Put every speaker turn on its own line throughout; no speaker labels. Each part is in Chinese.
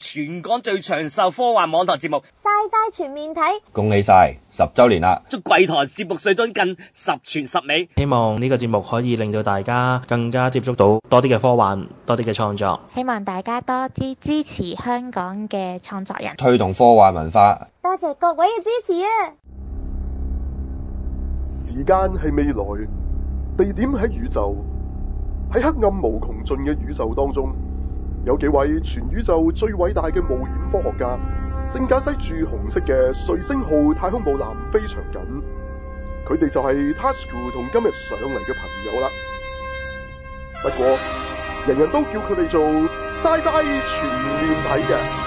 全港最長壽科幻網台節目，
晒晒全面睇，
恭喜晒，十週年啦！
祝貴台節目水準近十全十美。
希望呢個節目可以令到大家更加接觸到多啲嘅科幻，多啲嘅創作。
希望大家多啲支持香港嘅創作人。
推動科幻文化，
多謝各位嘅支持啊！
時間係未來，地點喺宇宙，喺黑暗無窮盡嘅宇宙當中，有幾位全宇宙最偉大嘅冒險科學家，正駕駛住紅色嘅瑞星號太空母艦非常緊。佢哋就係 Tasuku 同今日上嚟嘅朋友啦。不過，人人都叫佢哋做 Sci-Fi 全面睇嘅。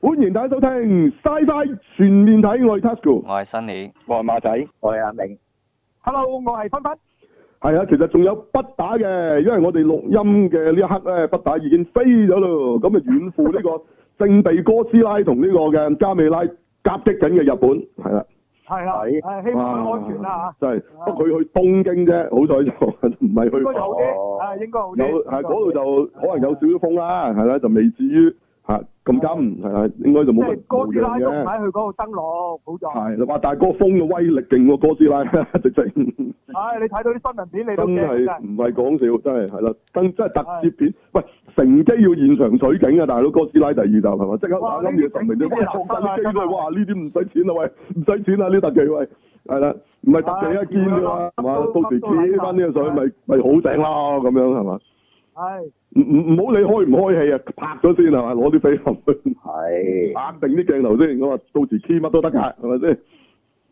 歡迎大家收聽《Sci-Fi 全面睇》，我係 Tasco，
我係 Sunny，
我係馬仔，
我係阿明，
Hello，我係芬芬。
係啊，其實仲有不打嘅，因為我哋錄音嘅呢一刻咧，不打已經飛咗咯，咁啊遠赴呢個聖地哥斯拉同呢個嘅加美拉夾擊緊嘅日本，係啦，
係啦，
係
係希望佢安全啦
真係，不過佢去東京啫，好彩就唔係
嚇，
去
應該就好啲，
哦
啊應該好啲。
有係嗰度就可能有少少風啦，係啦，就未至於嚇咁金，係啦，應該就
即
冇乜
係哥斯拉
冇
都
嘢
唔
嘅。
喺佢嗰度登陸，好在。
係，哇！但係嗰個風嘅威力勁過哥斯拉， 直情
唉，你睇到啲新聞片，你
真
都驚真
係
係。
唔係講笑，真係係啦，真真係特攝片。喂，乘機要現場取景啊，大佬！哥斯拉第二集係嘛？即刻
哇
打冧嘢十名，你
呢
哇
啲
放
真係
低機
啊真
啦！
係
哇！呢啲唔使錢啦，喂，唔使錢啦，呢特技喂，係啦，唔係特技
唉
一堅㗎啦，係
見
嘛
到？
到時企翻呢個水咪咪好正啦，咁樣係嘛？
係
唔唔唔好理開唔開戲啊，拍咗先係嘛？攞啲飛行去。
係
拍定啲鏡頭先，我話到時 key 乜都得㗎，係咪先？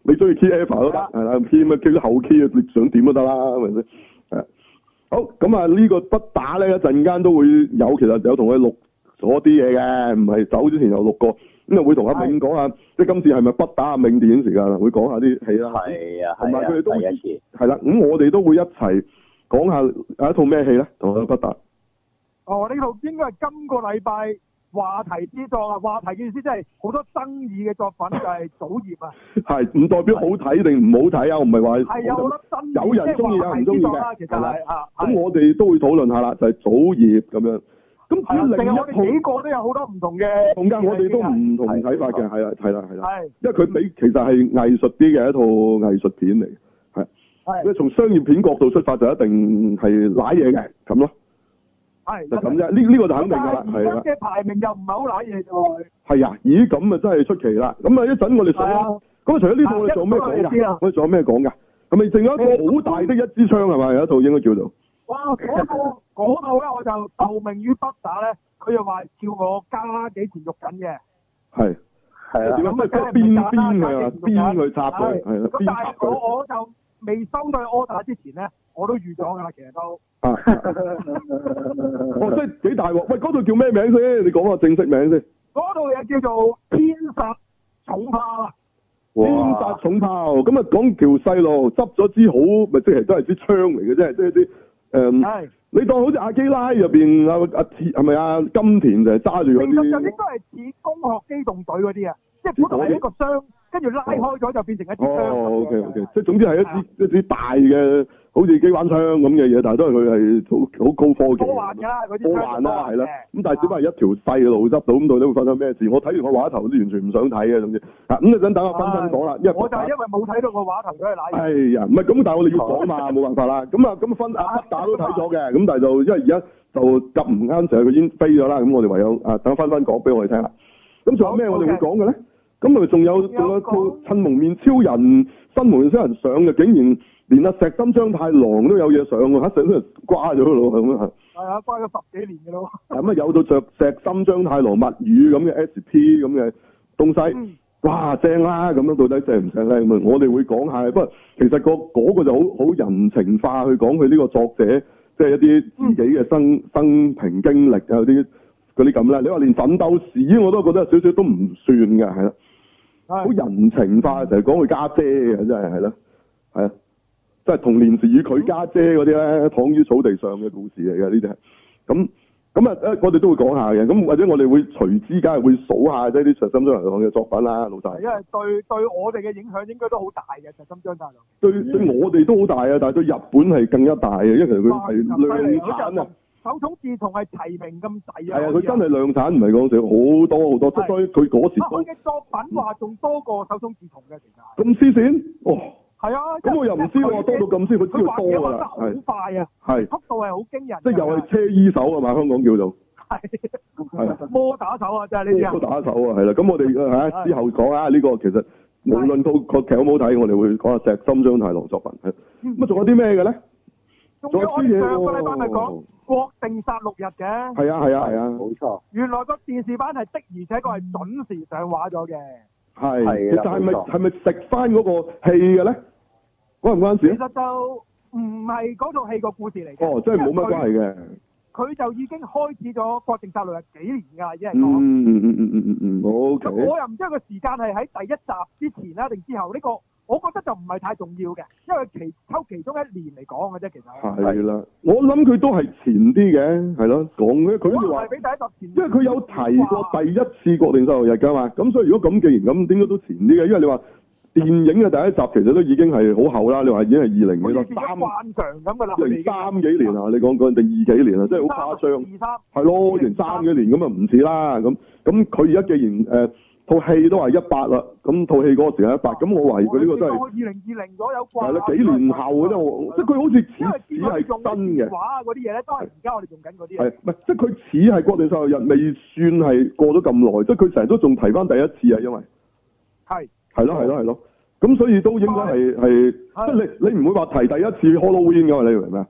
你中意 key alpha 都得，係啦，key 乜 key 啲後 key 你想點都得啦，係咪先？係好咁啊！呢個不打咧，一陣間都會有，其實有同佢錄咗啲嘢嘅，唔係走之前有錄過，咁啊會同阿銘講下，即係今次係咪不打阿銘電影時間啦，會講下啲戲啦，
係啊，
同埋佢哋都
係啊，第一次
係啦，咁我哋都會一齊講下有一套咩戲咧，同阿不打。
哦，呢套應該係今個禮拜話題之作啊！話題嘅意思即係好多爭議嘅作品就係祖 業啊，
係唔代表好睇定唔好睇啊？我唔係話
係有好多爭議，
有人中意有
即係話
人
題
中意
之作啦，其
嘅，
實係啊，
咁
係
我哋都會討論下啦，就係祖業咁樣。咁
係啊，
至於
淨
另
係我哋
一
幾
套，
個都有好多唔同嘅。
同間我哋都唔同睇法
係
嘅，係啦，係啦，係啦。
係
因為佢比其實係藝術啲嘅一套藝術片嚟，係。因
係
為從商業片角度出發，就一定係攋嘢嘅咁咯，
係
就咁啫。呢呢個就肯定
但
㗎啦，係
係而
啦
家，嘅排名又唔係好揦嘢喎。
係啊。咦，咁啊真係出奇啦。咁啊，一陣我哋上
係
啦
啊。
咁啊，除咗呢套，我哋仲有咩
一陣我哋知
講㗎
啦？
我哋仲有咩講㗎？係咪仲有一個好大的一支槍係咪？有一套應該叫做。
哇！ 嗰度嗰度咧，我就受命於北打咧，佢又話叫我加幾條肉緊嘅。
係
係啦
點，啊？即係邊邊佢啊，邊佢插佢，係啦，
咁
邊
但
插
係
佢
我我就未收到 order 之前咧，我都預咗㗎啦，其實都。
啊！哦，真係幾大鑊！喂，嗰度叫咩名先？你講個正式名先。
嗰度嘢叫做天殺重炮啊！
天殺重炮咁啊，講條細路執咗支好，咪即係都係支槍嚟嘅啫，即係啲誒，
係，
你當好似阿基拉入邊阿阿鐵係咪啊？金田就係揸
其
住嗰
實就應
啲，
該係似工學機動隊嗰啲啊，即係本來係一個箱，跟住拉開咗就變成一支槍咁樣嘅。
哦，OK OK，即係總之係一支一支大嘅，好似機關槍咁嘅嘢，但係都係佢係好好高科技。
科幻㗎啦，嗰啲
科
槍
幻啦，
科幻
啊係啊啦
嘅，
咁但係只不過係一條細路執到，咁到底會發生咩事？我睇完個畫頭都完全唔想睇嘅，總之啊，咁你陣等我分分講啦，因為
我就係因為冇睇到個畫頭，所以賴嘢。
哎呀，唔係咁，但係我哋要講 嘛，冇辦法啦。咁啊，咁分啊，打都睇咗嘅，咁但係就因為而家就入唔啱時候，佢已經飛咗啦，咁我哋唯有啊等分分講俾我哋聽啦。咁仲有咩
好
我哋會
OK
講嘅咧？咁啊，仲有仲有一套《趁蒙面超人》新蒙面超人上嘅，竟然連阿石森章太郎都有嘢上喎，嚇石森章太郎瓜咗咯咁啊！
係啊，關咗十幾年嘅咯。
咁啊有到着石心章太郎物語咁嘅 SP 咁嘅東西，
嗯
哇正啦！咁樣到底正唔正咧？咁啊，我哋會講下。不過其實個嗰個就好好人情化去講佢呢個作者，即係一啲自己嘅生、生平經歷啊嗰啲嗰啲咁啦。你話連奮鬥史我都覺得有少少都唔算嘅，係啦，好
係
人情化，成日講佢家姐嘅真係係啦，係啊，即係童年時與佢家姐嗰啲咧，躺於草地上嘅故事嚟嘅呢啲係。咁咁啊，誒我哋都會講下嘅，咁或者我哋會隨之梗係會數下即係啲陳心張良嘅作品啦，老
係
細。
因為對對我哋嘅影響應該都好大嘅，就金章大良。
對對我哋都好大啊，但係對日本係更加大嘅，啊因為其實佢
哇
係量產啊，！
手冢治蟲係提名咁滯啊！
係啊，佢真係量產，唔係講笑，好多好多，即係
係
當然佢嗰時
啊佢
都
嘅作品話仲多過手冢治蟲嘅，其實係
咁黐線，哦，
係啊。
咁我又唔知喎，多到咁先，佢知
佢
道
畫
多
嘢
㗎
畫得
啦，係
好快啊，
係，
速度係好驚人㗎。
即係又係車衣手啊嘛，香港叫做。
係
係
摩打手啊，真係呢啲
都打
啊！
手啊，係啦。咁我哋嚇
係
之後講啊，呢個其實無論套個劇有冇睇，我哋會講下石心張太郎作品。係咁啊，仲有啲咩嘅咧？
仲
仲
有
有
我
啲
哋
嘢
上個禮拜咪
喎
講。國定殺六日嘅，
哦係啊係啊係啊，
冇 錯，
原來個電視版係的而且確係準時上畫咗嘅。
係。
係
其
啦
實係咪
冇錯
係咪食翻嗰個戲嘅咧？關唔關
其
事啊？
實就唔係嗰套戲個故事嚟嘅。
哦，真係冇乜關係
嘅。
嘅。
佢就已經開始咗國定殺戮係幾年㗎啦，已經係講。
嗯嗯嗯嗯嗯嗯嗯，O K。
咁我又唔知佢時間係喺第一集之前啦，定之後呢、個，我覺得就唔係太重要嘅，因為其抽其中一年嚟講嘅啫，其實。
係啦，我諗佢都係前啲嘅，係咯，講嘅佢好
可
似
能
話
係。比第一集前。
因為佢有提過第一次國定殺戮日㗎嘛，咁所以如果咁既然咁，點解都前啲嘅？因為你話電影嘅第一集其實都已經係好後啦，你話已經係二零
好
幾多
似變咗
三
慣常咁㗎啦，
二零三幾年啊？你講講定二幾年啊？真係好誇張，
二三。
係咯，二零三幾年咁啊唔似啦，咁咁佢而家既然誒套、戲都係一八啦，咁套戲嗰個時係一八，咁我懷疑佢呢個都係
二零二零左右
係
啩。
啦幾年後嘅啫，我即係佢好似
因為
似
見
似
到佢
係
用嘅
真嘅
電。話啊嗰啲嘢咧，都係而家我哋用緊嗰啲啊
係
嘢。，
唔係即係佢似係國定受日，未算係過咗咁耐，即係佢成日都仲提翻第一次啊，因為
係。
係咯係咯係咯，咁所以都應該係係，
係
即係你你唔會話提第一次 Halloween 噶嘛，你明唔明啊？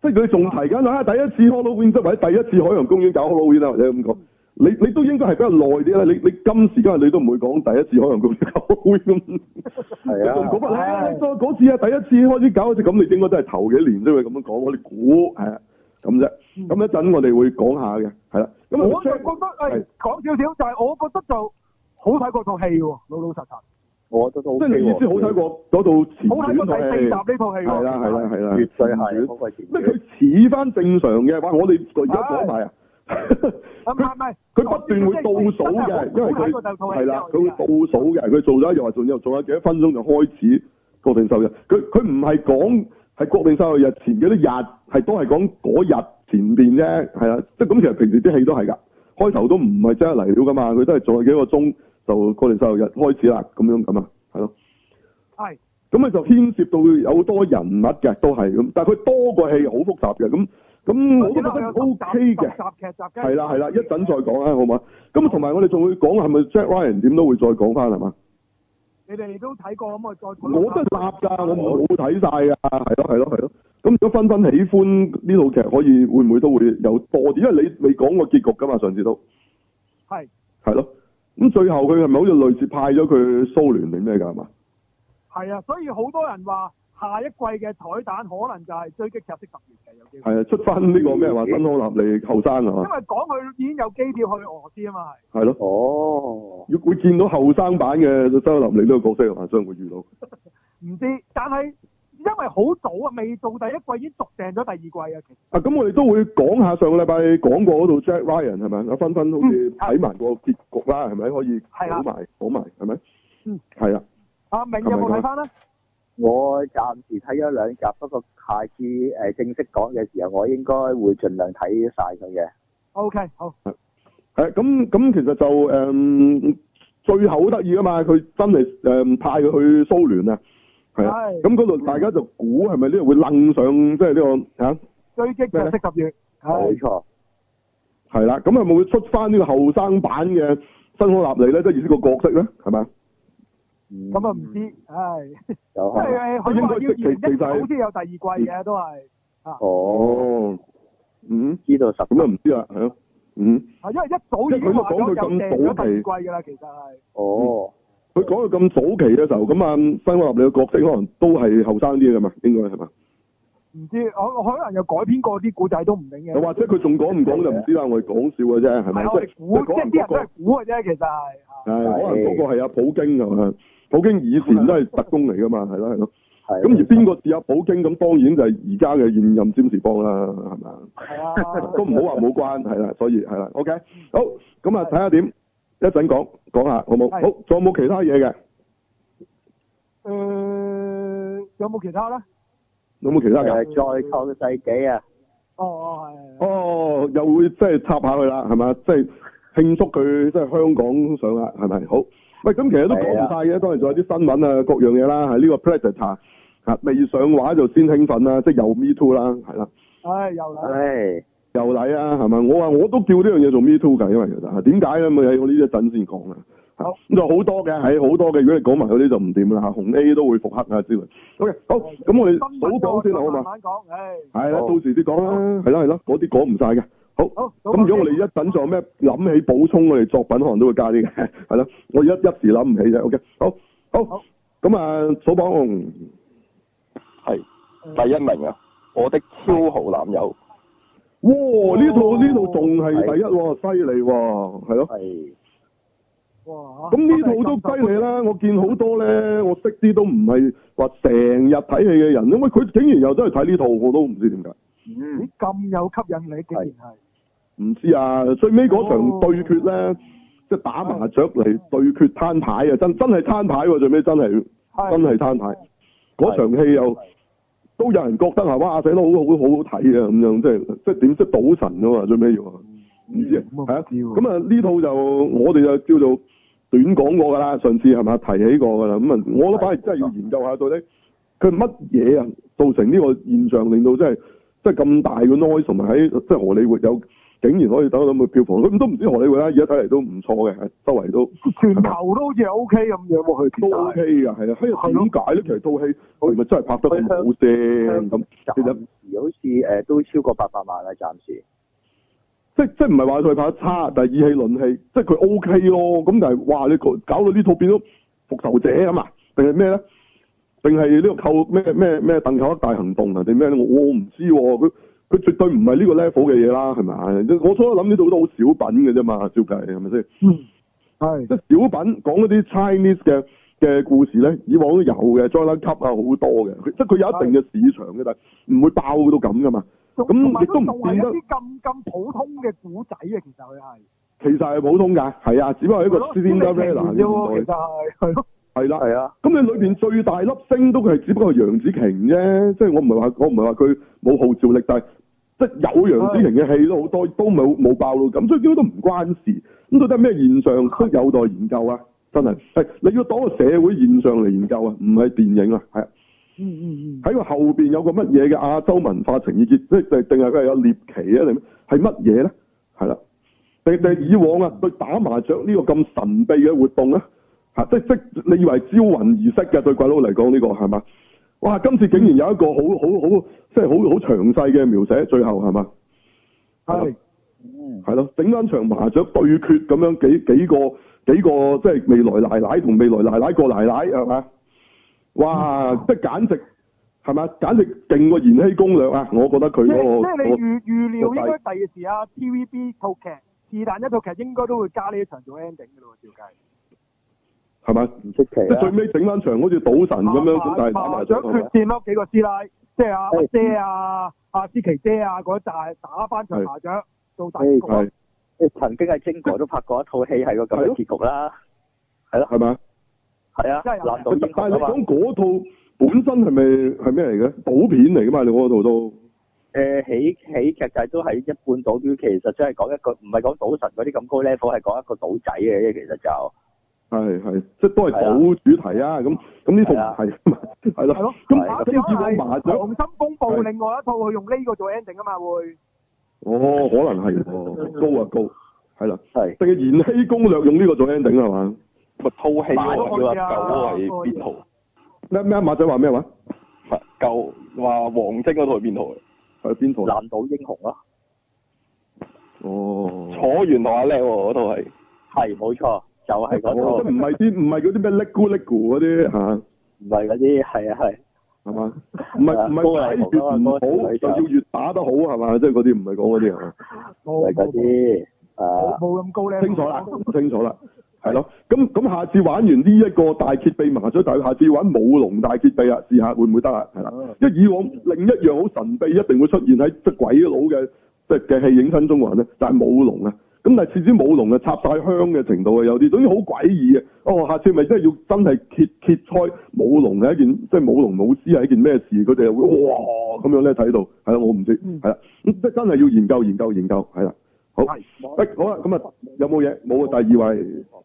即係佢仲提緊啊，第一次 Halloween 即係或者第一次海洋公園搞 Halloween 啊，你咁講，你你都應該係比較耐啲啦，你你今時今日你都唔會講第一次海洋公園搞 Halloween 咁，
係啊
你仲講乜
係
唉嗰嗰次啊，第一次開始搞嗰次咁，你應該都係頭幾年先會咁樣講，我哋估係啊咁啫。咁一陣我哋會講下嘅，係啦。咁啊
我就覺得
Jack- 係
誒講少少，就係我覺得就好睇過套戲喎，老老實實，好
我覺得都
即係你
啊
意思好睇過嗰度前
睇
傳
過第四集
係
呢套戲喎。
係啦係啦係啦，
絕對係好鬼前
咩佢似翻正常嘅，哇！我哋而家講埋啊，
啊。唔係唔係，
佢不斷會倒數嘅，因為佢係
係
啦，佢會倒數嘅，佢做咗又話仲有仲有幾多分鐘就開始國定收日，佢佢唔係講係國定收日前幾多日，係都係講嗰日前邊啫，係啦，即係咁其實平時啲戲都係㗎，開頭都唔係即刻嚟料㗎嘛，佢都係仲有幾個鐘就國定收日開始啦，咁樣咁啊，係咯。
係
咁啊就牽涉到有好多人物嘅，都係咁，但係佢多個戲好複雜嘅，咁咁我都覺得 O K 嘅，
集劇集嘅
係啦係啦，一陣再講啦，好嘛？咁同埋我哋仲會講係咪 Jack Ryan 點都會再講翻係嘛？
你哋都睇過咁我再討
我
論
都係立㗎，我冇睇晒㗎，係咯係咯係咯。咁如果分分喜歡呢套劇，可以會唔會都會有多啲？因為你未講過結局㗎嘛，上次都
係
係咯。咁最後佢係咪好似類似派咗佢蘇聯定咩㗎係嘛？
係啊，所以好多人話下一季嘅彩蛋可能就係追擊入式特別嘅有機會，
係啊，出翻呢個咩話新康納利後生係
因
嘛？
為講佢已經有機票去俄羅斯啊嘛，係
係咯。
哦，
要會見到後生版嘅周秀林，你呢個角色係咪將會遇到？
唔知，但係因為好早啊，未做第一季已經續訂咗第二季啊，其實
啊，咁我哋都會講下上個禮拜講過嗰度 Jack Ryan 係咪？阿芬芬好似
嗯
睇埋個結局啦，係咪可以
係
講
啦
埋講埋係咪？
嗯，
係啊，
阿明有冇睇翻咧？
我暫時睇咗兩集，不過下次誒、呃正式講嘅時候，我應該會盡量睇晒佢嘅。
O K，好，
係咁咁，其實就誒、嗯最後好得意噶啊嘛，佢真係誒、嗯派佢去蘇聯啊，係啊，
係
咁嗰度大家就估係咪呢度會楞上即係呢個嚇
追擊就息十月，
冇
係
錯，
係啦，咁係咪會出翻呢個後生版嘅新康納利咧？即係意思個角色咧係咪啊？
咁
咁
啊
嗯
唔知，唉，即
有可
係啊
能
誒，佢話要
哦應該其其實係嗯
二零一九先有第二季嘅都係，
哦，
哦，嗯，
知道十
咁啊唔知啦，係咯，嗯，
啊，因為一早已經話咗有訂咗第二季㗎啦，其實係，
哦，
佢講到咁早期嘅時候，咁啊，新海立你嘅角色可能都係後生啲嘅嘛，應該係嘛？
唔知我可能又改編過啲古仔都唔定嘅，
又或者佢仲講唔講就唔知啦，我哋講笑嘅啫，係咪？
啊係啊我哋估，即係啲人都係估嘅啫，其實係，啊
係可能嗰個係阿普京係嘛？普京以前都係特工嚟噶嘛，係咯係咯，
係啊
啊
咁而邊個似阿寶京咁，當然就係而家嘅現任占士邦啦，係咪啊？
係啊，
都唔好話冇關係啦，所以係啦，OK，好，咁啊睇下點，一陣講講下好冇？
係
好，仲有冇其他嘢嘅？
誒有冇其他咧？
有冇其他
誒
㗎？
呃再創世紀啊！
哦哦係。
哦，又會即係插下佢啦，係咪？即係慶祝佢即係香港上啦，係咪？好，喂，咁其實都講唔晒嘅，當然仲有啲新聞啊，各樣嘢啦，係呢個 Predator 啊未上畫就先興奮啦，即係又 Me Too 啦，係啦。
唉，又嚟。
唉，
又嚟啊，係咪？我話我都叫呢樣嘢做 Me Too 㗎，因為其實啊點解咧？咪喺我呢一陣先講啦。嚇
好
咁就好多嘅，係好多嘅。如果你講埋嗰啲就唔掂啦嚇，紅 A 都會復黑啊之類。OK，好，咁我哋
新
早
聞
講先啦，好
慢
嘛？啊
慢講，唉。
係啦，
好
到時先講啦，係啦係啦，嗰啲講唔晒嘅。好，
好
咁如果我哋一陣仲有咩諗起補充我哋作品，可能都會加啲嘅， 係咯。我一一時諗唔起啫。OK，好，好
好，
咁啊，數榜紅
係第一名啊！我的超豪男友，
哇！呢套呢套仲係第一喎，犀利喎，係咯。
係
哇！
咁呢套都犀利啦！我見好多咧，我識啲都唔係話成日睇戲嘅人，因為佢竟然又真係睇呢套，我都唔知點解。
嗯
咦咁有吸引力，竟然係。
唔知啊，最尾嗰場
哦
對決咧，即係打麻雀嚟對決攤牌啊！真真係攤牌喎，最尾真係真係
係
攤牌。嗰場戲又都有人覺得係哇，寫得好好好好睇啊！咁樣即係即係點即係賭神啊嘛，最尾要唔知啊，係啊。咁啊呢套就我哋就叫做短講過㗎啦，上次係咪提起過㗎啦？咁啊，我覺得反而真係要研究下到底佢乜嘢啊造成呢個現象，令到真係即係咁大嘅 noise，同埋喺即係荷里活有竟然可以等到咁嘅票房，咁都唔知荷里活啦，而家睇嚟都唔錯嘅，係周圍都
全球都好似 O K 咁樣喎，佢
都 OK 㗎，係啊，嘿
係
啊
咯
點解咧？其實套戲係咪真係拍得咁好聲咁？其實
暫時好似誒都超過八百萬啦，啊暫時
即即唔係話佢拍得差，但係以戲論戲，即係佢 O K 咯。咁但係哇，你搞搞到呢套變咗復仇者咁啊？定係咩咧？定係呢個扣咩咩咩鄧寇克大行動啊？定咩咧？我我唔知喎、佢佢絕對唔係呢個 level 嘅嘢啦，係咪啊？我初諗呢度都好小品嘅啫嘛，照計係咪先？
嗯，係
即係小品講嗰啲 Chinese 嘅嘅故事咧，以往都有嘅 j o i n 級啊好多嘅，佢即係佢有一定嘅市場嘅，但係唔會爆到咁噶嘛。咁亦都唔
同埋
見
一
得
啲咁咁普通嘅古仔啊，其實佢係
其實係普通㗎，係啊，只不過係一個
係咯
Cinderella 嘅
即係
年
其實
代，
係係咯，
係啦。
係啊，
咁你裏邊最大粒星都係只不過係楊紫瓊啫，即係我唔係話我唔係話佢冇號召力，但係即係有楊紫瓊嘅戲都好多，都冇冇爆到咁，所以應該都唔關事。咁到底係咩現象都有待研究啊！真係係你要當個社會現象嚟研究啊，唔係電影啊，係啊
嗯嗯嗯，
喺個後邊有個乜嘢嘅亞洲文化情意結，即係定係佢係有獵奇啊？定係乜嘢咧？係啦，定定係以往啊對打麻雀呢個咁神秘嘅活動咧，嚇即即你以為招魂儀式嘅對鬼佬嚟講呢個係嘛？哇！今次竟然有一個好好好即係好好詳細嘅描寫，最後係嘛？
係
係咯，整翻場麻雀對決咁樣幾幾個幾個即係未來奶奶同未來奶奶個奶奶係嘛？哇！即係簡直係嘛？簡直勁過延禧攻略啊！我覺得佢
即
嗰、
係即
個
係你
嗰
預預料應該第二時啊 TVB 套劇是但一套劇應該都會加呢一場做 ending 嘅咯，照計。
係嘛？
嗯
唔出奇
即係最
啊！
尾整翻場好似賭神咁樣
啊
咁，但啊係打麻雀係
決
嘛？
戰咯，幾個師奶，即係阿
係
姐啊、阿思琪姐啊嗰扎打翻場麻雀做大局
係
曾經係晶哥都拍過一套戲係個咁嘅結局啦，
係嘛？
係啊，
真係有
難道
但
英
係
雄
你
啊嘛？
講嗰套本身係咪係咩嚟嘅？賭片嚟㗎嘛？你嗰套都
誒呃喜喜劇就係都係一半賭標，其實真係講一個唔係講賭神嗰啲咁高 level，係講一個賭仔嘅啫，其實就
係係，即係都係賭主題啊！咁咁呢套唔係啊嘛，係
係咯
咯。
係
咁
打
啊
住
咁結果麻雀
係。溏心風暴
係
另外一套，佢用呢個做 ending 啊嘛，會
哦，可能係喎，高啊高，係啦，
係
定係延禧攻略用呢個做 ending 啊係嘛？
咪啊套戲
我
我
知
話
啊
叫阿狗係
我知
邊
啊
套？
咩咩馬仔話咩話？
唔係狗話王啊晶嗰套係邊套嚟？
係邊套？啊
難道英雄啊咯，
哦，
楚原同阿叻喎，嗰套係
係冇錯，就係嗰
哦
套
即係，唔係啲唔係嗰啲咩叻咕叻咕嗰啲嚇，
唔係嗰啲係啊係。
係嘛？唔係唔
高麗
係
紅啊
打越唔
嗰
好，
個
就要越打得好係嘛？即係嗰啲唔係講嗰啲係嘛？
冇
係嗰啲
冇
啊，
冇咁高咧，
清楚啦，清楚啦。係咯，咁咁下次玩完呢一個大揭秘麻雀大，下次玩舞龍大揭秘啊，試下會唔會得啊？係啦，因為以往另一樣好神秘，一定會出現喺即係鬼佬嘅即係嘅戲影新中國人咧，就係、舞龍啊。咁但係次次舞龍啊插晒香嘅程度啊，有啲總之好詭異嘅。哦，下次咪真係要真係揭揭開舞龍係一件即係舞龍舞獅係一件咩事？佢哋又會哇咁樣咧睇到，係啦，我唔知係啦，咁即係真係要研究研究研究係啦。好，喂，好啦，咁啊有冇嘢？冇啊，第二位。
啊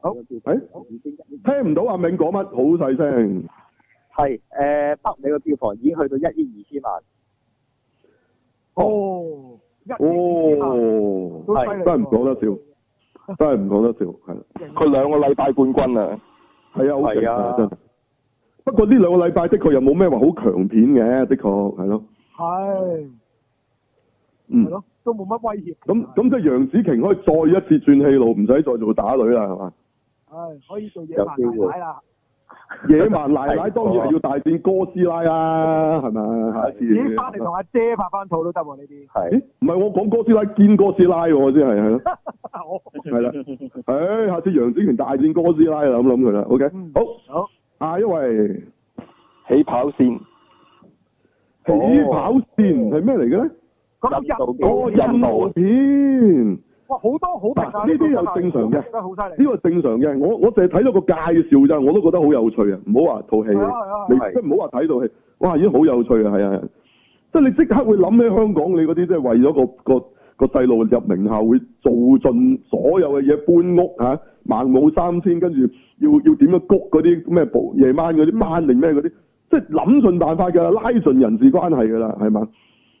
好，誒，聽唔到阿銘講乜，好細聲。
係誒啊呃北美嘅票房已經去到一億二千萬，
哦，一
哦，
都犀利
真
喎
係唔講得笑，真係唔講得笑，係啦。
佢兩個禮拜冠軍啊！
係啊，好勁
係
啊
啊，
真係。不過呢兩個禮拜的確又冇咩話好強片嘅，的確係咯，
係
嗯
係。咯，都冇乜威脅。
咁咁即係楊紫瓊可以再一次轉戲路，唔使再做打女啦，係嘛？
唉，可以做嘢
有
扮
機會
奶奶啦。
野蠻奶奶當然係要大戰哥斯拉啦，係咪？下一次
自己翻嚟同阿姐拍翻套都得喎，呢啲。
咦
係
唔係我講哥斯拉堅哥斯拉喎，真係係咯。
我
係啦，唉，下次楊紫瓊大戰哥斯拉啦，咁諗佢啦。OK，
嗯
好，啊
好
下一位
起跑線
起跑線係咩嚟嘅咧？
咁到
印度
哦印
片
度啊
哦，
片
印度片。
哇，好多好評啊！
嗱呢啲又
套真係
正常嘅
真係好犀
呢
利。
個正常嘅，我我淨係睇咗個介紹咋，我都覺得好有趣啊！唔好話套戲
係啊係啊，
你
係
即係唔好話睇套戲，哇已經好有趣啊！係啊，係啊即係你即刻會諗起香港你嗰啲即係為咗個個個細路入名校會做盡所有嘅嘢，搬屋嚇、啊孟母三遷，跟住要要點樣谷嗰啲咩補夜晚嗰啲班定咩嗰啲，即係諗盡辦法㗎啦，拉盡人事關係㗎啦，係嘛？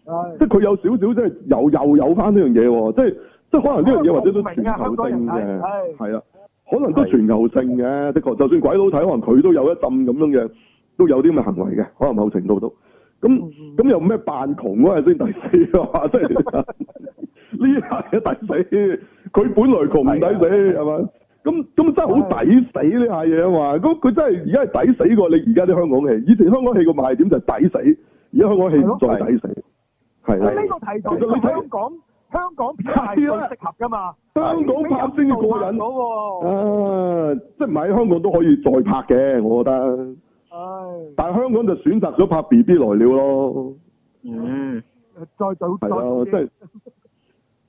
係
即係佢有少少即係又又有翻呢樣嘢喎，即係即係可能呢樣嘢或者都全球性嘅，係啦，可能都全球性嘅，的確，就算鬼佬睇，可能佢都有一陣咁樣嘅，都有啲咁嘅行為嘅，可能某程度都。咁咁又咩扮窮嗰係先第四 啊？即係呢下嘢抵死，佢本來窮唔抵死係嘛？咁咁真係好抵死呢下嘢啊嘛！咁佢真係而家係抵死過你而家啲香港戲。以前香港戲個賣點就係抵死，而家香港戲唔再抵死，係啊啦。
呢個題材
其實你睇啊
香港香港片係最適合㗎嘛？
香港拍先至過
到
癮
喎。
啊！即係唔喺香港都可以再拍嘅，我覺得。
唉，
但係香港就選擇咗拍 B B 來了咯，
嗯
再早
係
再
咯，即
早
係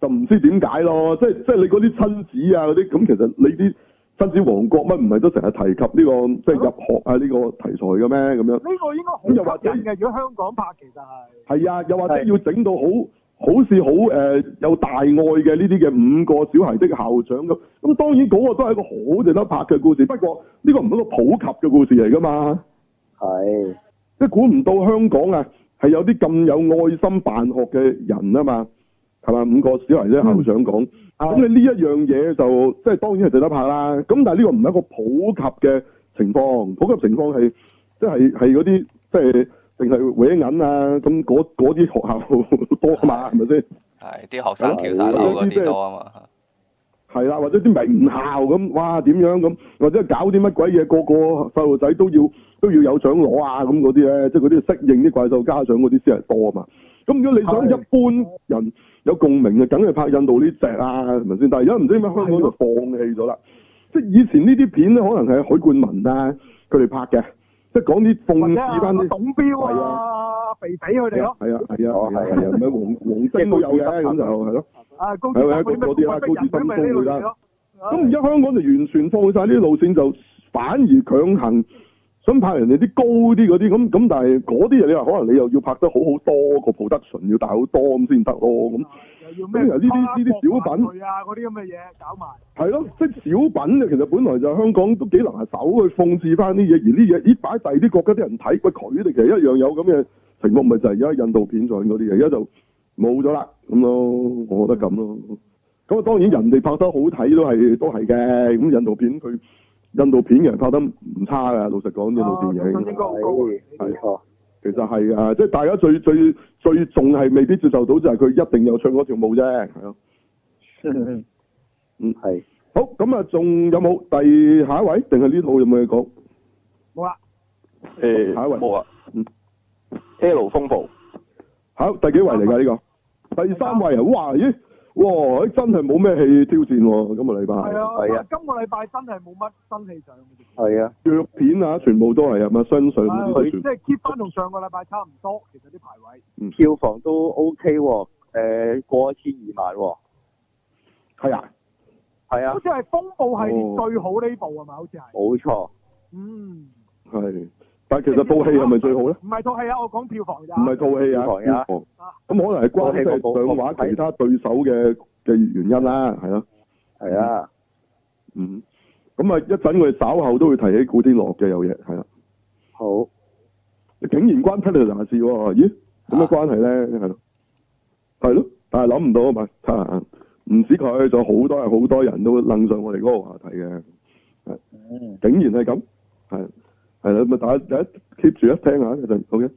就唔知點解咯，即係即係你嗰啲親子啊嗰啲，咁其實你啲親子王國乜唔係都成日提及呢、個即係入學啊呢個題材嘅咩咁樣？
呢個應該好
咁又或
吸
者
引嘅，如果香港拍其實係。
係啊，又或者要整到好好似好誒有大愛嘅呢啲嘅五個小孩的校長咁，咁當然嗰個都係一個好值得拍嘅故事，不過呢個唔係一個普及嘅故事嚟噶嘛，
係
即係估唔到香港啊係有啲咁有愛心辦學嘅人啊嘛，係嘛？五個小孩的校長講，咁、你呢一樣嘢就即係當然係值得拍啦，咁但係呢個唔係一個普及嘅情況，普及情況係即係係嗰啲即係。淨係搲銀啊！咁嗰嗰啲學校 多啊嘛，係咪先？
係啲學生跳晒樓嗰啲多啊嘛，
係啦，或者啲名校咁，哇點樣咁，或者搞啲乜鬼嘢，個個細路仔都要都要有獎攞啊咁嗰啲咧，即係嗰啲適應啲怪獸家長嗰啲先係多啊嘛。咁如果你想
係
一般人有共鳴嘅，梗係拍印度呢只啊，係咪先？但係而家唔知點解香港就放棄咗啦。即係以前呢啲片咧，可能係許冠文啊佢哋拍嘅，即係講啲
或
諷
者啊
刺翻嗯啲。
董彪
係
啊、肥肥佢哋
係啊
咯，
係啊係啊
哦
係啊
係啊
係啊，唔係黃黃晶都有嘅，咁就係咯。
啊高志
係咪
森嗰
嗰啲啦
啲
高志森
咪呢類
高
嘢
啦
咯。
咁而家香港就完全放晒呢啲路線，就反而強行想拍人哋啲高啲嗰啲，咁咁但係嗰啲嘢你話可能你又要拍得好好多個 production 要大好多咁先得咯，咁
啊又要
咁
咩？呃
然後呢啲呢啲小品
啊，嗰啲咁嘅嘢搞埋，
係咯，即係小品啊嘅其實本來就香港都幾難手去諷刺翻啲嘢，而呢嘢咦擺第二啲國家啲人睇，喂佢哋其實一樣有咁嘅情況，咪就係而家印度片上嗰啲嘢，而家就冇咗啦咁咯，我覺得咁咯。咁啊當然人哋拍得好睇都係都係嘅，咁印度片佢印度片嘅人拍得唔差㗎，老實講印度
啊
電
印度
影
片。高高啊
係冇錯，
其實係啊，即係大家最最最重係未必接受到就係佢一定有唱歌跳舞啫，係咯。嗯，
係
好，咁啊，仲有冇第下一位？定係呢套有冇嘢講？
冇
啊
啦，
誒
下一位
冇啊
嗯
，L 風暴
好，第幾位嚟㗎呢個？第三位啊！哇，咦，哇！真係冇咩戲挑戰喎，今個禮拜
係啊，但係今個禮拜真係冇乜新戲上嘅啫，
係啊，藥片啊，全部都係啊，咪新上嗰啲都
係即
全，
係 keep 翻同上個禮拜差唔多，其實啲排位。
票房都 OK 喎，誒過一千二萬喎。
係啊，哦
係啊
好，似係風暴系列最好呢部啊嘛，好似係。
冇錯。
嗯，
係，但係其實套戲係咪最好咧？
唔係套戲啊，我講票房咋。
唔係套戲啊，票房咁可能係關即係上畫其他對手嘅嘅原因啦，係咯，
係啊，
嗯，咁啊一陣我哋稍後都會提起古天樂嘅有嘢，係啦，啊
好，
竟然關 Predator 事喎，哦咦，有咩關係咧？係咯，係咯，但係諗唔到啊嘛，差唔止佢，仲有好多人好多人都楞上我哋嗰個話題嘅，係
嗯，
竟然係咁，係係啦，咁啊大家大家 keep 住一聽下一陣好嘅。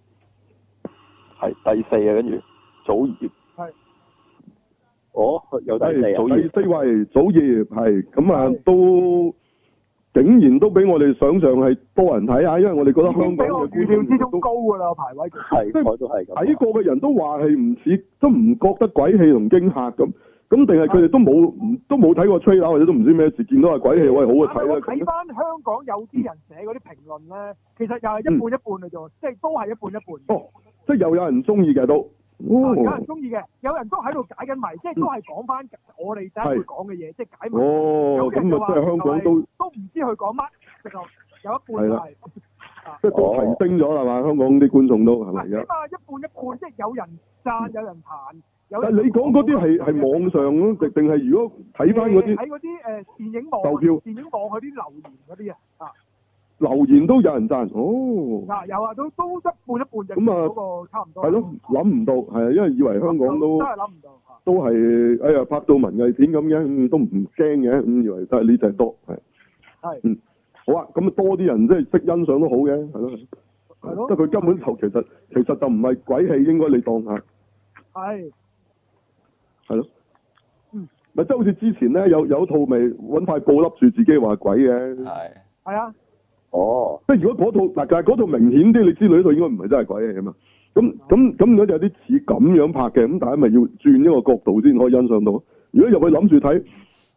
係第四啊，跟住祖兒
哦，有第四
係
啊，
第四位祖業係咁啊，都竟然都比我哋想象係多人睇啊，因為我哋覺得
已經
香港
比
嘅
我預
觀
料之
眾
中高㗎啦，排位。
係，我都係咁。
睇過嘅人都話係唔似，都唔覺得鬼戲同驚嚇咁。咁定係佢哋都冇唔都冇睇過 trailer 或者都唔知咩事，見到係鬼戲，喂好啊
但係我
睇
睇
啦
翻香港有啲人寫嗰啲評論咧，其實又係一半一半嘅啫，即係都係一半一半。
哦，即係又有人中意嘅都。
啊有
哦
人中意嘅，有人都喺度解緊迷，即係都係講翻我哋第一會講嘅嘢，即係解迷。
哦，咁啊，即係香港都
都唔知佢講乜，直頭有一半
係啦
係。À.
即係都提升咗啦嘛，香港啲觀眾都係咪
嗱，
而
起
家？
碼一半一半，即係有人讚，有人彈，有
但
人
係你講嗰啲係係網上咯，定定係如果睇翻嗰啲
誒喺嗰啲誒電影網
售票
電影網嗰啲留言嗰啲啊，啊
留言都有人贊，哦，
嗱有啊，都都一半一半就
咁啊
嗰個差唔多。
係咯，諗唔到，係啊，因為以為香港都
真係諗唔到啊！
都係，哎呀，拍到文藝片咁樣，嗯都唔驚嘅，嗯咁以為都係呢只多，係，
係
嗯，好啊，咁啊多啲人即係識欣賞都好嘅，係咯，
係咯
即係佢根本就其實其實就唔係鬼戲，應該你當下
係
係咯
嗯，
咪即係好似之前咧有有套咪揾塊布笠住自己話鬼嘅，
係
係啊，
哦，
即係如果嗰套嗱，但係嗰套明顯啲，你知道呢套應該唔係真係鬼嚟啊嘛。咁咁咁，如果有啲似咁樣拍嘅，咁但係咪要轉一個角度先可以欣賞到？如果入去諗住睇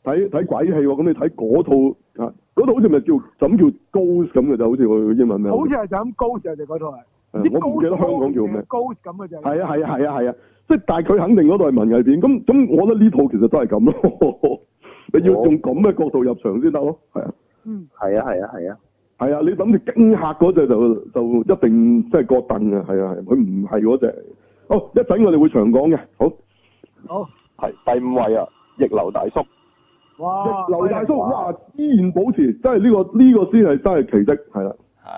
睇睇鬼戲喎，咁你睇嗰套啊，嗰套好似咪叫就咁叫 Ghost 咁嘅就好似佢英文名。
好似係就咁高就哋嗰套係。
係我唔記得香港叫咩。
高咁嘅就
係啊係啊係啊係啊，即係但係佢肯定嗰度係文藝片，咁咁我覺得呢套其實都係咁咯。 你要
哦
用咁嘅角度入場先得咯，係啊。
嗯
係啊，係啊，係啊，
係啊，你諗住驚嚇嗰只就就一定即係個凳啊，係啊，係佢唔係嗰只。好，一陣我哋會長講嘅。好，
好
係第五位啊，逆流大叔
哇！
劉大叔，哇，依然保持，真係呢、個呢、個先係真係奇蹟，係啦，
係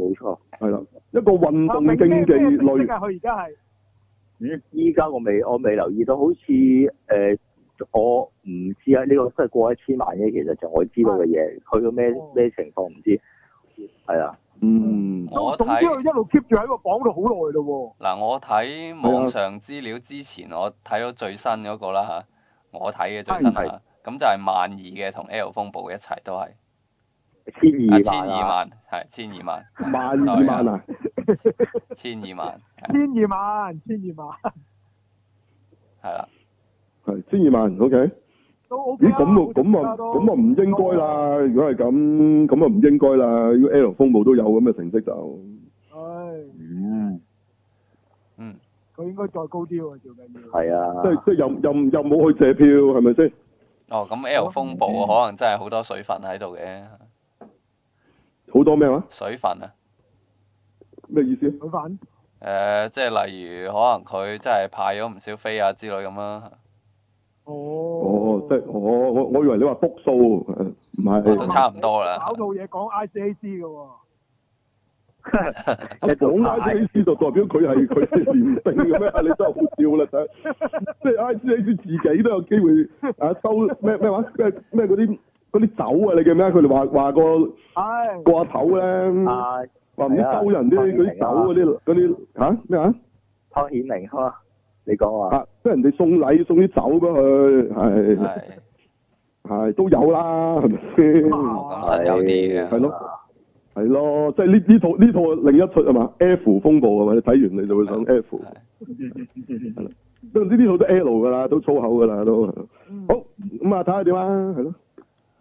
冇錯。
係啦，一個運
啊
動
明咩
競技
咩成績
類，
啊佢而家係
嗯，依家我未我未留意到，好似誒、呃我唔知啊，呢、個真係過一千萬嘅，其實就我知道嘅嘢，去到咩
哦
咩情況唔知，係啊，
嗯，
都
我
總之佢
睇
一路 keep 住喺個榜度好耐咯
嗱，我睇網上資料之前，我睇到最新嗰個啦吓，我睇嘅最新啊
係
啦，咁就係萬二嘅同 L 風暴一齊都係
千
啊
二
千
萬
二
啊，
萬係千二萬
萬二萬啊，
千二萬
喎，千二萬， 千二萬
係啦，
係千二萬，OK。
都 OK
咦，
啊
咁啊，咁啊，咁啊唔應該。啦。如果係咁，咁啊唔應該啦。如果 L 風暴都有咁嘅成績就，
唉，
嗯，
嗯
佢應該再高啲喎，最緊要。
係啊，
即係即係又又又冇去借票，係咪先？
哦咁 L 風暴可能真係好多水分喺度嘅
好多咩話？
水分啊。
咩意思啊？
佢反
誒、即係例如可能佢真係派咗唔少飛啊之類咁啦，
哦。
哦，即係我我我以為你話篤數，唔
我都
係
差唔多啦
搞到嘢講 ICAC 嘅喎，
阿講 I C A C 就代表佢係 佢係連勝嘅咩？你真係好笑啦！ 真係即係 I C A C 自己都有機會啊收咩咩話咩咩嗰啲嗰啲酒啊！你記唔記得佢哋話話個
唉，
個阿頭咧
啊，
話唔知收人啲嗰啲酒嗰啲嗰啲嚇咩啊
湯顯明啊嘛，你講話
啊！即係人哋送禮送啲酒俾佢係
係
係都有啦，係咪 先？
咁實有啲
係
嘅，
咯。係咯，即係呢呢套呢套另一出啊嘛，F 風暴啊嘛，你睇完你就會想 F，
係
都呢啲好多 L 噶啦，都粗口噶啦都。
嗯
好咁啊，睇下點啊，係咯。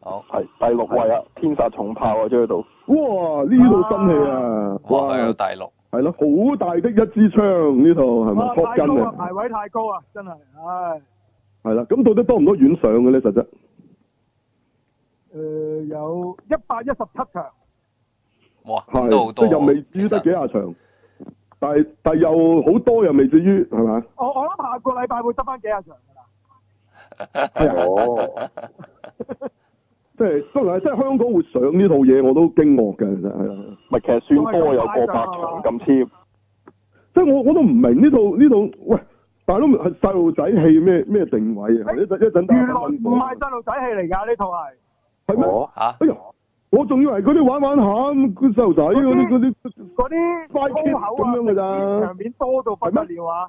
好，
系第六位啊，天煞重炮啊，追到。
哇！呢套真戲啊，
哇，去到第六，
係咯，好大的一支槍呢套係咪
哇，
？Top
太
Gun
高啊，
啊，
排位太高啊，真係，唉，
係啦。咁到底多唔多院上嘅咧？實質
誒呃有一百一十七場，
哇，咁都好
係即
多
係又未
喎。
至
其
於得幾
實
廿場，但係但係又好多又未至於係咪？
我我諗下個禮拜會得翻幾廿場㗎啦，
係啊。
哦，
即係真係，即係香港會上呢套嘢，我都驚愕嘅，其實係啊。
咪其實算多有過百場咁黐，
即係我我都唔明呢套呢套，喂，大佬係細路仔戲咩咩定位啊？
哎
一陣一陣打
原
分
來唔係細路仔戲嚟㗎呢套係，
係咩？
哦，
吓，
哎呀，我仲以為嗰啲玩玩下咁，嗰啲細路仔嗰啲嗰啲
嗰啲
快
粗
kick
口啊
咁樣㗎咋
場面多到不得了啊，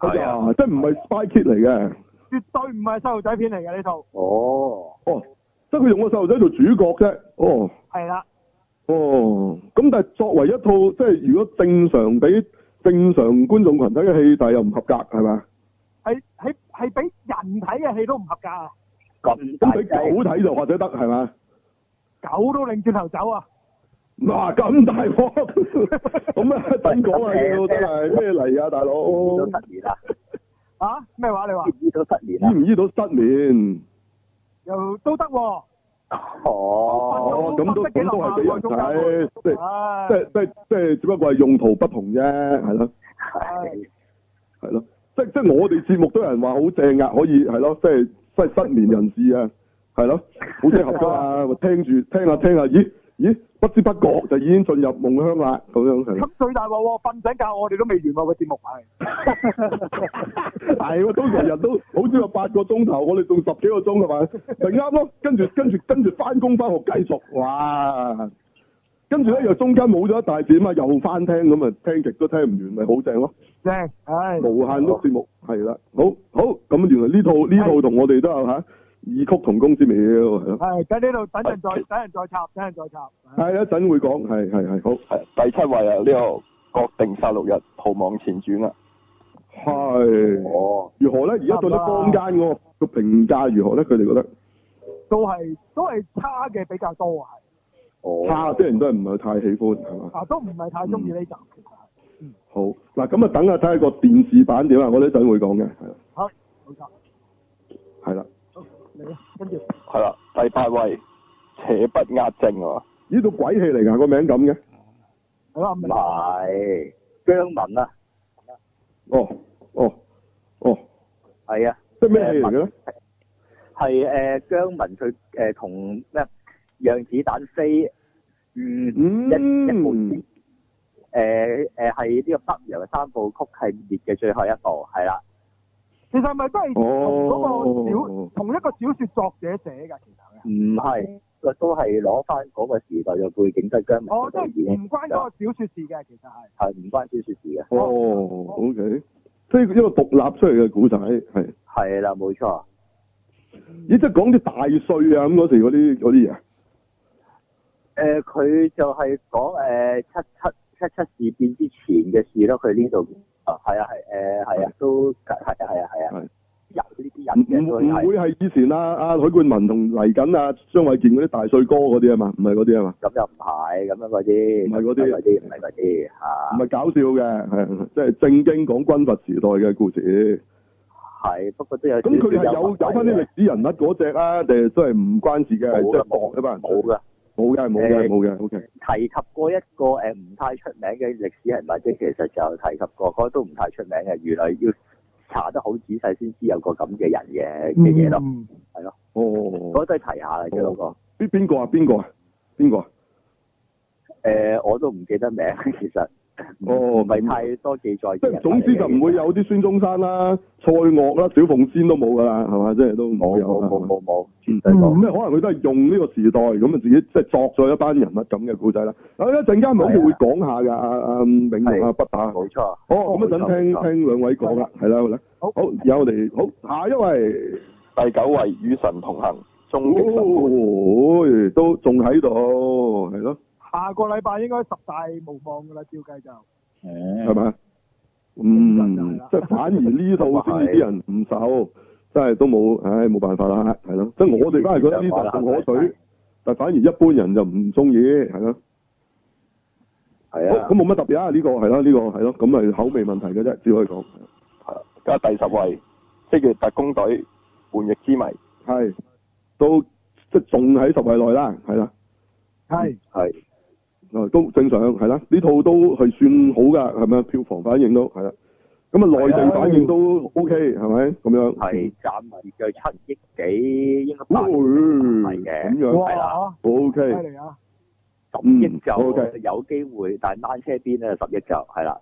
係啊，即係唔係 spy kid 嚟嘅？
絕對唔係細路仔片嚟嘅呢套，
哦，
哦，即係佢用個細路仔做主角啫。哦
係啦，
哦，咁但係作為一套即係如果正常俾正常觀眾群體嘅戲，但係又唔合格係咪啊？
係係係俾人睇嘅戲都唔合格啊，
咁大
咁俾
劑，
狗睇就或者得係咪啊？
狗都擰轉頭走啊，
嗱咁大鑊， 咁啊真講啊，要真係咩嚟啊，大佬？
醫都失眠啦，
啊咩話你話
醫都失眠啊
醫
啦，
唔醫到失眠？
又都得喎，
嗯
哦，
哦，咁都
分得幾
咁都係俾人
流啊
睇，
嗰
即係
唉
即係即係即係，只不過係用途不同啫，係咯
係
係咯，即即係我哋節目都有人話好正啊，可以係咯，即係即係失眠人士啊，係咯，好適合㗎嘛，我聽住聽下聽下，咦咦，不知不覺就已經進入夢鄉啦，咁樣係 咯
咁最大鑊喎，瞓醒覺我哋都未完喎個節目係。
係喎，通常人都好少有八個鐘頭，我哋仲十幾個鐘係嘛，咪啱咯。跟住跟住跟住翻工翻學繼續，哇！跟住咧又中間冇咗一大段啊，又翻聽咁啊，聽極都聽唔完，咪好正咯。
正，唉，
無限碌節目係啦，好好咁原來呢套呢套同我哋都有嚇異曲同工之妙，係咯，
係喺呢度等陣再，等陣再插，等陣再插。
啊
係一陣會講，係係係好
係第七位啊呢個國定殺戮日逃亡前傳啊，
係。
哦，
如何咧？而家對啲坊間嗰個個評價如何咧？佢哋覺得
都係都係差嘅比較多啊，
哦，
差啲人都係唔係太喜歡係嘛
係？啊都唔係太中意呢集。其實
好嗱，咁啊等下睇下個電視版點啊，我呢陣會講嘅，係啦，
係啊冇錯，
係啦。
好你啊，跟住
係啦，第八位邪不壓正啊，
呢套鬼戲嚟㗎，個名咁嘅，
係啦，唔啊
唔
係
係姜文啊，
哦哦哦，
係啊，
即係咩戲嚟嘅咧？
呃
係誒姜文佢誒同咩讓子彈飛，嗯，一一部
嗯，
誒誒係呃呢個北洋三部曲系列嘅最後一部，係啦，
其實係咪都係同嗰
哦
個小同一個小説作者寫㗎？其實係
唔
嗯
係，佢都係攞翻嗰個時代嘅背景，都係姜文
哦，即
導
係
演
嗯
唔關嗰個小説事嘅，其實係
係唔關小説事嘅，
哦，OK，即係一個獨立出嚟嘅古仔，係，
係啦，冇錯，
咦，即係講啲大歲啊咁嗰時嗰啲嗰啲嘢，啊
誒呃佢就係講誒七七七七事變之前嘅事咯，佢呢度
嗯
啊係啊係誒係啊都係啊係啊係啊
係，
有呢
唔
啲人嘅
唔
都
唔
係
會係以前啊啊許冠文同嚟緊啊張衛健嗰啲大帥哥嗰啲啊嘛，唔係嗰啲啊嘛，
咁又唔係咁樣嗰啲，
唔係嗰啲
唔係嗰啲唔係嗰啲嚇
唔。係搞笑嘅，係即係正經講軍閥時代嘅故事。
係，不過都有
咁佢哋係有有翻啲歷史人物嗰只啊，定係真係唔關事嘅，即係搏一班人。
啊冇噶，
冇嘅，冇
誒
嘅，冇嘅，OK。
提及過一個誒唔太出名嘅歷史人物啫，其實就提及過，嗰個都唔太出名嘅，原來要查得好仔細先知有個咁嘅人嘅嘅嘢咯，
嗯
哦，
嗰都係提下啦，啫嗰個。
邊邊個啊？邊個啊？邊個啊？
誒，呃我都唔記得名，其實
哦
唔係太多記載。
即係總之就唔會。有啲孫中山啦、蔡鍔啦、小鳳仙都冇㗎啦，係嘛？即係都冇
冇
有
冇冇
啦係嘛
冇冇，絕對冇。
嗯咁咧，可能佢都係用呢個時代咁啊，自己即係作咗一班人物咁嘅故仔啦。啊，一陣間咪好似會講下㗎，阿阿永
係
龍啊，北打。哦，
冇錯。
咁一陣聽
冇錯
聽兩位講啦，係啦，好啦。
好
好，而家我哋好下一位。
第九位與神同行，終極神父
哦，都仲喺度，係咯，哦
下個禮拜應該十大無望㗎啦，照計就
係咪？嗯，即係反而呢套先至啲人唔受，真係都冇，唉冇辦法啦，係咯。即係我哋反而覺得呢集仲可取，但反而一般人就唔中意，係咯。
係
好，咁冇乜特別啊，呢個係啦，呢個係咯，咁係口味問題嘅啫，只可以講。
啊
加第十位，即月特工隊叛逆之謎，
係，都即係仲喺十位內啦，係啦。
係
係
啊，都正常係啦，呢套都係算好㗎，係咪啊？票房反應都係啦，咁啊內地反應都 O K 係咪？咁樣
係賺埋就七億幾，應該八
嗯
億
係
嘅
咁樣
係啦
，O K，
犀利啊！
十億就
OK
有機會，但係單車邊咧十億就係啦，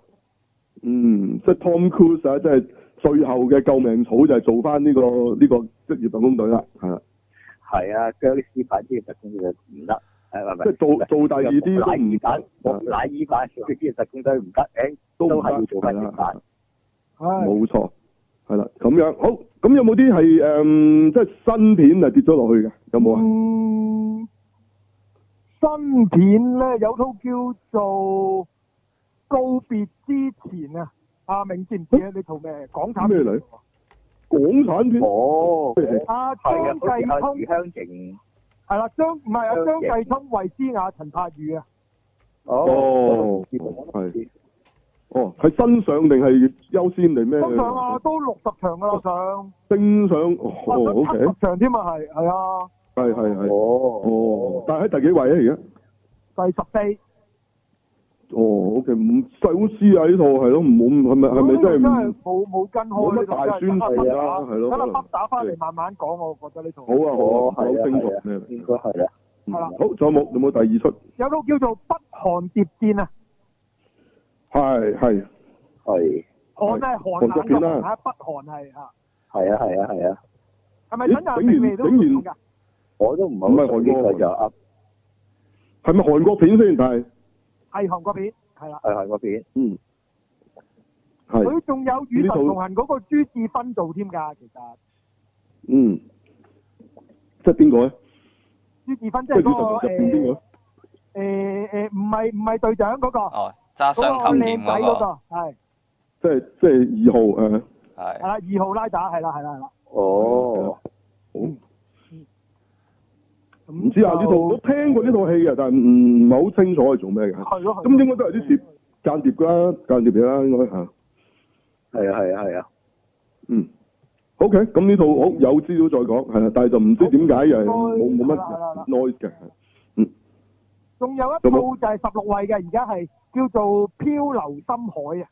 嗯，即係 Tom Cruise 啊，即係最後嘅救命草就係做翻呢、個呢、個職業特工隊啦，係啦，
係啊，僵屍版職業特工隊唔得，誒唔係
即係做做第二啲都唔啊
乃爾版，乃爾版職業特工隊唔得，誒
都
都
唔得
係要做翻
係啦
正版，
冇錯，係啦，咁樣好，咁有冇啲係誒即係新片啊跌咗落去嘅，有冇啊？啊
嗯，新片咧有套叫做《告別之前》啊，阿明知唔知啊？呢套咩？港產
咩
片
嚟？港產片
哦，
啊，
係啊，
張
好似
繼
阿
聰
余香凝，
係啦，張唔係啊，
張
張
繼
繼聰、衛詩雅、陳柏宇啊，
哦，係，哦，係新上定係優先定咩？
都上啊，都六十場噶啦上，
升上哦
都七
，OK，
十場添啊，係係啊，
係係係，
哦，
哦，但係喺第幾位啊而家？
第十四。
哦，OK，唔細司啊呢套係咯，唔冇係咪係咪哦真係唔
冇冇跟開？
冇乜大宣傳啦係咯
等
可
阿
能
北打翻嚟慢慢講，我覺得呢套。
好啊好
哦係
啊，
啊
好清楚
係啊
咩嚟？
應該係啦，
嗯
係啦
好，仲有冇有冇第二出？
有套叫做《北韓諜戰》啊，
係係
係
韓係
韓國
韓
片
冷
啦
嘅韓啊，北韓係啊，
係啊係啊係啊，
係咪
咦
等阿
竟然
明你都
竟然
講㗎？
我都唔
唔係
係好
韓
熟呢
國
個就啊阿
係咪韓國片先？但係
係韓國片，係啦。
係韓國片，
嗯係
佢仲有《與
呢
神
套
同行》嗰個朱志芬做添㗎，其實
嗯，即係邊個咧？
朱志芬即
即係
係
呢
嗰個
度入邊邊個
誒
呢？
誒誒，唔係唔係隊長嗰個，
哦，揸雙
嗰個
頭劍
靚仔嗰
嗰個，
個係
即係即係二號誒。
係
係啦，二號拉打係啦係啦係啦。
哦，
唔知啊，呢套我聽過呢套戲嘅，但係唔唔係好清楚係做咩嘅。
係咯係咯
咁應該都係啲碟間諜㗎啦，間諜嘢啦，應該嚇。
係啊係啊係啊，
嗯。OK，咁呢套好有資料再講，係啦，但係就唔知點解又係冇冇
係啦係啦係啦
乜 noise 嘅。嗯，
仲有一套就係十六位嘅，而家係叫做《漂流深海》啊。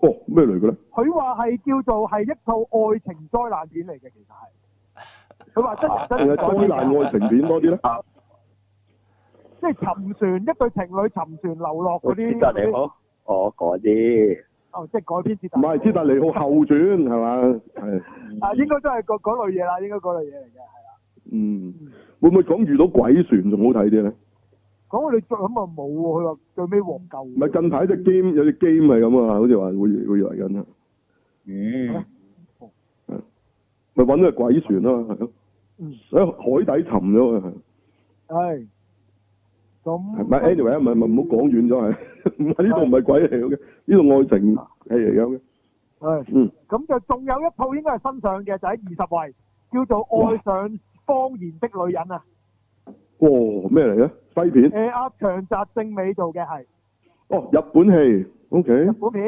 哦，咩嚟嘅咧？
佢話係叫做係一套愛情災難片嚟嘅，其實係。佢話真人
定啊
真
係
事改
災難
編㗎
愛情片多啲咧？
即係沉船一對情侶沉船流落嗰
我
啲。
知得你好，我嗰啲
哦，即係改編節
唔係，之但尼好後傳係嘛？係，
啊，應該都係嗰嗰類嘢啦，應該嗰類嘢嚟嘅，係啦。
嗯，會唔會講遇到鬼船仲好睇啲咧？
講我哋最咁啊冇喎，佢話最尾獲救。唔
唔係近排隻 game 有隻 game 係咁啊，好似話會會嚟緊啊，
嗯，
咪揾隻鬼船啊嘛，係咯，
嗯，
喺海底沉咗啊。係
係。咁。
唔
哦
係 anyway，唔係啊唔係唔好講遠咗係，唔係 呢度唔係鬼嚟嘅，呢度愛情戲嚟嘅，
係。
嗯，
咁就仲有一套應該係新上嘅，就喺二十位，叫做《愛上方言的女人》啊。
哦咩嚟嘅？西片，
誒，阿長澤正美做嘅係
哦日本戲，OK，
日本片，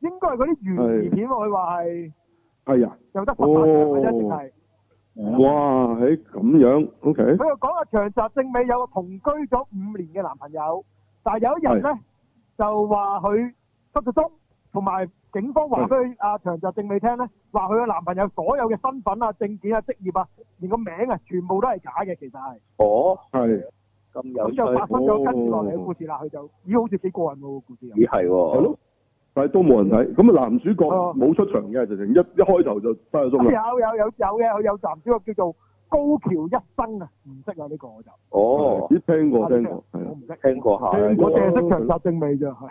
應該係嗰啲懸疑片喎。佢話係
係啊，
有得十八場嘅啫，淨係。
哇，喺咁樣，OK，
佢又講阿長澤正美有個同居咗五年嘅男朋友，但係有一日咧就話佢失咗蹤，同埋警方話俾佢阿長澤正美聽咧，話佢嘅男朋友所有嘅身份啊、證件啊、職業啊，連個名啊，全部都係假嘅，其實係。
哦，
係，
咁有
咁
趣，
就發生咗跟住落嚟嘅
哦
故事啦。佢就咦，好似幾過癮喎個故事又。
咦係
係
喎
咯，，但係都冇人睇，咁啊男主角
哦哎
冇出場嘅，直情一一開頭就失咗蹤啦，
有有有有嘅，佢有男主角叫做高橋一生啊，唔識啊呢個我就。
哦，
咦聽過聽過，係
我
啊
唔識。
聽過下，
聽
我
過
淨係識長澤正美 啫，係。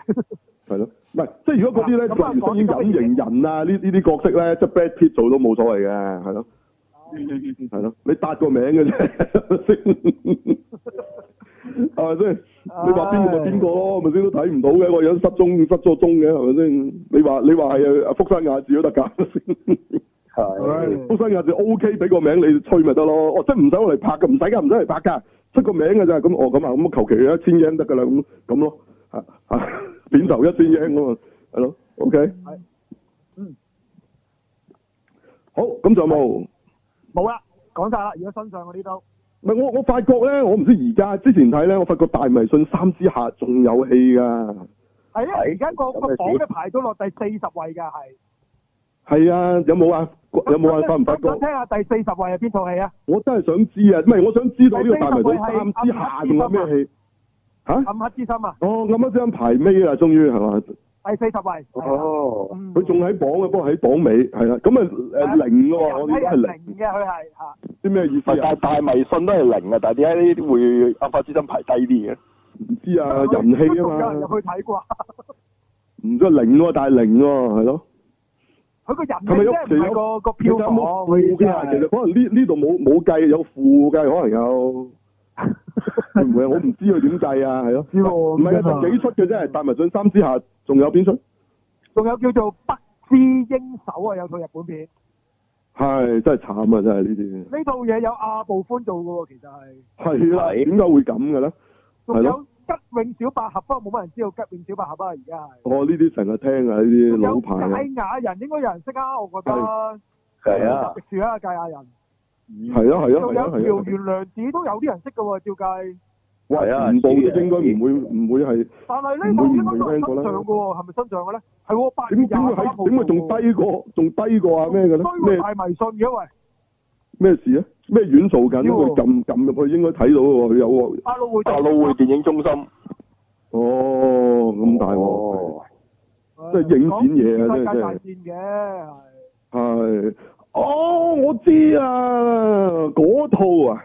係咯，唔係即係如果嗰啲咧，
咁啊
譬如飾演隱形人啊呢呢啲角色咧，即係 Brad Pitt 做都冇所謂嘅，係咯。係咯，你答個名嘅啫，係咪先？係咪先？你話邊個咪邊個咯，咪先都睇唔到嘅，個樣失蹤失咗蹤嘅，係咪先？你話你話係啊福山雅治都得㗎，係福山雅治 O K，俾個名你吹咪得咯，哦，即係唔使我嚟拍㗎，唔使㗎，唔使嚟拍㗎，出個名㗎咋，咁哦咁啊，咁求其一千 yen 得㗎啦，咁咁咯，嚇 嚇片頭一千 yen 咁啊，係咯，OK，
嗯，
好，咁就冇。
冇啦，講晒啦，而家身上嗰啲都
唔係我我發覺咧，我唔知而家之前睇咧，我發覺大迷信三之下仲有戲㗎。
係啊，而家個個榜咧排到落第四十位㗎，係。
係啊，有冇啊？有冇啊？發唔發
想聽
覺？
下第四十位係邊套戲啊？
我真係想知啊！唔係，我想知道呢個大迷
第四
信
十位係
三之下仲有咩戲？嚇？
暗黑之心啊，
哦，暗黑之心排尾啦，終於係嘛？
第四十位。
啊
哦，
啊
佢仲喺榜嘅，不過喺榜尾係啦。咁
Ừ.
啊誒零咯喎，我哋都係零，
零嘅佢係嚇，
啲咩意思啊
但係大迷信都係零啊，但係點解呢啲會啊阿法之心排低啲嘅？
唔知啊
哦
人氣啊
仲有人入
嘛，
去睇 啩？
唔知零喎，但係零喎，係咯。
佢個人
係咪
氣
有
即係唔係個個票
有
房
冇
佢意
負
思
㗎？其實
係
可能呢呢度冇冇計，有負嘅可能有。會唔會啊？我唔知佢點計啊，係咯。唔係
真
啊，
係
就幾出嘅啫。大迷信三之下，仲有邊出？
仲有叫做北之英手啊，有套日本片。
係真係慘啊！真係呢
呢套嘢有阿部寬做嘅喎，其實係。
啲係啦，點解會咁嘅咧？
仲
係
有
咯，
吉永小百合，不過冇乜人知道吉永小百合啊，而家係。
哦我呢啲成日聽啊，呢啲老
有
牌啊，
芥雅人應該有人識啊，我覺得。
係啊
食住啊，芥雅人。
係啊，係啊，
仲
係啊，
有
係
姚
啊，
元良子都有啲人識嘅喎，照計。
哇！
係啊
全部都應該唔會唔會係
但係呢
唔
套
會
應
唔
該都係
會聽過
新
啦
上嘅。喎，係咪新上嘅咧？係喎，八月
點
廿
點會
三號
喺點會仲低過仲低過啊咩嘅咧？
衰
咩
過大迷信嘅喂，
咩事啊？咩院做緊？
知喎
佢撳撳入去應該睇到喎，佢有喎。
百老匯
百老匯電影中心
哦，咁大
哦
鑊，
哦
即係影展嘢啊！真係
世界大
真係
戰嘅，係
係。哦，我知啊，嗰套啊，
啊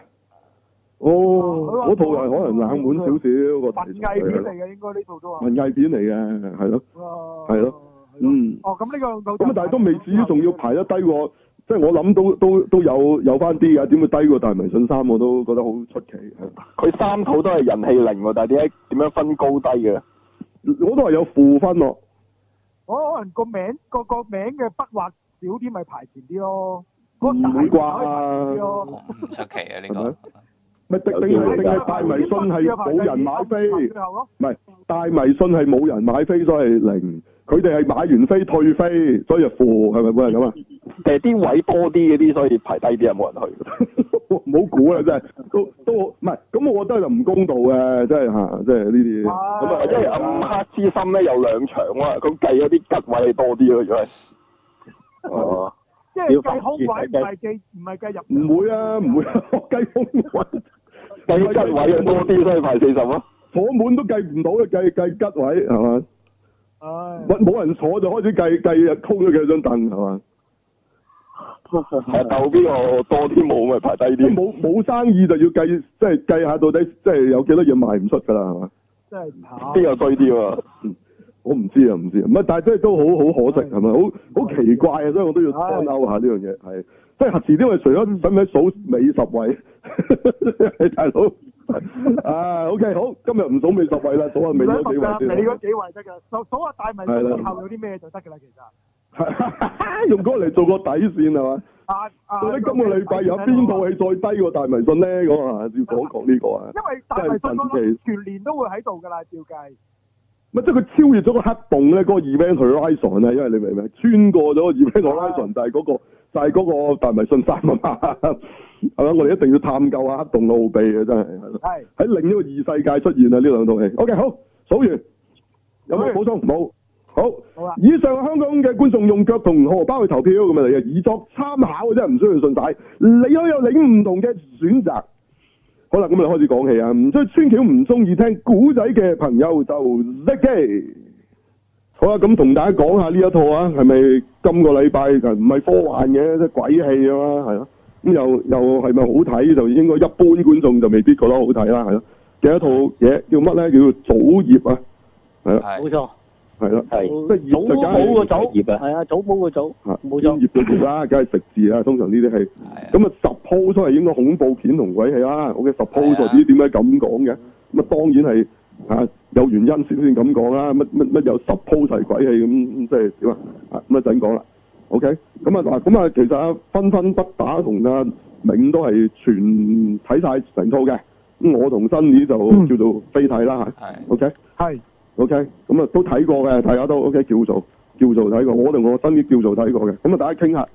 哦，
佢話
嗰套係可能冷門少少個
文藝片嚟嘅，應該呢套都係。
文藝片嚟嘅，係咯，
哦
係咯，嗯。
哦，咁呢個
咁啊，但係都未至於仲要排得低過，即係我諗都都都有有翻啲嘅，點會低過大迷信三？我都覺得好出奇。
佢三套都係人氣零喎，但係點解點樣分高低嘅？
我都係有負分咯。
我可能個名個個名嘅筆畫少啲，咪排前啲咯。嗰個
唔會啩
大可以排前啲咯
唔出奇啊呢
係咪
個。
咪定定係定係大迷信係冇人買飛，唔係大迷信係冇人買飛，所以零。佢哋係買完飛退飛，所以就負，係咪冇人咁啊？
誒啲位多啲嗰啲，所以排低啲啊，冇人去。
唔好估啊啦，真係都都唔係咁，我覺得就唔公道嘅，真係嚇，即係呢啲。
咁啊，因為暗黑之心咧有兩場啊，咁計嗰啲吉位係多啲咯，如果係。哦。
即係計空位，唔係計唔係計入。
唔會啊，唔會啊，我計空位，
計吉位啊多啲，所以排四十咯。
坐滿都計唔到嘅，計計吉位係嘛？
唉，
冇冇人坐就開始計計空咗幾張凳係嘛？
哦
係鬥邊個多啲冇咪排低
即係
啲。
嗯
冇冇生意就要計，即係計下到底即係有幾多嘢賣唔出㗎啦係嘛？嗯
真係慘。
邊個衰啲喎？
我唔知啊，唔知啊，唔係，但係真係都好好可惜，係咪？好好奇怪啊，所以我都要 point out 下呢樣嘢，係即係遲啲我哋除咗使唔使數尾十位， 大佬啊，OK，好，今日唔數尾十位啦，數下
唔
尾
使
嗰幾
問㗎，
位
你
先
嗰。幾位得㗎，數數下大迷信之後有啲咩就得㗎啦，其實。
用嗰個嚟做個底線係嘛？
啊啊！
到底今個禮拜有邊套戲再低過大迷信咧？咁啊，要講講呢個啊，
因為大迷信嗰個全年都會喺度㗎啦，照計。
咪即係佢超越咗個黑洞咧，嗰、個 event horizon 啊，因為你明唔明？穿過咗個 event horizon 就係嗰、個就係嗰個大迷信三啊嘛，係咪？我哋一定要探究下黑洞嘅奧秘啊，真係係咯
係。
喺另一個異世界出現啊！呢兩套戲。OK，好，數完有冇補充？冇。好，
好啦
以上香港嘅觀眾用腳同荷包去投票咁啊嚟嘅，以作參考嘅啫，唔需要信晒。你可以有領唔同嘅選擇。好啦，咁我哋開始講戲啊！唔中穿橋唔中意聽古仔嘅朋友就叻機。好啦，咁同大家講下呢一套啊，係咪今個禮拜唔係科幻嘅，即係鬼戲啊嘛，係咯。咁又又係咪好睇就應該一般觀眾就未必覺得好睇啦，係咯。嘅一套嘢叫乜咧？叫做祖業啊，係啦，
哎
冇錯，
係啦，
係
即係業
祖
就梗係
母個祖，
業啊
係啊，祖母個祖，冇錯
專業，嘅業啦，梗係食字啦，通常呢啲戲。
哎
咁啊，十鋪都係應該恐怖片同鬼戲啦。OK，十鋪就知點解咁講嘅。咁啊，當然係啊有原因先先咁講啦，乜乜乜又 suppose 係鬼戲咁，即係點啊？啊咁一陣講啦，OK，咁啊嗱，咁啊其實啊分分不打同阿銘都係全睇晒成套嘅，咁我同新宇就叫做非睇啦嚇，OK，
哎
係
OK，咁啊都睇過嘅，大家都 OK 叫做叫做睇過，我同我新宇叫做睇過嘅，咁啊大家傾下，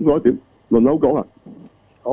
咁覺得點？輪流講啊，
好，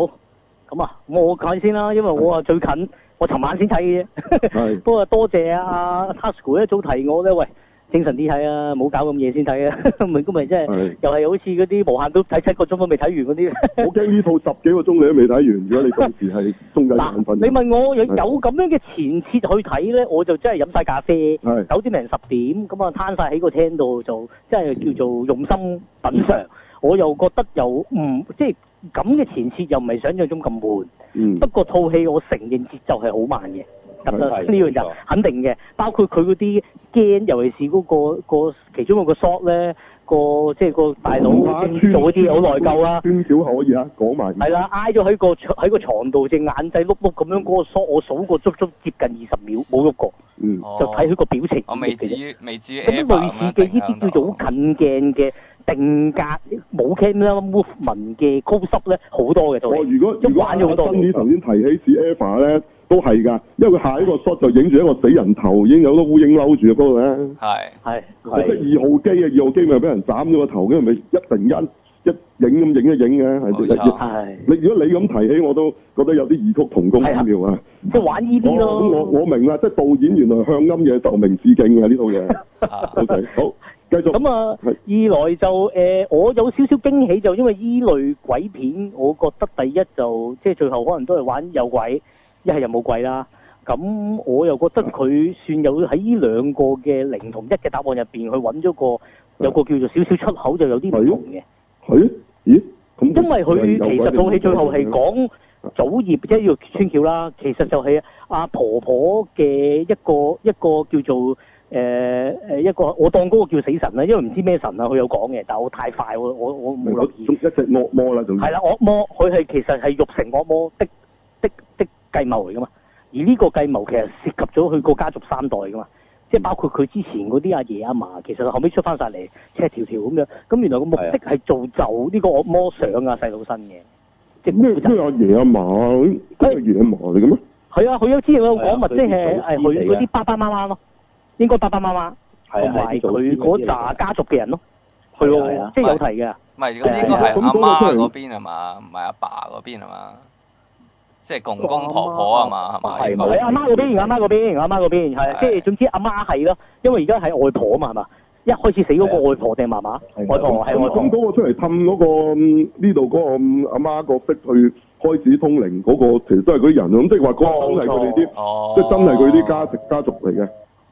咁啊，咁我講先啦，因為我啊最近，我尋晚先睇嘅啫。 不過多謝啊 Tasco 一早提我咧，喂，精神啲睇啊，冇搞咁夜先睇啊， 咪咁咪真係
係
又係好似嗰啲無限都睇七個鐘都未睇完嗰啲。
我驚呢套十幾個鐘你都未睇完，如果你到時係中間眼瞓，
你問我有
嗯
有
係
咁樣嘅前設去睇咧，我就真係飲晒咖啡，
係
九點零十點咁啊攤晒喺個廳度，就即係叫做用心品
嗯
嚐。我又覺得又唔即係咁嘅前設又唔係想像中咁悶。
嗯
不過套戲我承認節奏係好慢嘅，咁就
係
呢樣就肯定嘅。包括佢嗰啲驚，尤其是嗰、個、個其中一個 shot 咧，個即係個大佬
唔怕穿
做嗰啲嘢好內疚啦。
穿橋可以啊，講埋
係啦，挨咗喺個喺個牀度，隻眼仔碌碌咁樣嗰個 shot，我數過足足接近二十秒冇喐過，
嗯
就睇佢個表情。
哦我未至於啊未至於
咁
A
樣
版
類似嘅呢啲叫做好近鏡嘅定格冇 camera movement 嘅高濕咧，好多嘅都係。
我哦如果
一
如果
玩咗好多
新啲頭先提起似 Eva 咧，都係㗎，因為佢下一個 shot 就影住一個死人頭，已經有個烏蠅嬲住嗰度咧。
係
係
即係二號機啊，二號機咪俾人斬咗個頭嘅，咪一陣間一影咁影一影嘅，係
冇錯係
你如果你咁提起，我都覺得有啲異曲同工之妙啊。
即係玩呢啲
我哦我
咯。
我明啦，即係導演原來向庵野秀明致敬啊嘅呢套嘢。O
啊
K，好，繼續。
咁啊，
係
二來就誒、呃我有少少驚喜，就因為依類鬼片，我覺得第一就即係最後可能都係玩有鬼，一係又冇鬼啦。咁我又覺得佢算有喺呢兩個嘅零同一嘅答案入邊，佢揾咗個有個叫做少少出口，就有啲唔同嘅。
係咦？咁
因為佢其實套戲最後係講祖業，即係呢個村橋啦，其實就係阿婆婆嘅一個一個叫做誒誒、一個，我當嗰個叫死神啦，因為唔知咩神啊，佢有講嘅，但我太快，我我我冇留意。
一隻惡魔啦，
嗯
仲要
係啦，惡魔佢係其實係玉成惡魔的的的計謀嚟噶嘛，而呢個計謀其實涉及咗佢個家族三代噶嘛，即係包括佢之前嗰啲阿爺阿嫲，其實後尾出翻晒嚟，赤條條咁樣，咁原來個目
啊
的係造就呢個惡魔上啊細佬身嘅。
咩咩阿爺阿嫲，都係爺阿嫲嚟嘅咩？
係啊，佢有之前有講物，即係
係啊
係
佢
佢
啲祖先嚟
嗰
㗎
啲爸爸媽媽咯，應該爸爸媽媽
係啊
同埋
係啲祖
佢
先嗰啲
嗰
嚟㗎
扎家族嘅人咯，係
係啊
喎，即係有提㗎。
唔係，咁應該係阿媽嗰邊係嘛，唔係阿爸嗰邊係嘛？即係公公婆婆係嘛？係嘛？應該
係哦阿媽嗰邊，阿媽嗰邊，阿媽嗰邊，係即係總之阿媽係咯，因為而家係外婆啊嘛，係嘛？一開始死嗰個外婆定係嫲啊嫲？外婆係外婆
咁。嗰個出嚟氹嗰個嗯呢度嗰個嗯阿媽角色去開始通靈嗰個，其實都係嗰啲人咁，即係話嗰個真係佢哋
哦
啲，即係真係佢啲家家族嚟嘅。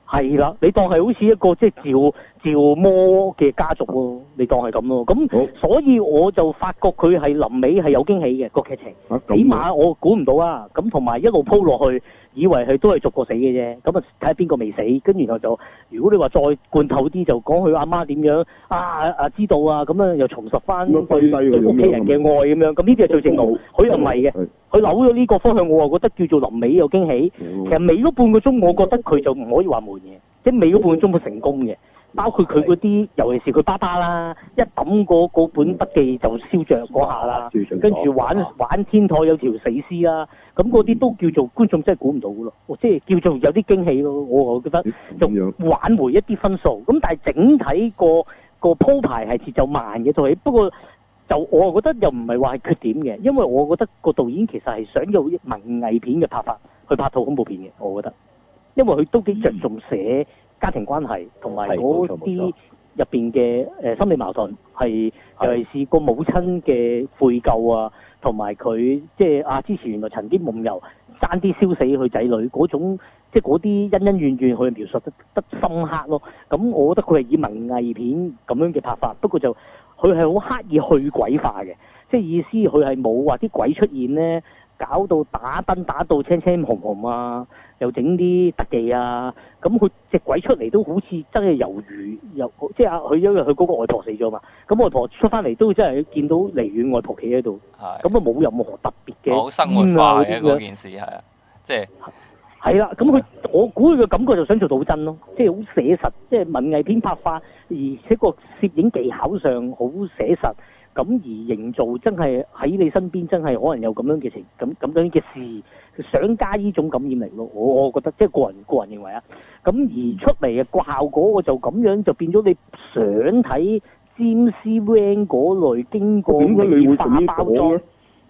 係啦，你當係好似一個即係照照魔嘅家族咯，你當係咁咯。咁所以我就發覺佢係臨尾係有驚喜嘅個劇情，
啊咁
起碼我估唔到啊。咁同埋一路鋪落去，以為係都係逐個死嘅啫。咁啊睇下邊個未死，跟住然後就哦如果你話再灌透啲，就講佢阿媽點樣啊啊知道啊，咁樣又重拾翻
嗯咁樣啊
對
低低佢
對屋企人嘅愛咁樣。咁呢啲係最正
嗯
路，佢又唔係嘅，佢扭咗呢個方向，我又覺得叫做臨尾有驚喜。其實尾嗰半個鐘，我覺得佢就唔可以話悶嘅，即係尾嗰半個鐘佢成功嘅。包括佢嗰啲，尤其是佢爸爸啦，一抌嗰嗰本筆記就啊燒着嗰下啦，跟住玩玩天台有條死屍啦，咁嗰啲都叫做觀眾真係估唔到嘅咯，即係叫做有啲驚喜咯，我我覺得就挽回一啲分數。咁但係整體個個鋪排係節奏慢嘅套戲，不過。就我覺得又唔係話係缺點嘅，因為我覺得個導演其實係想有文藝片嘅拍法去拍套恐怖片嘅，我覺得，因為佢都幾着重寫家庭關係同埋
係
嗰
冇錯冇
啲
錯
入邊嘅誒心理矛盾，係尤其是個母親嘅悔疚啊，同埋佢即係啊之前原來曾經夢遊爭啲燒死佢仔女嗰種。即係嗰啲恩恩怨怨，佢描述得得深刻咯。咁我覺得佢係以文藝片咁樣嘅拍法，不過就佢係好刻意去鬼化嘅，即係意思佢係冇話啲鬼出現咧，搞到打燈打到青青紅紅啊，又整啲特技啊，咁佢隻鬼出嚟都好似真係猶豫，又即係啊佢因為佢嗰個外婆死咗嘛，咁外婆出翻嚟都真係見到離遠外婆企喺度，
係
咁啊冇任何特別嘅
好生活化嘅
煙啊嗰啲
嗰件事係啊，即係
係啦，咁佢我估佢嘅感覺就想做到真咯，即係好寫實，即係文藝片拍法，而且個攝影技巧上好寫實，咁而營造真係喺你身邊真係可能有咁樣嘅情咁咁樣嘅事，想加呢種感染力咯，我我覺得即係個人個人認為啊，咁而出嚟嘅個效果我就咁樣就變咗你想睇詹姆斯 Van 嗰類經過
點解你會
美化
咁
包
講
裝
咧？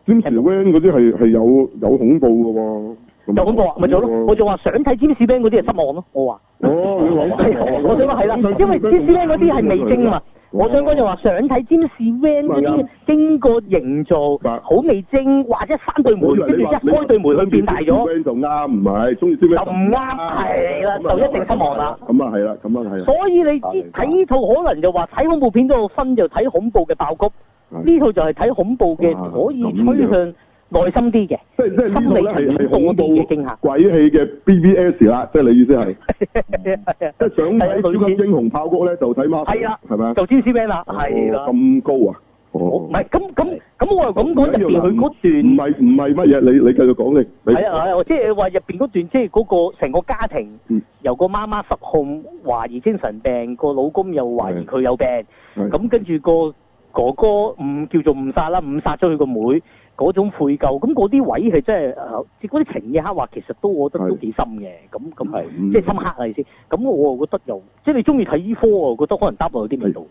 詹姆士 van 嗰啲係係有有恐怖嘅喎。咁
有恐怖啊，咪就係咯，我就話想睇詹姆士 Van 嗰啲係失望咯，我話。
哦，你話
係啊我想講係啦，因為 James Van 嗰啲係味精啊嘛。我想講就話想睇 James Van 嗰啲經過營造，好味精或者三對門，跟住一開對門佢變大咗，
van 就啱，唔係中意 James
就唔啱，係啦，就一定失望啦。
咁啊係啦，咁啊係啦。
所以你知睇呢套可能就話睇恐怖片都分就睇恐怖嘅爆谷，
Ờ.
呢套就係睇恐怖嘅可以趨向內心啲嘅，
即係呢
心
度
理
咧係
層
係
面
恐
多
怖
啲嘅驚嚇。
鬼戲嘅 BBS 啦，即係你意思係，即係想睇超級英雄爆谷咧就睇 Marvel，
係啦
係咪啊
就 James Van 啦，係啦
哦。咁高啊！
唔係咁咁咁，我又咁講入邊佢嗰
唔係唔係乜嘢，你你繼續講你。你
係啊係啊，即係話入邊嗰段，即係嗰個成個家庭，由個媽媽失控，懷疑精神病，個老公又懷疑佢有病，
Ừ.
咁跟住個哥哥誤叫做誤殺啦，誤殺咗佢個妹，嗰種悔疚，咁嗰啲位係真係誒，即係嗰啲情嘅刻畫，其實都我覺得都幾深嘅，咁咁即係深刻啊意思。咁我又覺得又，即係你中意睇醫科，我覺得可能搭落有啲味道。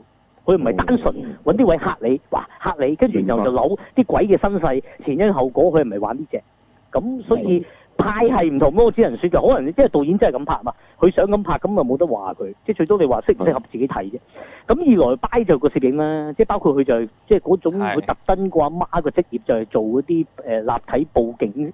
佢唔係哦單純揾啲位嚇你，哇嚇你，跟住然後就扭啲鬼嘅身世，前因後果，佢唔係玩呢只。咁所以派係唔同咯，我只能説就可能即係導演真係咁拍嘛，佢想咁拍咁啊冇得話佢，即係最多你話適唔適合自己睇啫。咁二來掰就個攝影啦，即係包括佢就係即係嗰種
係
佢特登個阿媽個職業就係做嗰啲誒立體佈景。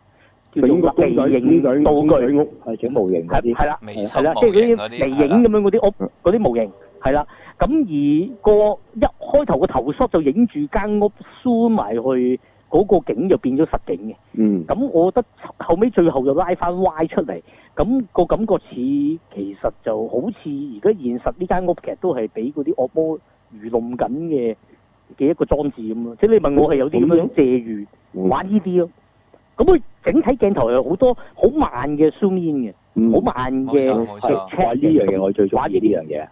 叫
整個
做
公
微
仔
影道
公仔
具，
屋
係整模型嗰啲，係啦，
微
係
縮
啦，
模
即係嗰
型
啲
嗰啲
微影咁樣嗰啲屋嗰啲模型，係啦。咁而個一開頭個頭梳就影住間屋 zoom 埋去嗰個景，就變咗實景嘅。
嗯
咁我覺得後尾最後就拉翻 Y 出嚟，咁、個感覺似其實就好似而家現實呢間屋其實都係俾嗰啲惡魔愚弄緊嘅嘅一個裝置咁咯。即係你問我係有啲咁樣借喻
Ừ.
玩呢啲咯。咁佢整體鏡頭有好多好慢嘅 zoom in 嘅，
Ừ.
好慢嘅
冇錯冇錯
check
哇呢樣嘢我最中意呢樣嘢。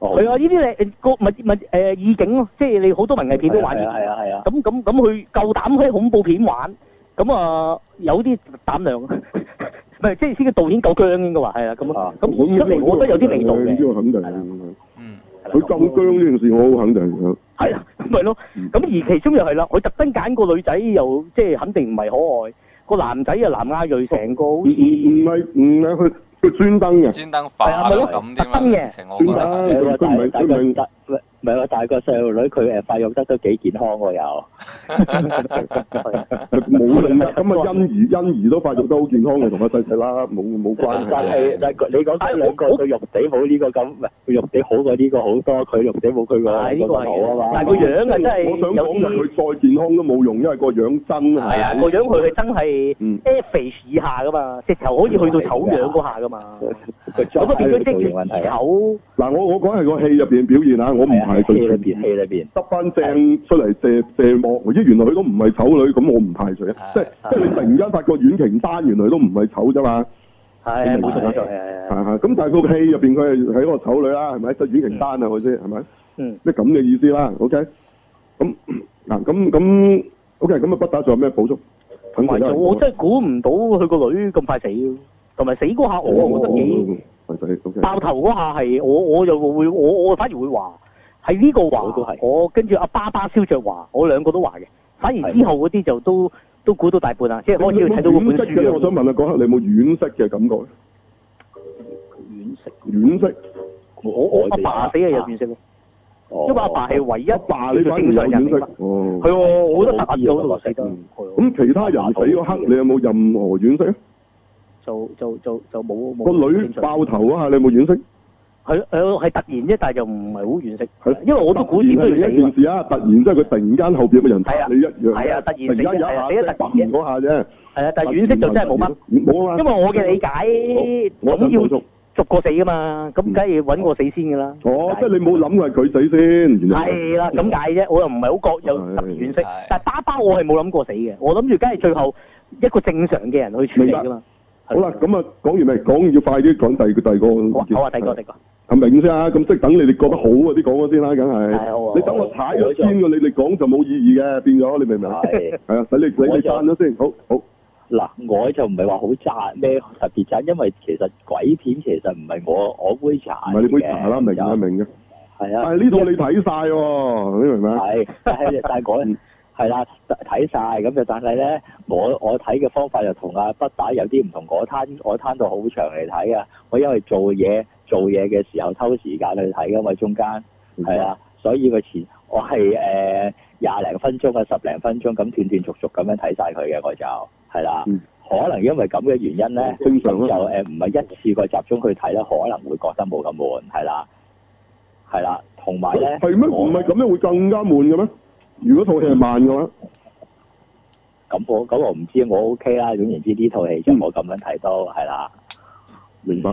哦
係啊，呢啲你個咪咪誒意境咯，即係你好多文藝片都玩
係啊係啊係啊
咁咁咁，佢夠膽喺恐怖片玩，咁啊有啲膽量， 唔係即係先個導演夠僵應該話係啊，咁啊咁演出嚟，我覺得有啲味道
呢
嘅，
個肯定。嗯。佢咁僵嗯呢件事，我好肯定。
啊係啊，咪咯。咁而其中又係啦，佢特登揀個女仔又即係肯定唔係可愛，個男仔又南亞裔，成個好
唔唔
似。
唔係唔係，佢佢專登嘅。
專登
化
到咁添啊
嘅，
成我覺得
係
係
喎
佢唔係
但
佢唔係
但個唔係喎，但係個細路女佢誒發育得都幾健康喎 又。
冇理啦，咁啊欣兒欣兒都發育得好健康嘅，同阿細細啦冇
嗯
冇關係。
但係但係你講
哎
緊兩個佢肉地好呢個咁，唔係佢肉地好過呢個好多，佢肉地冇佢個
哎係呢個係
好啊嘛。
但係個樣啊真
我想
係有
講就
啲。
佢再健康都冇用，因為個樣真
係啊，
係
個樣佢係真係
嗯
average 以下噶嘛，直頭可以去到醜樣嗰下噶嘛。
嗯
裝
啊
咁佢變咗即係越醜，
嗱，我我講係個戲入邊表現啊，我唔係佢戲裏邊
戲裏邊
得翻正出嚟射射幕，咦？原來佢都唔係醜女，咁我唔排除啊。即係即係你突然間發覺阮瓊丹原來都唔係醜啫嘛。
係啊
你明
冇錯
白
冇錯，係啊
啊
係
係係咁但係個戲入邊佢係係一個醜女啦，係咪？即係阮瓊丹係咪先？係咪？
嗯。
即係咁嘅意思啦。OK。咁嗱，咁咁 OK，咁啊，不打仲有咩補充？等
同埋
其
就
他人
我
講
真係估唔到佢個女咁快死，同埋死嗰下我我覺得幾
哦係係，OK
爆頭嗰下係我我又會我我反而會話係呢個話，我跟住阿巴巴燒着話，我兩個都話嘅。反而之後嗰啲就都都估到大半啦，即係開始睇到嗰本
惋惜嘅咧我
書
想問啊，嗰刻你有冇惋惜嘅感覺咧？惋惜。惋惜。
我我阿爸死係有變色咯，因為阿爸係唯一
啊爸你反而
正
有
常人
惋
嚟
惜
嘛。。
哦。
係喎，我覺得特
啊
有都死得，
嗯咁其他人死嗰刻，你有冇任何惋惜啊？
就就就就冇冇
個女爆頭啊嗰下，你有冇惋惜？
係誒係突然啫，但係就唔係好惋惜，因為我都估
突
點
然係
都要
另一
死
件事啊！突然即係佢突然間後邊有個人
係
拍
啊
你一樣，
係啊突然死
突然間有一下
係啊死得突然啫
砰嗰下啫。
係啊，但係惋惜就真係冇乜，
冇啊嘛
因為我嘅理解
我
總
想
要
補充嗯
逐個死噶啊嘛，咁梗係揾個死先㗎啦。
哦，即係你冇諗嗯過係佢死先，原來
係啦，咁解啫，我又唔係好覺有特別惋惜，但係巴巴我係冇諗過死嘅，我諗住梗係最後一個正常嘅人去處理㗎嘛。
好啦，咁啊，講完未？講要快啲講第二個第二個。
好啊，第二個第二個。
係明先啊，咁即係等你哋覺得好嗰啲講咗先啦，梗
係好啊
係。你等我踩咗先
我
嘅，你哋講就冇意義嘅，變咗你明唔明啊？
係
係啊，使你你
我
哋
就
讚咗先，好好。
嗱， 我就唔係話好贊咩特別贊，因為其實鬼片其實唔係我我杯茶
唔係你
啊
杯茶啦，明嘅明嘅。
係
但
啊，
係呢套你睇晒喎，你明唔明啊？
係，但係但係
嗯
嗰係啦，睇晒咁就，但係咧，我我睇嘅方法就同阿北打有啲唔同。我攤我攤到好長嚟睇啊，我因為做嘢做嘢嘅時候抽時間去睇噶嘛，中間係啊，所以佢前我係
啊
誒廿零分鐘啊，十零分鐘咁斷斷續續咁樣睇晒佢嘅，我就係啦。可能因為咁嘅原因咧，
正常
咁
啊
就誒唔係一次過集中去睇咧，可能會覺得冇咁悶，係啦，係啦，同埋咧，
係咩？唔係咁樣會更加悶嘅咩？如果套戲係慢嘅話，
咁我咁我唔知，我 OK 啦。總言之，呢套戲就我咁樣睇都係啦。
明白。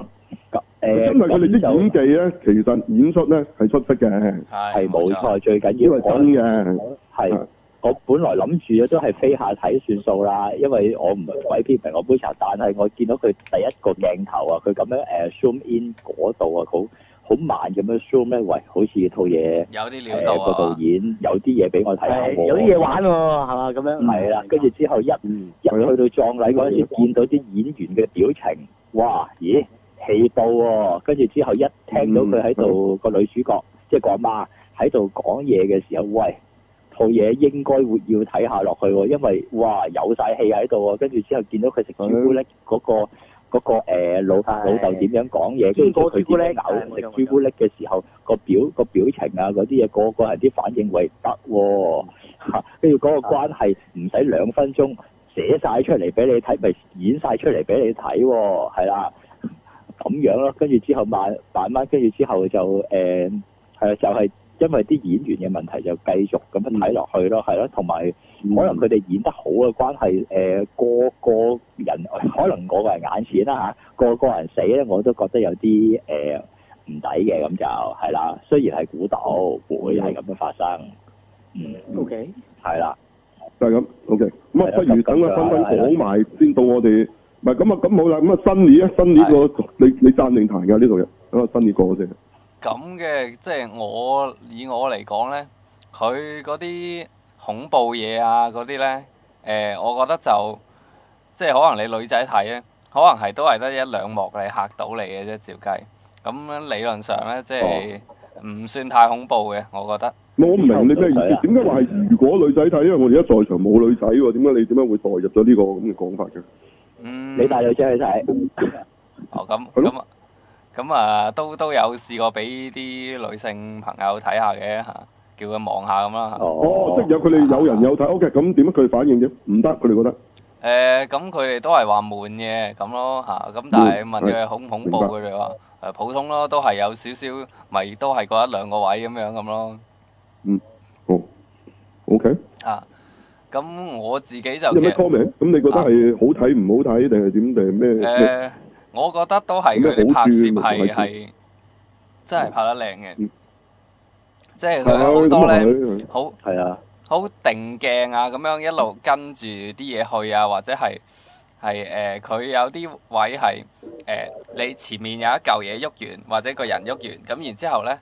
咁誒，
真係佢哋
咁就
啲演技咧，其實演出咧係出色嘅，
係冇錯，最緊
因
要
為
我
真嘅。
係我本來諗住都係飛下睇算數啦，因為我唔係鬼片評我杯茶，但係我見到佢第一個鏡頭啊，佢咁樣誒 zoom in 嗰度啊，好好慢咁樣 zoom 咧，喂，好似套嘢
有啲啊
料到個導演有啲嘢俾我睇下
係
喎，
有啲嘢玩喎，係嘛咁樣。
係啦，跟住之後一一去到葬禮嗰陣時，見到啲演員嘅表情，哇！咦，氣到喎！跟住之後一聽到佢喺度個女主角，即係個阿媽喺度講嘢嘅時候，喂，套嘢應該會要睇下落去喎，因為哇有晒氣喺度喎，跟住之後見到佢食朱古力嗰個。嗰、個、呃、老老豆點樣講嘢，跟住佢點樣咬食朱古力嘅時候，個表個表情啊嗰啲嘢，個個人啲反應為得喎， 嚇跟住嗰個關係唔使兩分鐘寫晒出嚟俾你睇，咪演晒出嚟俾你睇喎，係啦，咁樣咯，跟住之後慢慢慢，跟住之後就誒係啊，就係、因為啲演員嘅問題就繼續咁樣睇落
嗯
去咯，係咯，同埋可能佢哋演得好嘅關係，誒、個個人可能我個人眼淺啦嚇，個個人死咧我都覺得有啲誒唔抵嘅咁就係啦，雖然係估到會係咁樣發生，
Ừ.
嗯
，OK，
係啦。
就係咁，OK。咁
係，
啊
啦
不如等
咁
阿
咁
芬芬
就係
講埋先到我哋。唔係咁啊，咁好啦。咁啊，新年啊，新年個你你贊定彈㗎呢度嘅？咁啊，新年過先。
咁嘅，即係我以我嚟講咧，佢嗰啲恐怖嘢啊嗰啲咧，誒、我覺得就即係可能你女仔睇咧，可能係都係得一兩幕你嚇到你嘅啫，照計。咁樣理論上咧，即
哦
係唔算太恐怖嘅，我覺得。
我唔明你咩意思？點解話係如果女仔睇？因為我哋而家在場冇女仔喎，點解你點解會代入咗呢個咁嘅講法嘅？
嗯。
你帶女仔去睇，
哦，咁咁啊咁啊，都都有試過俾啲女性朋友睇下嘅嚇，叫佢望下咁啦嚇。
哦，即係有佢哋有人有睇。OK，咁點解佢哋反應啫？唔得，佢哋覺
誒，
得。
咁佢哋都係話悶嘅咁咯嚇，咁但係問佢係恐唔恐怖，
明白
佢哋話誒普通咯，都係有少少，咪都係嗰一兩個位咁樣咁咯。
嗯，好，OK。
啊，咁我自己就
有
其
咩
實
comment？咁你覺得係好睇唔好睇定係點定係咩？咩
誒，我覺得都係佢哋拍攝係係真係拍得靚嘅，即係
啊
佢好多咧，好
係啊，
好定鏡啊，咁樣一路跟住啲嘢去啊，或者係係誒呃佢有啲位係誒、呃你前面有一嚿嘢喐完，或者個人喐完，咁然之後咧，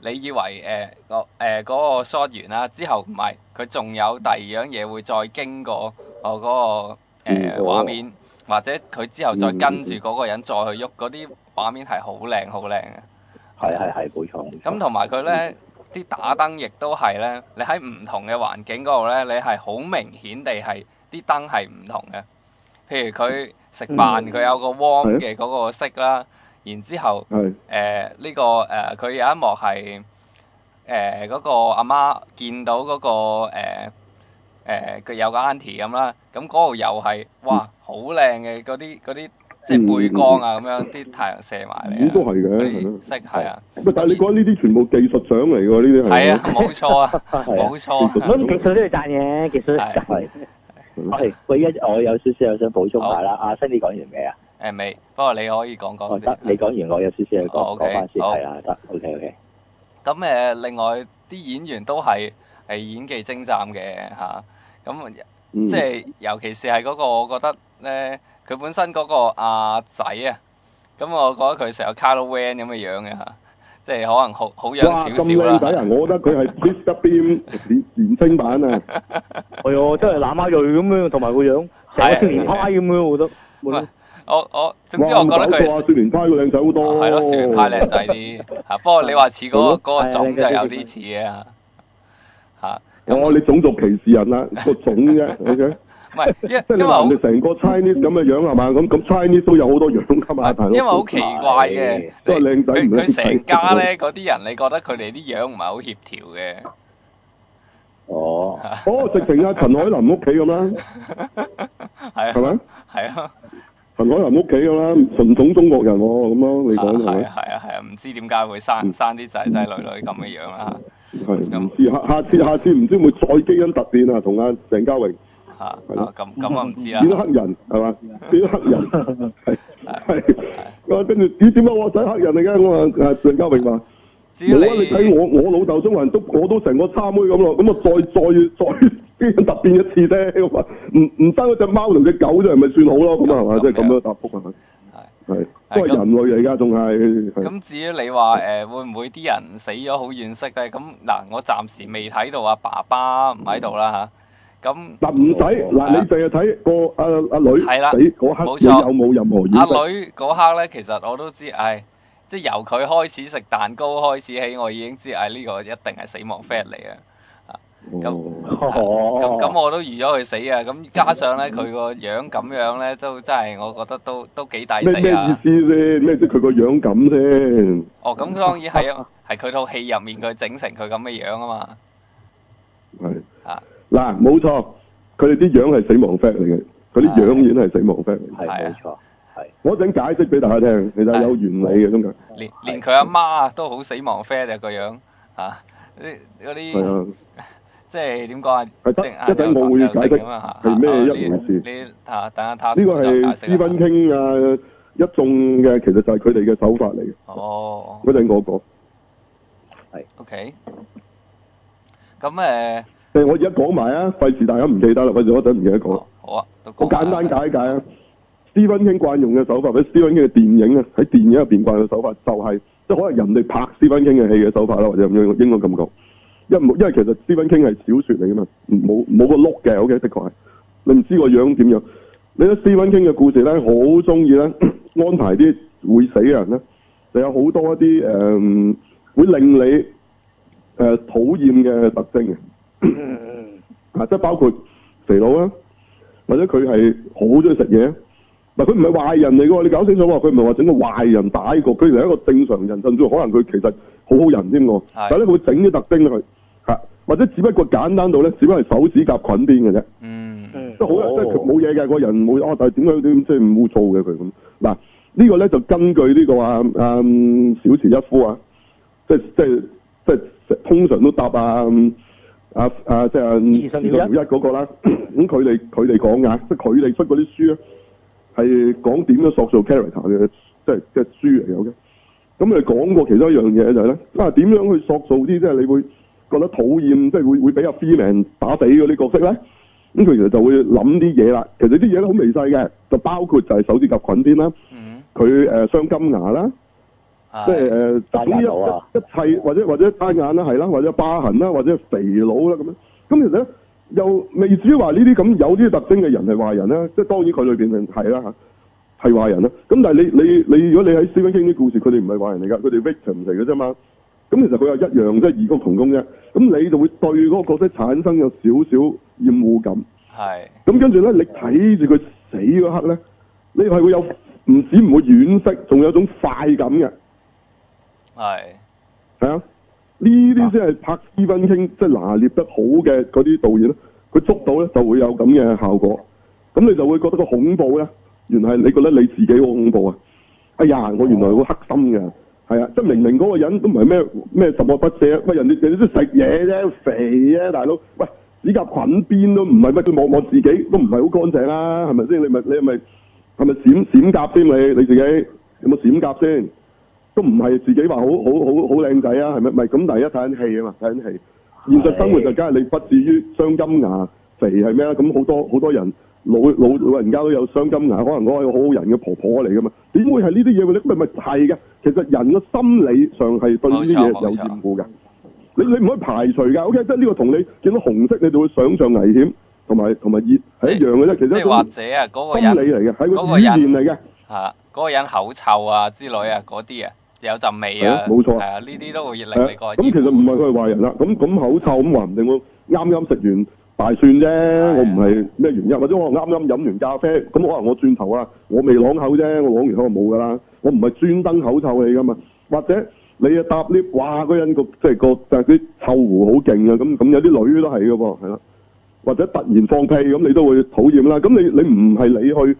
你以為誒、呃個誒嗰、個 shot 完啦，之後唔係，佢仲有第二樣嘢會再經過我嗰、個誒、
嗯哦
畫面，或者佢之後再
Ừ.
跟住嗰個人再去喐，嗰啲畫面係好靚好靚嘅。
係係係冇錯。
咁同埋佢咧啲打燈亦都係咧，你喺唔同嘅環境嗰度咧，你係好明顯地係啲燈係唔同嘅。譬如佢食飯，
嗯
佢有個 warm 嘅嗰個色啦，然之後
係
誒呢個誒佢有一幕係誒嗰個阿媽見到嗰個誒誒佢有個 auntie 咁啦，咁嗰度又係哇好靚嘅嗰啲嗰啲即係背光啊咁樣，啲太陽射埋嚟
咁
啊，
都係嘅，係咯。
色係啊。
喂，但係你講呢啲全部技術獎嚟㗎，呢啲係。
係啊，冇錯啊，
à.
冇錯啊。
咁技術都要讚嘅，技術係
係，喂，一我有少少想補充下啦。阿新你講完未啊？
誒未，不過你可以講
我
講
得
先。
你講完，我有少少嘢
哦
講
，OK，
講翻先，
好
係啦，得，OK OK。
咁誒，另外啲演員都係係演技精湛嘅嚇，咁、
嗯
即係尤其是係嗰個，我覺得咧佢本身嗰個阿仔啊，咁我覺得佢成個 Carlo Van 咁嘅樣嘅嚇，即係可能好好樣
嗯哇，
少
咁
少
靚仔啊！
啦。
我覺得佢係 Mr Bean 年年青版啊，
哎
係啊，真係攬下鋭咁樣，同埋個樣成個少年派咁樣，我覺得。
我我總之
哇
我覺得
唔好
佢
講啊少年派個靚仔好多，
係咯，少年派 靚仔啲嚇。不過你話似嗰個嗰個種就有啲似嘅嚇嚇，
哦，你種族歧視人啦，個種啫，OK。
唔係因
即係你
因為
話
好
人哋成個 Chinese 咁嘅樣係嘛？咁咁 Chinese 都有好多樣噶嘛，大佬
啊因為好奇怪嘅，
都係靚仔
佢
唔靚
佢
仔
成家咧嗰啲人，你覺得佢哋啲樣唔係好協調嘅。
哦，
哦，直情阿陳海琳屋企咁啦，
係啊，
係咪？
係啊，
陳海琳屋企咁啦，純種中國人喎，咁咯，你講係
係
咪
啊，？係啊，係啊，唔知點解會
嗯
生生啲仔仔女女咁嘅樣啊啦
係唔知下下次下次唔知會再基因突變啊，同阿鄭嘉穎
嚇啊
係咯
咁咁啊唔知啦
變。咗黑人係嘛？變咗黑人係係啊，跟住咦點解我仔黑人嚟㗎？我話啊鄭嘉穎話。
只
冇
要
啊！你睇我我老豆中國人都我都成個叉妹咁咯，咁啊再再再基因突變一次啫，咁啊唔唔單嗰只貓同只狗啫，係咪算好咯？咁啊係嘛，即係咁樣答覆係咪？係都係人類嚟㗎，仲係係
咁至於你話誒、呃、會唔會啲人死咗好惋惜咧？咁嗱，我暫時未睇到阿爸爸唔喺度啦嚇。咁
嗱唔使嗱，你淨係睇個阿阿女
係啦
死嗰刻
冇錯
你有冇任何掩
阿
飾？
女嗰刻咧，其實我都知，唉，即係由佢開始食蛋糕開始起，我已經知，唉，呢、個一定係死亡 fat 嚟啊！
哦
咁咁我都預咗佢死啊！咁加上咧佢個樣咁樣咧，都真係我覺得都都幾抵
咩咩
死
意
啊！
思先？咩即係佢個樣咁先？
哦，咁當然係啊，係佢套戲入面佢整成佢咁嘅樣啊嘛，
係
啊
嗱，冇錯，佢哋啲樣係死亡 fact 嚟嘅，佢啲樣已經係死亡 fact 嚟
啊
係
嘅。
冇錯，
我一陣解釋俾大家聽，其實有原理嘅中間。
連連佢阿媽都好死亡 fat 啊個樣啊！啲嗰
係
啲
啊，
即嗯係點講啊？
係得一陣我會解釋係咩一回事。
你啊，等下他
呢個係斯芬傾啊一眾嘅，其實就係佢哋嘅手法嚟嘅。
哦
嗰陣我講，
，OK。咁 ờ, 誒，
誒我而家講埋啊，費事大家唔記得啦，費事我一陣唔記得講。
好啊，都
我簡單解一解啊。斯芬傾慣用嘅手法，或者斯芬傾嘅電影啊，喺電影入邊慣用嘅手法就係、即係可能人哋拍斯芬傾嘅戲嘅手法啦，或者咁樣應該咁講。因為因為其實斯芬傾係小説嚟噶嘛，冇冇個碌嘅，OK，的確係。你唔知個樣點樣。你睇斯芬傾嘅故事咧，好中意咧 安排啲會死嘅人咧，就有好多一啲誒、嗯會令你誒、呃、討厭嘅特徵嘅。啊，即係包括肥佬啊啦，或者佢係好中意食嘢。嗱，佢唔係壞人嚟嘅喎，你搞清楚喎，佢唔係話整個壞人打過，佢係一個正常人，甚至乎可能佢其實好好人添喎。但係咧，佢會整啲特徵佢嚇，或者只不過簡單到咧，只不過係手指甲捆邊嘅啫。
嗯，
即係好即係佢冇嘢嘅，個人冇哦，但係點解點即係唔污糟嘅佢咁？嗱，呢個咧就根據呢個啊啊嗯小池一夫啊，即係即係即係通常都答啊嗯啊啊即係啊
疑神
疑神
聊
一嗰個啦。 咁佢哋佢哋講㗎，即係佢哋出嗰啲書咧係講點樣塑造 character 嘅，即係即係書嚟嘅。OK，咁佢哋講過其中一樣嘢就係、咧，啊點樣去塑造啲即係你會覺得討厭，即係會會俾阿 Freeman 打死嗰啲角色咧？咁佢其實就會諗啲嘢啦。其實啲嘢都好微細嘅，就包括就係手指甲菌先啦，佢誒、呃、雙金牙啦，即係誒
單
總之
眼
一
佬啊
一一切或者或者單眼啦，係啦，或者疤痕啦，或者肥佬啦咁樣。咁其實咧又未至於話呢啲咁有啲特徵嘅人係壞人啦，即係當然佢裏邊係啦嚇。係壞人啦，咁但係你你你，如果你喺《Stephen King》啲故事，佢哋唔係壞人嚟㗎，佢哋 victim 嚟嘅啫嘛。咁其實佢又一樣即係異曲同工啫。咁你就會對嗰個角色產生有少少厭惡感。
係
咁跟住咧，你睇住佢死嗰刻咧，你係會有唔止唔會惋惜，仲有一種快感嘅，
係
係啊！呢啲先係拍斯芬傾即係拿捏得好嘅嗰啲導演咧，佢捉到咧就會有咁嘅效果。咁你就會覺得個恐怖咧，原來係你覺得你自己好恐怖啊！哎呀，我原來好黑心嘅，係啊！即係明明嗰個人都唔係咩咩什麼不捨，喂人哋人哋都食嘢啫，肥啊大佬，喂指甲菌邊都唔係乜，佢望望自己都唔係好乾淨啦，係咪先？你咪你咪係咪閃閃甲先你你自己有冇閃甲先？都唔係自己話好好好好靚仔啊，係咪？咪咁，但係一睇緊戲啊嘛，睇緊戲。現實生活就梗係你不至於雙金牙、肥係咩咧？咁好多好多人老老老人家都有傷金牙，可能嗰個係個好好人嘅婆婆嚟噶嘛？點會係呢啲嘢嘅咧？咁咪咪係嘅。其實人嘅心理上係對呢啲嘢有厭惡嘅。你你唔可以排除㗎，OK？即係呢個同你見到紅色，你就會想像危險同埋同埋熱係一樣嘅啫。其實
即
一
係或
種
者啊，嗰個
心理嚟
人
嘅，係
嗰
個
個
語
人
言嚟嘅。
嚇，嗰個人口臭啊之類啊，嗰啲啊，有陣味
係
啊
啊，冇錯
係啊，呢啲都會令
係啊
你個
咁其實唔係佢係壞人啦，咁咁口臭咁話唔定我啱啱食完大蒜啫，
啊
我唔係咩原因，或者我啱啱飲完咖啡，咁可能我轉頭啊，我未啷口啫，我啷完口就冇噶啦，我唔係專登口臭你噶嘛，或者你啊搭 lift，哇嗰人個即係個但係佢臭狐好勁啊，咁咁有啲女都係噶噃，係啦，或者突然放屁咁你都會討厭啦，咁你你唔係你去。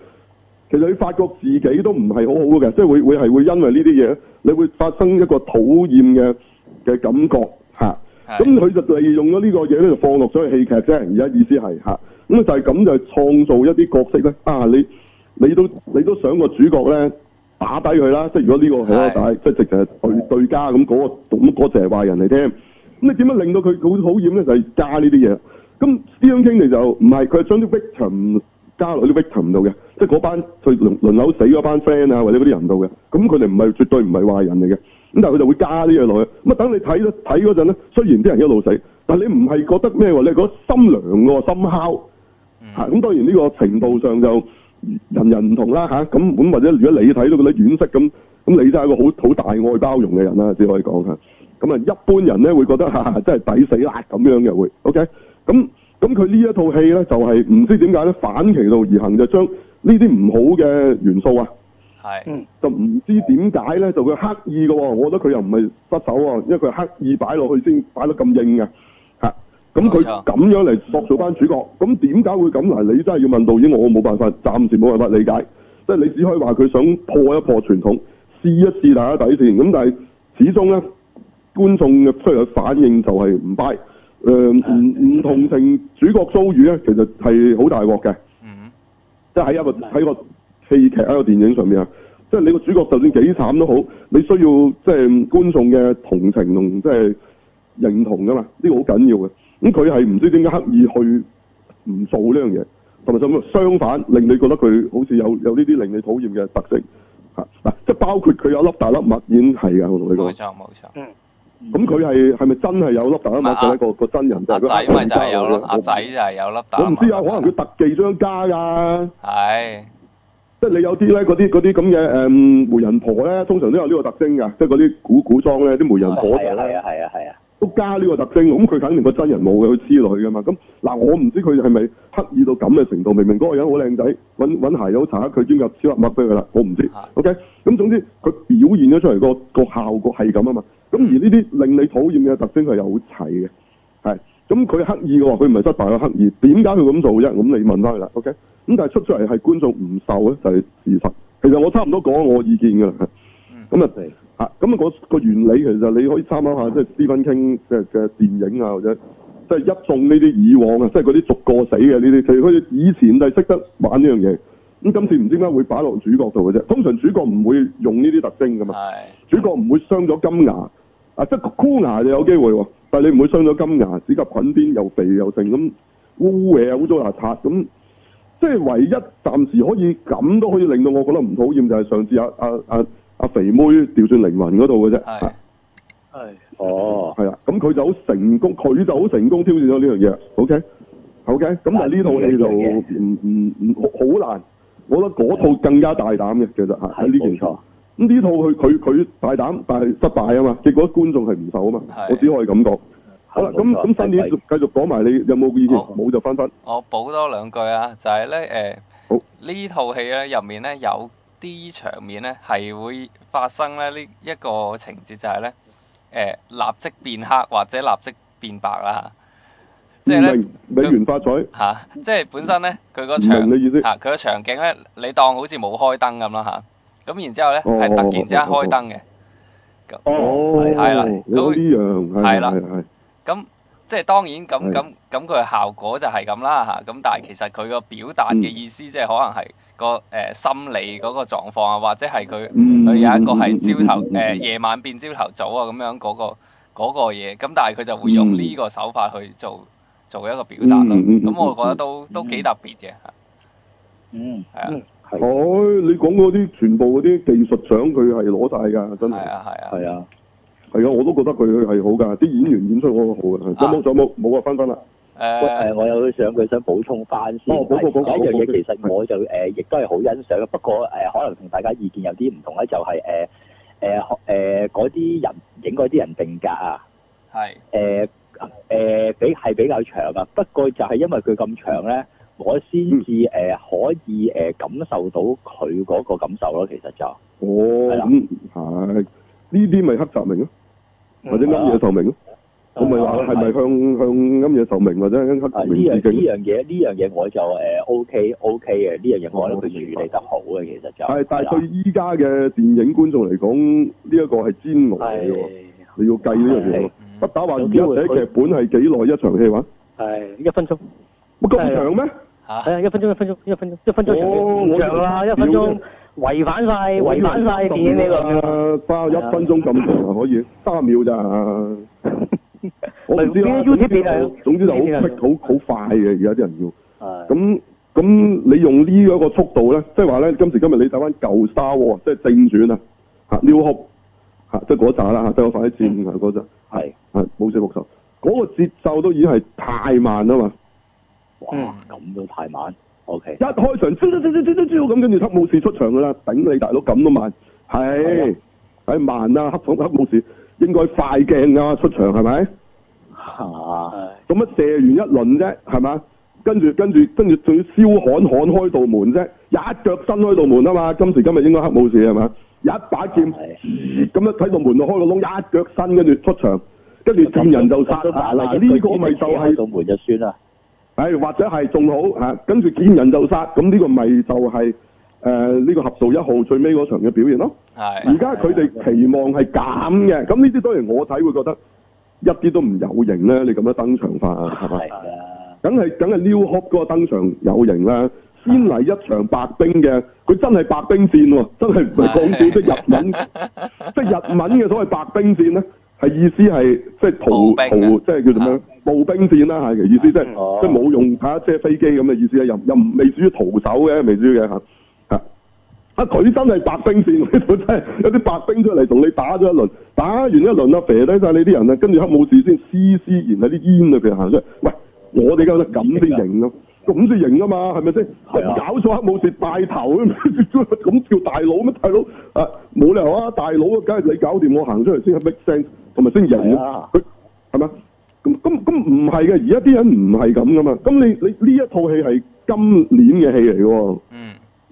其實你發覺自己都唔係好好嘅，即係會會係會因為呢啲嘢，你會發生一個討厭嘅嘅感覺嚇。咁佢就利用咗呢個嘢咧，就放落咗去戲劇啫。而家意思係嚇，咁啊就係咁就係創造一啲角色咧。啊，你你都你都想個主角咧打低佢啦，即係如果呢個係一個打，即係直情係對對家咁嗰、個咁嗰隻係壞人嚟添。咁你點樣令到佢好討厭咧？就係、加呢啲嘢。咁 Stephen King 就唔係佢係將啲 victim 加落啲 victim 度嘅，即係嗰班佢輪輪流死嗰班 friend 啊，或者嗰啲人度嘅。咁佢哋唔係絕對唔係壞人嚟嘅。咁但係佢就會加呢樣落去。咁啊，等你睇咗睇嗰陣咧，雖然啲人一路死，但係你唔係覺得咩喎？你係覺得心涼喎，心烤嚇。啊咁、當然呢個程度上就人人唔同啦嚇。咁、咁或者如果你睇到覺得惋惜咁，咁你真係一個好好大愛包容嘅人啦，只可以講嚇。咁啊，一般人咧會覺得嚇、真係抵死啦咁樣嘅會。OK，咁咁佢呢一套戲咧就係、唔知點解咧反其道而行，就將呢啲唔好嘅元素啊。
係
就唔知點解咧，就佢刻意嘅喎、我覺得佢又唔係失手喎、因為佢係刻意擺落去先擺得咁硬嘅，嚇。咁
冇
佢
錯
咁樣嚟塑造班主角，咁點解會咁嗱？你真係要問導演，我冇辦法，暫時冇辦法理解，即係你只可以話佢想破一破傳統，試一試大家底線。咁但係始終咧，觀眾嘅出嚟嘅反應就係唔 buy，誒唔唔同情主角遭遇咧，其實係好大鑊嘅。即係喺一個喺個戲劇喺個電影上面啊，即係你個主角就算幾慘都好，你需要即係觀眾嘅同情同即係認同噶嘛，呢、個好緊要嘅。咁佢係唔知點解刻意去唔做呢樣嘢，同埋甚至相反令你覺得佢好似有有呢啲令你討厭嘅特色嚇嗱、即係包括佢有粒大粒物已經係㗎，我同你講
冇。錯冇錯，
咁佢係係咪真係有粒大粒物嘅
阿
咧？個個真人就
阿
係佢
仔咪就係有咯，
我
阿
唔
仔就係有粒
我唔
蛋，
知啊，可能佢特技張加㗎。
係
即係你有啲咧，嗰啲嗰啲咁嘅誒媒人婆咧，通常都有呢個特徵㗎，即係嗰啲古古裝咧，啲媒人婆
係啊係啊係啊係啊，
都加呢個特徵，咁佢肯定個真人冇嘅，佢黐女㗎嘛。咁嗱，我唔知佢係咪刻意到咁嘅程度，明明嗰個人好靚仔，揾揾鞋友搽佢兼入超粒物俾佢啦，我唔知。OK，咁
啊
總之佢表現咗出嚟個個效果係咁啊嘛。咁而呢啲令你討厭嘅特徵係有齊嘅，係。咁佢刻意嘅話，佢唔係失敗，佢刻意。點解佢咁做啫？咁你問翻佢啦，OK？咁但係出出嚟係觀眾唔受咧，就係、事實。其實我差唔多講我意見㗎啦。咁啊，嚇咁啊，嗰個原理其實你可以參考下，即係 Stephen King 嘅嘅電影啊，或者即係一眾呢啲以往啊，即係嗰啲逐個死嘅呢啲，其實佢哋以前就係識得玩呢樣嘢。咁今次唔知點解會擺落主角度嘅啫。通常主角唔會用呢啲特徵噶嘛，主角唔會傷咗金牙啊，即係箍牙就有機會喎，但係你唔會傷咗金牙，指甲菌邊又肥又剩咁污嘢污糟邋遢咁。即係唯一暫時可以咁都可以令到我覺得唔討厭，就係、上次阿阿阿阿肥妹調轉靈魂嗰度嘅啫。係
係哦，
係啦，咁佢就好成功，佢就好成功挑戰咗呢樣嘢。OK OK，咁但係呢套戲就唔唔唔好好難，我覺得嗰套更加大膽嘅，其實係喺呢件事。咁呢套佢佢佢大膽，但係失敗啊嘛，結果觀眾係唔受啊嘛，我只可以咁講。好啦，咁
冇錯
咁新年繼續講埋你有冇意見？冇就翻翻。
我補多兩句啊，就係咧誒，呢套戲咧入面咧有啲場面咧係會發生咧呢一個情節就係咧誒立即變黑或者立即變白啦。即係咧
明美元發財。
嚇、即係本身咧，佢個
唔
場
明你意思
嚇，佢個、場景咧，你當好似冇開燈咁啦嚇。咁、然之後咧，
哦
係、突然之間開燈嘅。
哦，
係啦
你講呢
係
樣係
啦
啦，係
咁即係當然咁
係
咁咁佢嘅效果就係咁啦嚇。咁、但係其實佢個表達嘅意思，即係可能係個誒、呃心理嗰個狀況啊，或者係佢
嗯
佢有一個係朝頭
嗯嗯嗯
誒
嗯
夜晚變朝頭早啊咁樣嗰、個嗰、個嘢。咁但係佢就會用呢個手法去做做一個表達咯。
嗯嗯嗯
咁我覺得
嗯
都都幾特別嘅。
嗯，
係啊，
係、你講嗰啲全部嗰啲技術獎佢係攞晒㗎，真係。係
啊，係啊。
係啊。
係啊，我都覺得佢係好㗎，啲演員演出我都好㗎。仲有冇？仲有冇？冇啊，翻翻啦。
喂
呃
誒，呃我有想佢想補充翻先，
哦補補補
係有一樣
補補
嘢其實我就誒亦都係好欣賞嘅，不過誒呃可能同大家意見有啲唔同咧，就係呃誒誒誒嗰啲人影嗰啲人定格啊，
係
誒誒比係比較長啊，不過就係因為佢咁長咧，我先
嗯
至誒可以誒感受到佢嗰個感受咯，其實就
哦，咁係呢啲咪黑澤明咯，或者庵野秀明咯。我咪話係咪向向庵野秀明或者向黑
啊
澤
呢
明
樣
致
呢
敬？
樣嘢呢樣嘢我就誒 OK OK 嘅，呢樣嘢我覺得佢處理得好嘅，其實就
係，但
啦
係對依家嘅電影觀眾嚟講，呢一個係煎熬嚟嘅喎，你要計呢樣嘢喎。不打話而家寫劇本係幾耐一場戲話？
係一分鐘。
咁長咩？
係啊，一分鐘一分鐘一分鐘一分鐘長
哦
嘅唔長啦，一分鐘違反晒違反晒電影呢個咁樣。
花一分鐘咁長啊，可以三 秒咋？我唔知啦。
咪 YouTube 片啊
總之就好
YouTube
quick，好好快嘅，而家啲人要。
係
啊咁咁你用呢一個速度咧，即係話咧，今時今日你睇翻舊 Star Wars，即係正傳啊，嚇 New Hope 嚇，即係嗰扎啦嚇，即係我快啲
嗯
戰啊嗰扎，
係
係冇死復仇，嗰、個節奏都已經係太慢啊嘛，
嗯
哇咁都太慢，OK
一。開場招招招招招招招咁，跟住黑武士出場噶啦，頂你大佬咁都慢，
啊
係係慢啊，黑黑武士應該快鏡啊出場係咪？
嗯
啊，
咁乜射完一輪啫，係嘛？跟住跟住跟住仲要燒焊焊開道門啫，一腳伸開道門啊嘛！今時今日應該黑武士係嘛？一把劍咁樣睇到門度開個窿，一腳伸跟住出場，跟住見人就殺
咁都
啊！
慢啦
嗱
一句
呢個咪就
只係
係
開到門就算啦。
誒，或者係仲好嚇，跟住見人就殺，咁呢個咪就係誒呢個俠盜一號最尾嗰場嘅表現咯。
係
而家佢哋期望係減嘅，咁呢啲當然我睇會覺得一啲都唔有型咧。你咁樣登場法係嘛？
啊
梗係梗係 New Hope 嗰個登場有型啦。先
啊
嚟一場白冰嘅，佢真係白冰戰喎，真係唔係講笑，即係日 文，即係日文嘅所謂白冰戰咧，係意思係即係逃
步兵啊哦
逃，即係叫做咩？步兵戰啦，係嘅意思即係即係冇用架車飛機咁嘅意思啊啦，又又唔未至於徒手嘅，未至於嘅嚇嚇。啊！佢真係白兵線，呢度真係有啲白兵出嚟同你打咗一輪，打完一輪啊，肥低晒你啲人啊，跟住黑武士先絲絲然喺啲煙裏邊行出嚟。喂，我哋覺得咁先型咯， 咁先型啊嘛，係咪啊先？搞錯黑武士拜頭啊咁叫大佬咩？大佬啊，冇理由啊！大佬梗係你搞掂，我行出嚟先係 make sense，同埋先型啊！佢係咪？咁咁咁唔係嘅，而家啲人唔係咁噶嘛。咁你你呢一套戲係今年嘅戲嚟嘅喎。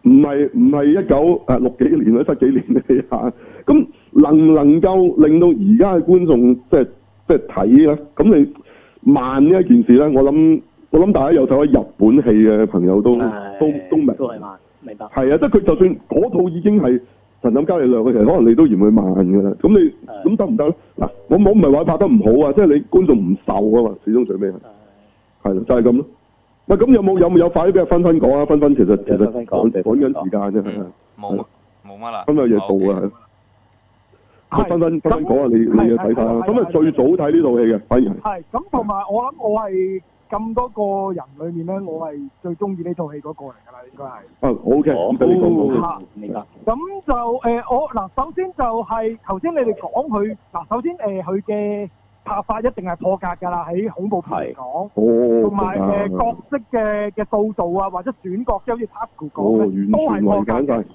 唔係唔係一九誒六幾年或者七幾年嘅嚇， 咁能唔能夠令到而家嘅觀眾即係即係睇咧？咁你慢呢一件事咧，我諗我諗大家有睇開日本戲嘅朋友都都都明，
都係慢，明白。
係啊，即係佢就算嗰套已經係神探伽利略嘅，其實可能你都嫌佢慢㗎啦。咁你咁得唔得咧？嗱，我我唔係話拍得唔好啊，即係你觀眾唔受啊嘛，始終最尾係係咯，就係咁咯。喂，咁有冇有冇有快啲俾阿芬芬講啊？芬芬其實其實
有芬芬講
趕趕緊時間啫，係啊。
冇冇乜啦。
咁有嘢做啊，係。分分分分講下你你嘅睇法啦。咁啊，最早睇呢套戲嘅，反而係
係咁，同埋我諗我係咁多個人裏面咧，我係最中意呢套戲嗰個嚟㗎啦，應該係。
啊，OK，咁俾你講講
哦。咁就誒、呃我嗱，首先就係頭先你哋講佢嗱，首先誒佢嘅拍法一定係破格㗎啦，喺恐怖片嚟講。
哦，
同埋誒角色嘅嘅塑造啊，或者選角，即係好似 Tasco
哦，
講
完
嘅，
全
都係破
違
格
反
嘅
晒。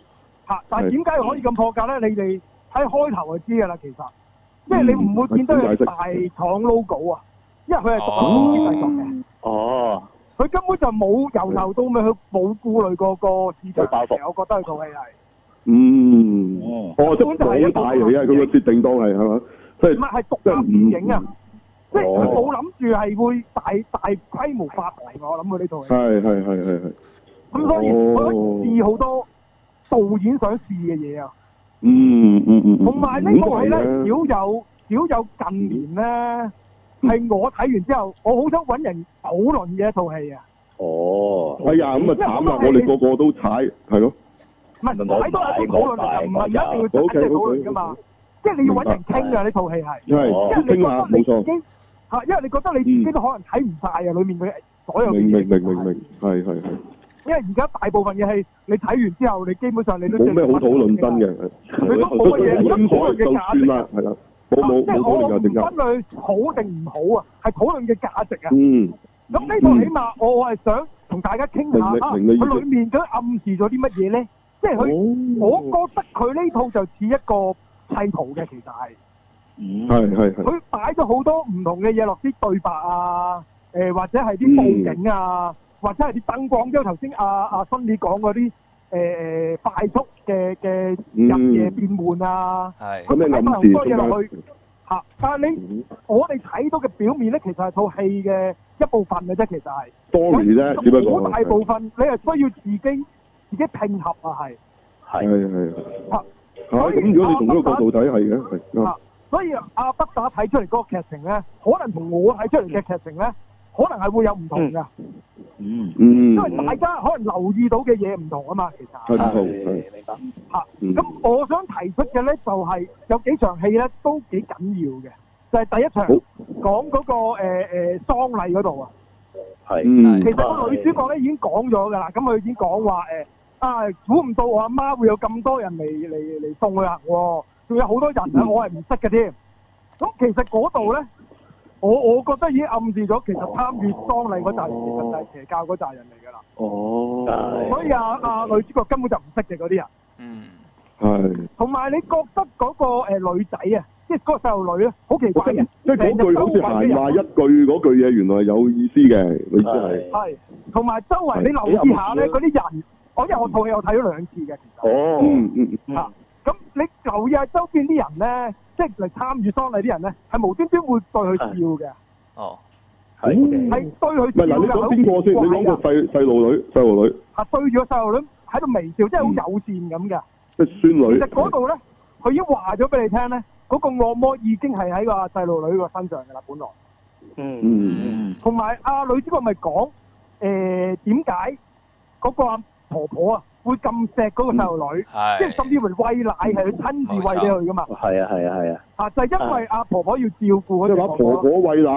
嚇。但係點解可以咁破格咧？你哋睇開頭就知㗎啦，其實，因為你唔
嗯
會見到有大廠 logo 啊，因為
哦
佢係獨立公司製作嘅，
哦，
佢根本就冇由頭到尾，佢冇顧慮過個市場
佢包袱
嘅。我覺得佢套戲係。
嗯，哦，即係廣大嚟嘅，佢個設定當係係嘛，即係
唔係係
即
獨
係
立
唔
電影啊，即係佢冇諗住係會大大規模發行我諗佢呢套戲。
係係係係係，
咁所以
哦
佢試好多導演想試嘅嘢啊，
嗯嗯嗯嗯，
同埋呢套戲咧少
咁
有少有近年咧係我睇完之後，我好想揾人討論嘅一套戲啊，
哦，
哎呀，咁啊慘啦，我哋個個都踩，係咯，
唔係睇多一套討論就唔係一定要
OK
真係討論
OK，
噶嘛，即係你要揾人傾
明白
㗎呢套戲係，
係
因為你
傾下
覺得你
冇
已
錯
經嚇，因為你覺得你自己都可能睇唔晒啊，裡面佢所有嘅啊
明
嘢。
明明明明，係係係，
因為而家大部分嘅戲，你睇完之後，你基本上你都
冇咩好討論
à.
真嘅，係啊
你都冇乜嘢
應該就算啦，係啦，冇冇
即係
冇討
我我
論
唔
價值
分
㗎，
佢好定唔好啊，係討論嘅價值啊。
嗯，
咁呢個起碼我我係想同大家傾下
明
啊，
明明你意思
佢裏面究竟暗示咗啲乜嘢咧？即係佢，
哦
我覺得佢呢套就似一個砌圖嘅，其實係。
嗯
係係係，
佢擺咗好多唔同嘅嘢落啲對白啊，誒、或者係
嗯
啲佈景啊，或者係啲燈光，因為頭先阿阿新你講嗰啲誒誒快速嘅嘅
嗯
日夜變換啊，
係
有
佢
咩
擺咗
暗
好
示
多嘢落
中
去
間？
嚇、但係
嗯
你、我哋睇到嘅表面咧，其實係套戲嘅一部分嘅啫，其實係。
story 啫，只不過
好大部分你係需要自己自己拼合啊，係。
係係
嚇、
係，啊咁如果你從呢個角度睇係嘅，係啊
啊，所以阿北打睇出嚟嗰個劇情咧，可能同我睇出嚟嘅劇情咧，可能係會有唔同噶，
嗯
因，為大家可能留意到嘅嘢唔同啊嘛，其實
嗯係唔同，
係
係
明白。
嚇。
嗯
咁、我想提出嘅咧，就係、有幾場戲咧都幾緊要嘅，就係、第一場講嗰、個誒誒、喪禮嗰度啊。
係
嗯
其實個女主角咧已經講咗㗎啦，咁佢已經講話誒啊，估唔到我阿媽會有咁多人嚟嚟嚟送佢行喎，仲有好多人啊，我係唔識嘅添。咁其實嗰度咧，我我覺得已經暗示咗，其實參與喪禮嗰扎人其實就係邪教嗰扎人嚟㗎啦。
哦
所以啊啊，女主角根本就唔識嘅嗰啲人。
嗯，
係。
同埋你覺得嗰個誒女仔啊，即係嗰個細路女咧，好奇
我
怪
真係，
嘅
即係嗰句好似閒話一句嗰句嘢，原來係有意思嘅，你知係。
係，同埋周圍你留意下咧，嗰啲人，我因為我套戲我睇咗兩次嘅，其實。
哦，
嗯嗯嗯，
嚇咁你留意下周邊啲人咧，即係嚟參與喪禮啲人咧，係無端端會對佢笑嘅，
哦，
嗯
係
係對佢
唔係嗱，你
笑嘅，
講
好
邊個先？
奇怪
你講
㗎
個細細路女、細路女，
係對住個細路女喺度微笑，即係
嗯
好友善咁嘅。
即係孫
其
女。
實嗰度咧，佢已經話咗俾你聽咧，嗰、個惡魔已經係喺個細路女個身上㗎啦，本來。
嗯，
同埋阿女主角咪講誒點解嗰個阿婆婆啊會咁錫嗰個細路女，
嗯
即係甚
係，
至乎喂奶係佢親自喂俾佢噶嘛？
係啊係啊係啊，
啊，就係、因為阿婆婆要照顧嗰
即係
隻
話婆
婆婆。
婆喂奶，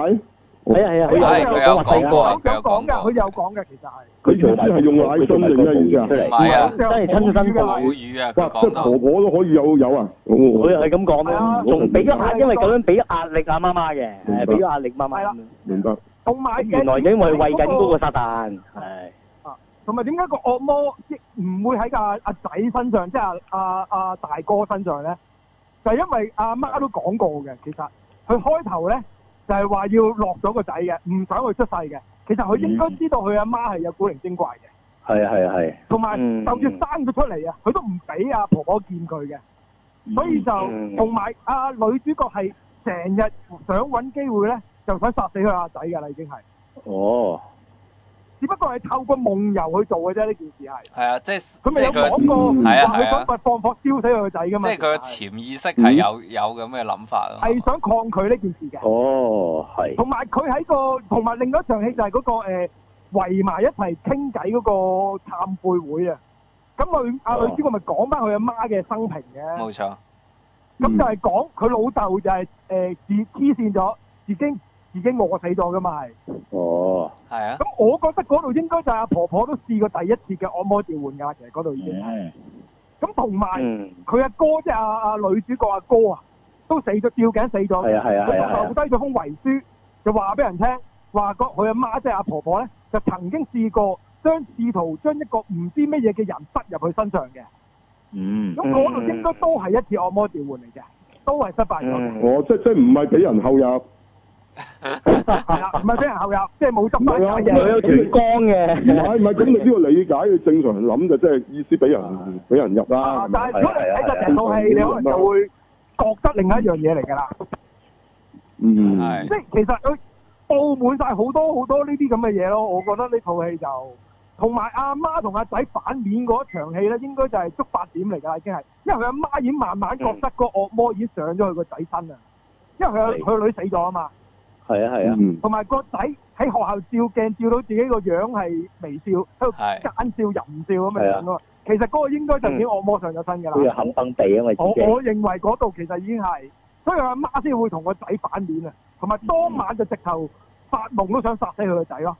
係啊係啊，佢
係
有
佢有講過啊，
有
佢有
講
講
嘅，佢
過，
有講嘅，其實係。
佢意思係用奶樽定咩意思啊？
出嚟
唔係啊，
真
真係親身
母
講，
語啊，佢
哇！即係
講到
婆婆都可以有有啊！我
佢
我
係咁講啦，仲俾咗壓，因為咁樣俾咗壓力阿媽媽嘅，係俾咗壓力媽媽。
明白。
同埋
原來因為喂緊嗰個撒旦，係
同埋點解個惡魔即唔會喺阿阿仔身上，即係阿阿阿大哥身上咧？就係因為阿媽都講過嘅，其實佢開頭咧就係話要落咗個仔嘅，唔想佢出世嘅。其實佢應該知道佢阿媽係有古靈精怪嘅，
係啊係啊係，
同埋
嗯
就算生咗出嚟啊，佢都唔俾阿婆婆見佢嘅。所
Ừ.
以就
嗯
同埋阿女主角係成日想揾機會咧，就想殺死佢阿仔㗎啦，已經係。
哦，
只不過係透過夢遊去做嘅啫，呢件事係。
係啊，即係
佢咪有
即係佢
講過
嗯
係啊
話
係
佢
啊
想放火燒死佢個仔㗎
即
嘛？
係佢嘅
其實
潛意識係有有咁嘅諗法咯，
係想抗拒呢件事嘅，
哦係，
同埋佢喺個同埋另外一場戲就係嗰、個誒、呃、圍埋一齊傾偈嗰個懺悔會啊。咁佢阿
哦
女主角咪講翻佢阿媽嘅生平嘅，
冇錯，
咁就係講佢老豆就係、誒、自黐線咗，自己自己餓死咗㗎嘛係。
哦
係啊，
咁我覺得嗰度應該就係阿婆婆都試過第一次嘅按摩召喚㗎啦，其實嗰度已
Ừ.
經。
嗯
咁同埋。
嗯
佢阿哥即係阿阿女主角阿哥啊，都死咗吊頸死咗。
係啊係啊係啊
佢留低咗封遺書，就話俾人聽，話個佢阿媽即係阿婆婆咧，就曾經試過將試圖將一個唔知乜嘢嘅人塞入佢身上嘅。
嗯
咁嗰度應該都係一次按摩召喚嚟嘅，都係失敗咗 嘅。
嗯
哦，即即唔係俾人後入，
係啦，唔係俾人後入，即係冇執翻
唔係
嘢。
啊
佢有條光
唔係
嘅，
唔係咁？你呢個理解，佢正常人諗就即係意思俾人俾人入啦。係
啊
咪
但係如果你睇晒成套戲，你可能就會覺得另一樣嘢嚟㗎啦。
嗯，
係
即係其實佢佈滿晒好多好多呢啲咁嘅嘢咯，我覺得呢套戲就同埋阿媽同阿仔反面嗰場戲咧，應該就係觸發點嚟㗎，已經係，因為佢阿媽已經慢慢覺得個惡魔已經上咗佢個仔身啊，因為佢阿
係
佢女死咗啊嘛，
係啊係啊，
嗯
同埋個仔喺學校照鏡照到自己個樣係微笑，喺度
係
奸笑淫笑咁樣樣啊，其實嗰個應該就已經惡魔上咗身㗎
佢又
啦，
肯崩鼻啊嘛自
我
己，
我認為嗰度其實已經係，所以佢阿媽先會同個仔反面啊，同埋當晚就直頭發夢都想殺死佢個仔咯。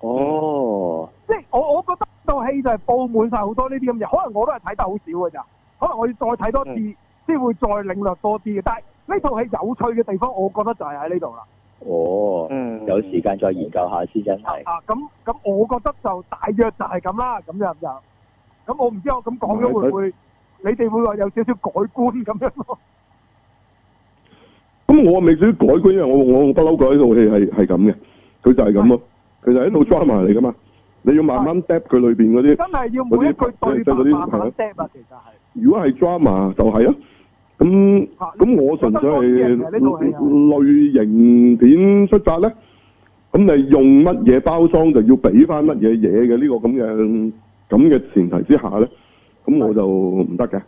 哦，
即係我我覺得套戲就係佈滿晒好多呢啲咁嘢，可能我都係睇得好少嘅咋，可能我要再睇多次
嗯
先會再領略多啲嘅。但係呢套戲有趣嘅地方，我覺得就係喺呢度啦。
哦，
嗯
有時間再研究下先真係。
啊，咁咁，我覺得就大約就係咁啦，咁樣就咁，我唔知我咁講咗會唔會你哋會話有少少改觀咁樣咯？
咁我未至於改觀，因為我我不嬲改呢套戲係係咁嘅，佢就係咁咯，佢就係一套 drama 嚟噶嘛，你要慢慢 d e p 佢裏邊嗰啲，
真係要每一句對白
嗰啲
慢慢 d 啊，其實係
如果係 drama 就係啊，咁
啊
咁我純粹係
呢套戲啊
類型片出發咧，咁你用乜嘢包裝就要俾翻乜嘢嘢嘅呢個咁嘅咁嘅前提之下咧，咁我就唔得嘅，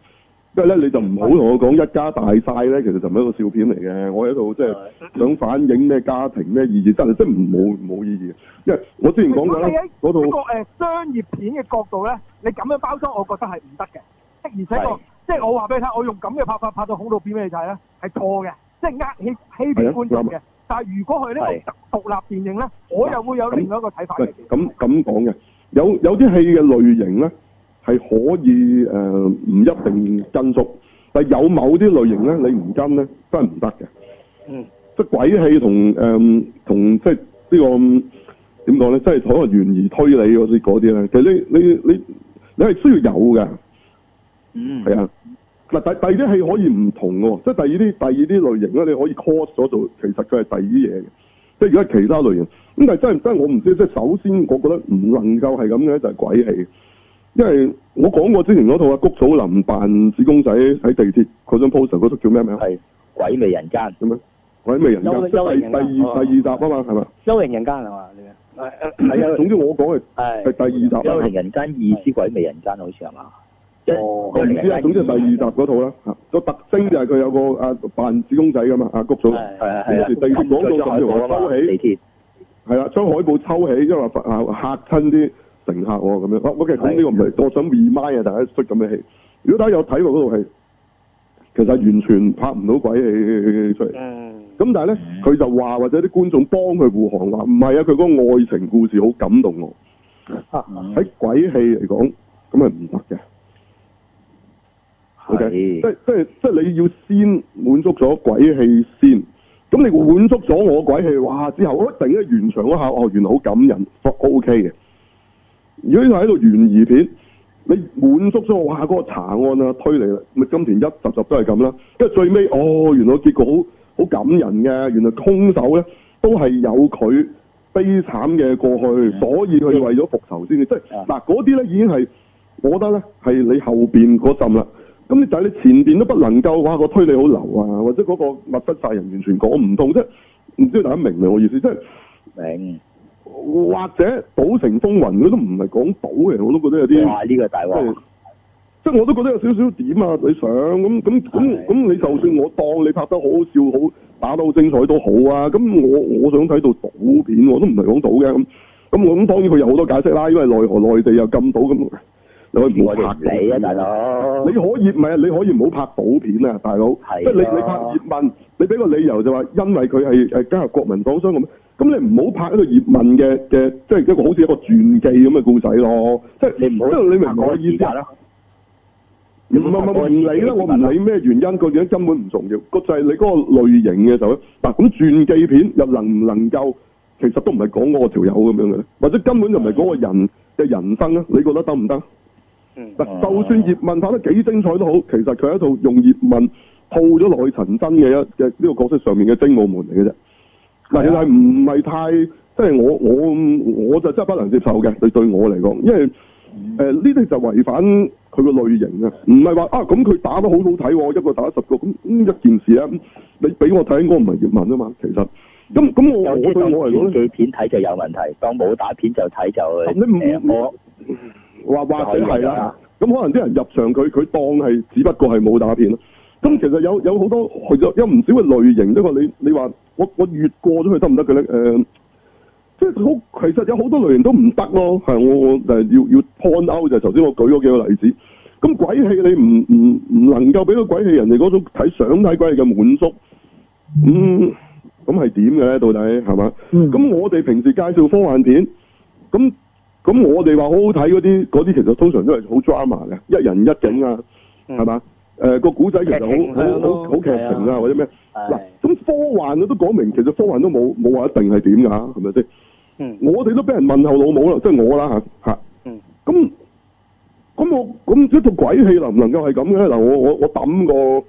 因為咧你就唔好同我講一家大晒咧，其實就唔係一個笑片嚟嘅，我喺度即係想反映咩家庭咩意義，真係真係冇冇意義嘅，因為我之前講
如
過
果
啦
你喺，
嗰
一個
度
誒商業片嘅角度咧，你咁樣包裝，我覺得係唔得嘅。的而且確，即係我話俾你聽，我用咁嘅拍法拍到恐怖片俾你睇咧，係錯嘅，即係呃欺欺騙觀眾
係
嘅
啊。
但係如果佢呢個獨立電影咧，我又會有另外一個睇法
喂
嘅。
咁咁講嘅，有有啲戲嘅類型咧係可以誒唔、一定跟足，但係有某啲類型咧你唔跟咧真係唔得嘅。
嗯。
即係鬼戲同誒同即係呢個嗯點講咧，即係可能懸疑推理嗰啲嗰啲咧，其實你你你你係需要有嘅，
嗯
係啊。嗱，第第二啲戲可以唔同嘅喎，即係第二啲第二啲類型咧，你可以 cos 咗做，其實佢係第二啲嘢嘅。即係如果係其他類型，咁但係真係真係我唔知。即係首先，我覺得唔能夠係咁嘅就係、鬼戲，因為我講過之前嗰套啊，谷祖林扮紙公仔喺地鐵嗰張 poster 嗰套叫咩名？啊係
鬼魅人間。
點樣？鬼魅人間，
幽
即係
幽靈
第
人
第
間
二第二集啊嘛，係咪？
幽靈人間係嘛？你嘅
係啊
總之我講係係第二集啊。
幽靈人間二之鬼魅人間好似係嘛？
哦我唔知啊，總之係第二集嗰套啦，嚇個特徵就係佢有個啊扮紙公仔噶嘛，啊谷祖，
係係係啊
嗰時地鐵廣告甚至話抽起，
地鐵
係啦，將海報抽起，因為話啊嚇親啲乘客喎咁樣。啊 OK，咁呢個唔係，我想 remind 啊大家出咁嘅戲。如果大家有睇過嗰套戲，其實係完全拍唔到鬼戲出嚟。
嗯
咁但係咧，
嗯
佢就話或者啲觀眾幫佢護航話，唔係啊，佢嗰個愛情故事好感動我。
嗯
喺鬼戲嚟講，咁係唔得嘅。O K，即係即係即係你要先滿足咗鬼戲先，咁你滿足咗我鬼戲，哇！之後我突然間完場嗰下，哦，原來好感人，O K 嘅。如果你喺度懸疑片，你滿足咗我哇嗰、個查案啊推理啦，咪金田一集集都係咁啦，跟住最尾哦，原來結果好好感人嘅，原來兇手咧都係有佢悲慘嘅過去，所以佢為咗復仇先至，即係嗱嗰啲咧已經係，我覺得咧係你後邊嗰陣啦。咁你但係你前邊都不能夠，哇個推理好流啊，或者嗰個密室殺人完全講唔通，即係唔知大家明唔明我意思？即係
明，
或者賭城風雲佢都唔係講賭嘅，我都覺得有啲
哇呢個大鑊
即係即係我都覺得有少少點啊！你想咁咁咁咁，你就算我當你拍得好好笑、好打得好精彩都好啊！咁我我想睇到賭片，我都唔係講賭嘅咁。咁我咁當然佢有好多解釋啦，因為奈何內地又禁賭咁，你可以唔好拍
我哋唔理啊大佬
你可以唔係啊？你可以唔好拍賭片啊，大佬。即係你你拍葉問，你俾個理由就話因為佢係誒加入國民黨商咁，咁你唔好拍一個葉問嘅嘅，即係一個好似一個傳記咁嘅故仔咯。即係你唔好，即係你明唔明我意思啊？唔唔唔唔理啦，我唔理咩原因，個原因根本唔重要。個就係你嗰個類型嘅時候咧，嗱咁傳記片又能唔能夠，其實都唔係講嗰個條友咁樣嘅咧，或者根本就唔係嗰個人嘅人生咧，啊你覺得得唔得？嗱，就算葉問拍得幾精彩都好，其實佢係一套用葉問套咗落去陳真嘅一嘅呢個角色上面嘅精武門嚟嘅啫。嗱，其實係啊唔係太即係我我我就真係不能接受嘅，對對我嚟講，因為誒呃呢啲就違反佢個類型啊，唔係話啊咁佢打得好好睇喎，一個打十個咁咁一件事啊，咁你俾我睇應該唔係葉問啊嘛，其實咁咁我
有
我
啲
對我嚟講
當紀片睇就有問題，當武打片就睇就
啊你唔呃
我
話或者係
係
啦
啊，
咁可能啲人入場佢佢當係只不過係武打片咯。咁其實有有好多其實有唔少嘅類型，即係話你你話我我越過咗佢得唔得嘅咧？誒、呃即係好其實有好多類型都唔得咯。係我我誒要要 point out 就係頭先我舉嗰幾個例子。咁鬼戲你唔唔唔能夠俾到鬼戲人哋嗰種睇想睇鬼戲嘅滿足，嗯，咁係點嘅咧？到底係嘛？咁、我哋平時介紹科幻片，咁咁我哋話好好睇嗰啲，嗰啲其實通常都係好 drama 嘅，一人一景啊，係嘛？誒個古仔其實
嗯劇情
好
向
好
咯
好好劇情
係
啊，
啊
或者咩？
係
嗱，咁科幻我都講明，其實科幻都冇冇話一定係點㗎，係咪先？
嗯
我哋都俾人問候老母啦，即係我啦嚇嚇。咁咁我咁一套鬼戲能唔能夠係咁嘅咧？嗱，我我我抌個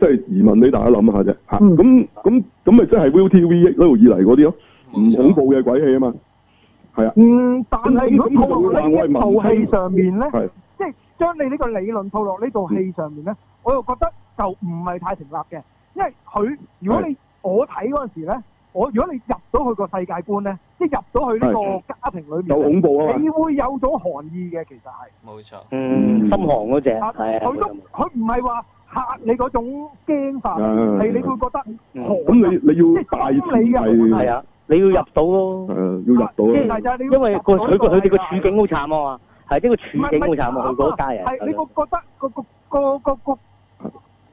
即係疑問俾大家諗下啫嚇。咁咁咁咪即係 Will TV 一路以嚟嗰啲咯，唔恐怖嘅鬼戲啊嘛，係啊。
嗯，但
係
係如果套落呢一套戲上面咧，
係啊
即係將你呢個理論套落呢
嗯
套戲上面咧，我又覺得就唔係太成立嘅，因為佢
嗯
如果你我睇嗰陣時咧，我如果你入到佢個世界觀咧，即係入到去
係
呢個家庭裏面
嗯
呢，
有恐怖啊嘛
你會有種寒意嘅，其實係。
冇錯。
嗯，心寒嗰只，
啊
係
佢都
啊，
佢唔係話嚇你嗰種驚法，
啊
係你會覺得寒。啊
咁你你要大前
心理嘅
提
係
啊，你要入到咯，
誒要入到啊。
係就係你
因為個佢個佢哋個處境好慘啊嘛，係即係個
唔
處
係
境好慘啊，佢嗰家人
係你覺覺得個個個個個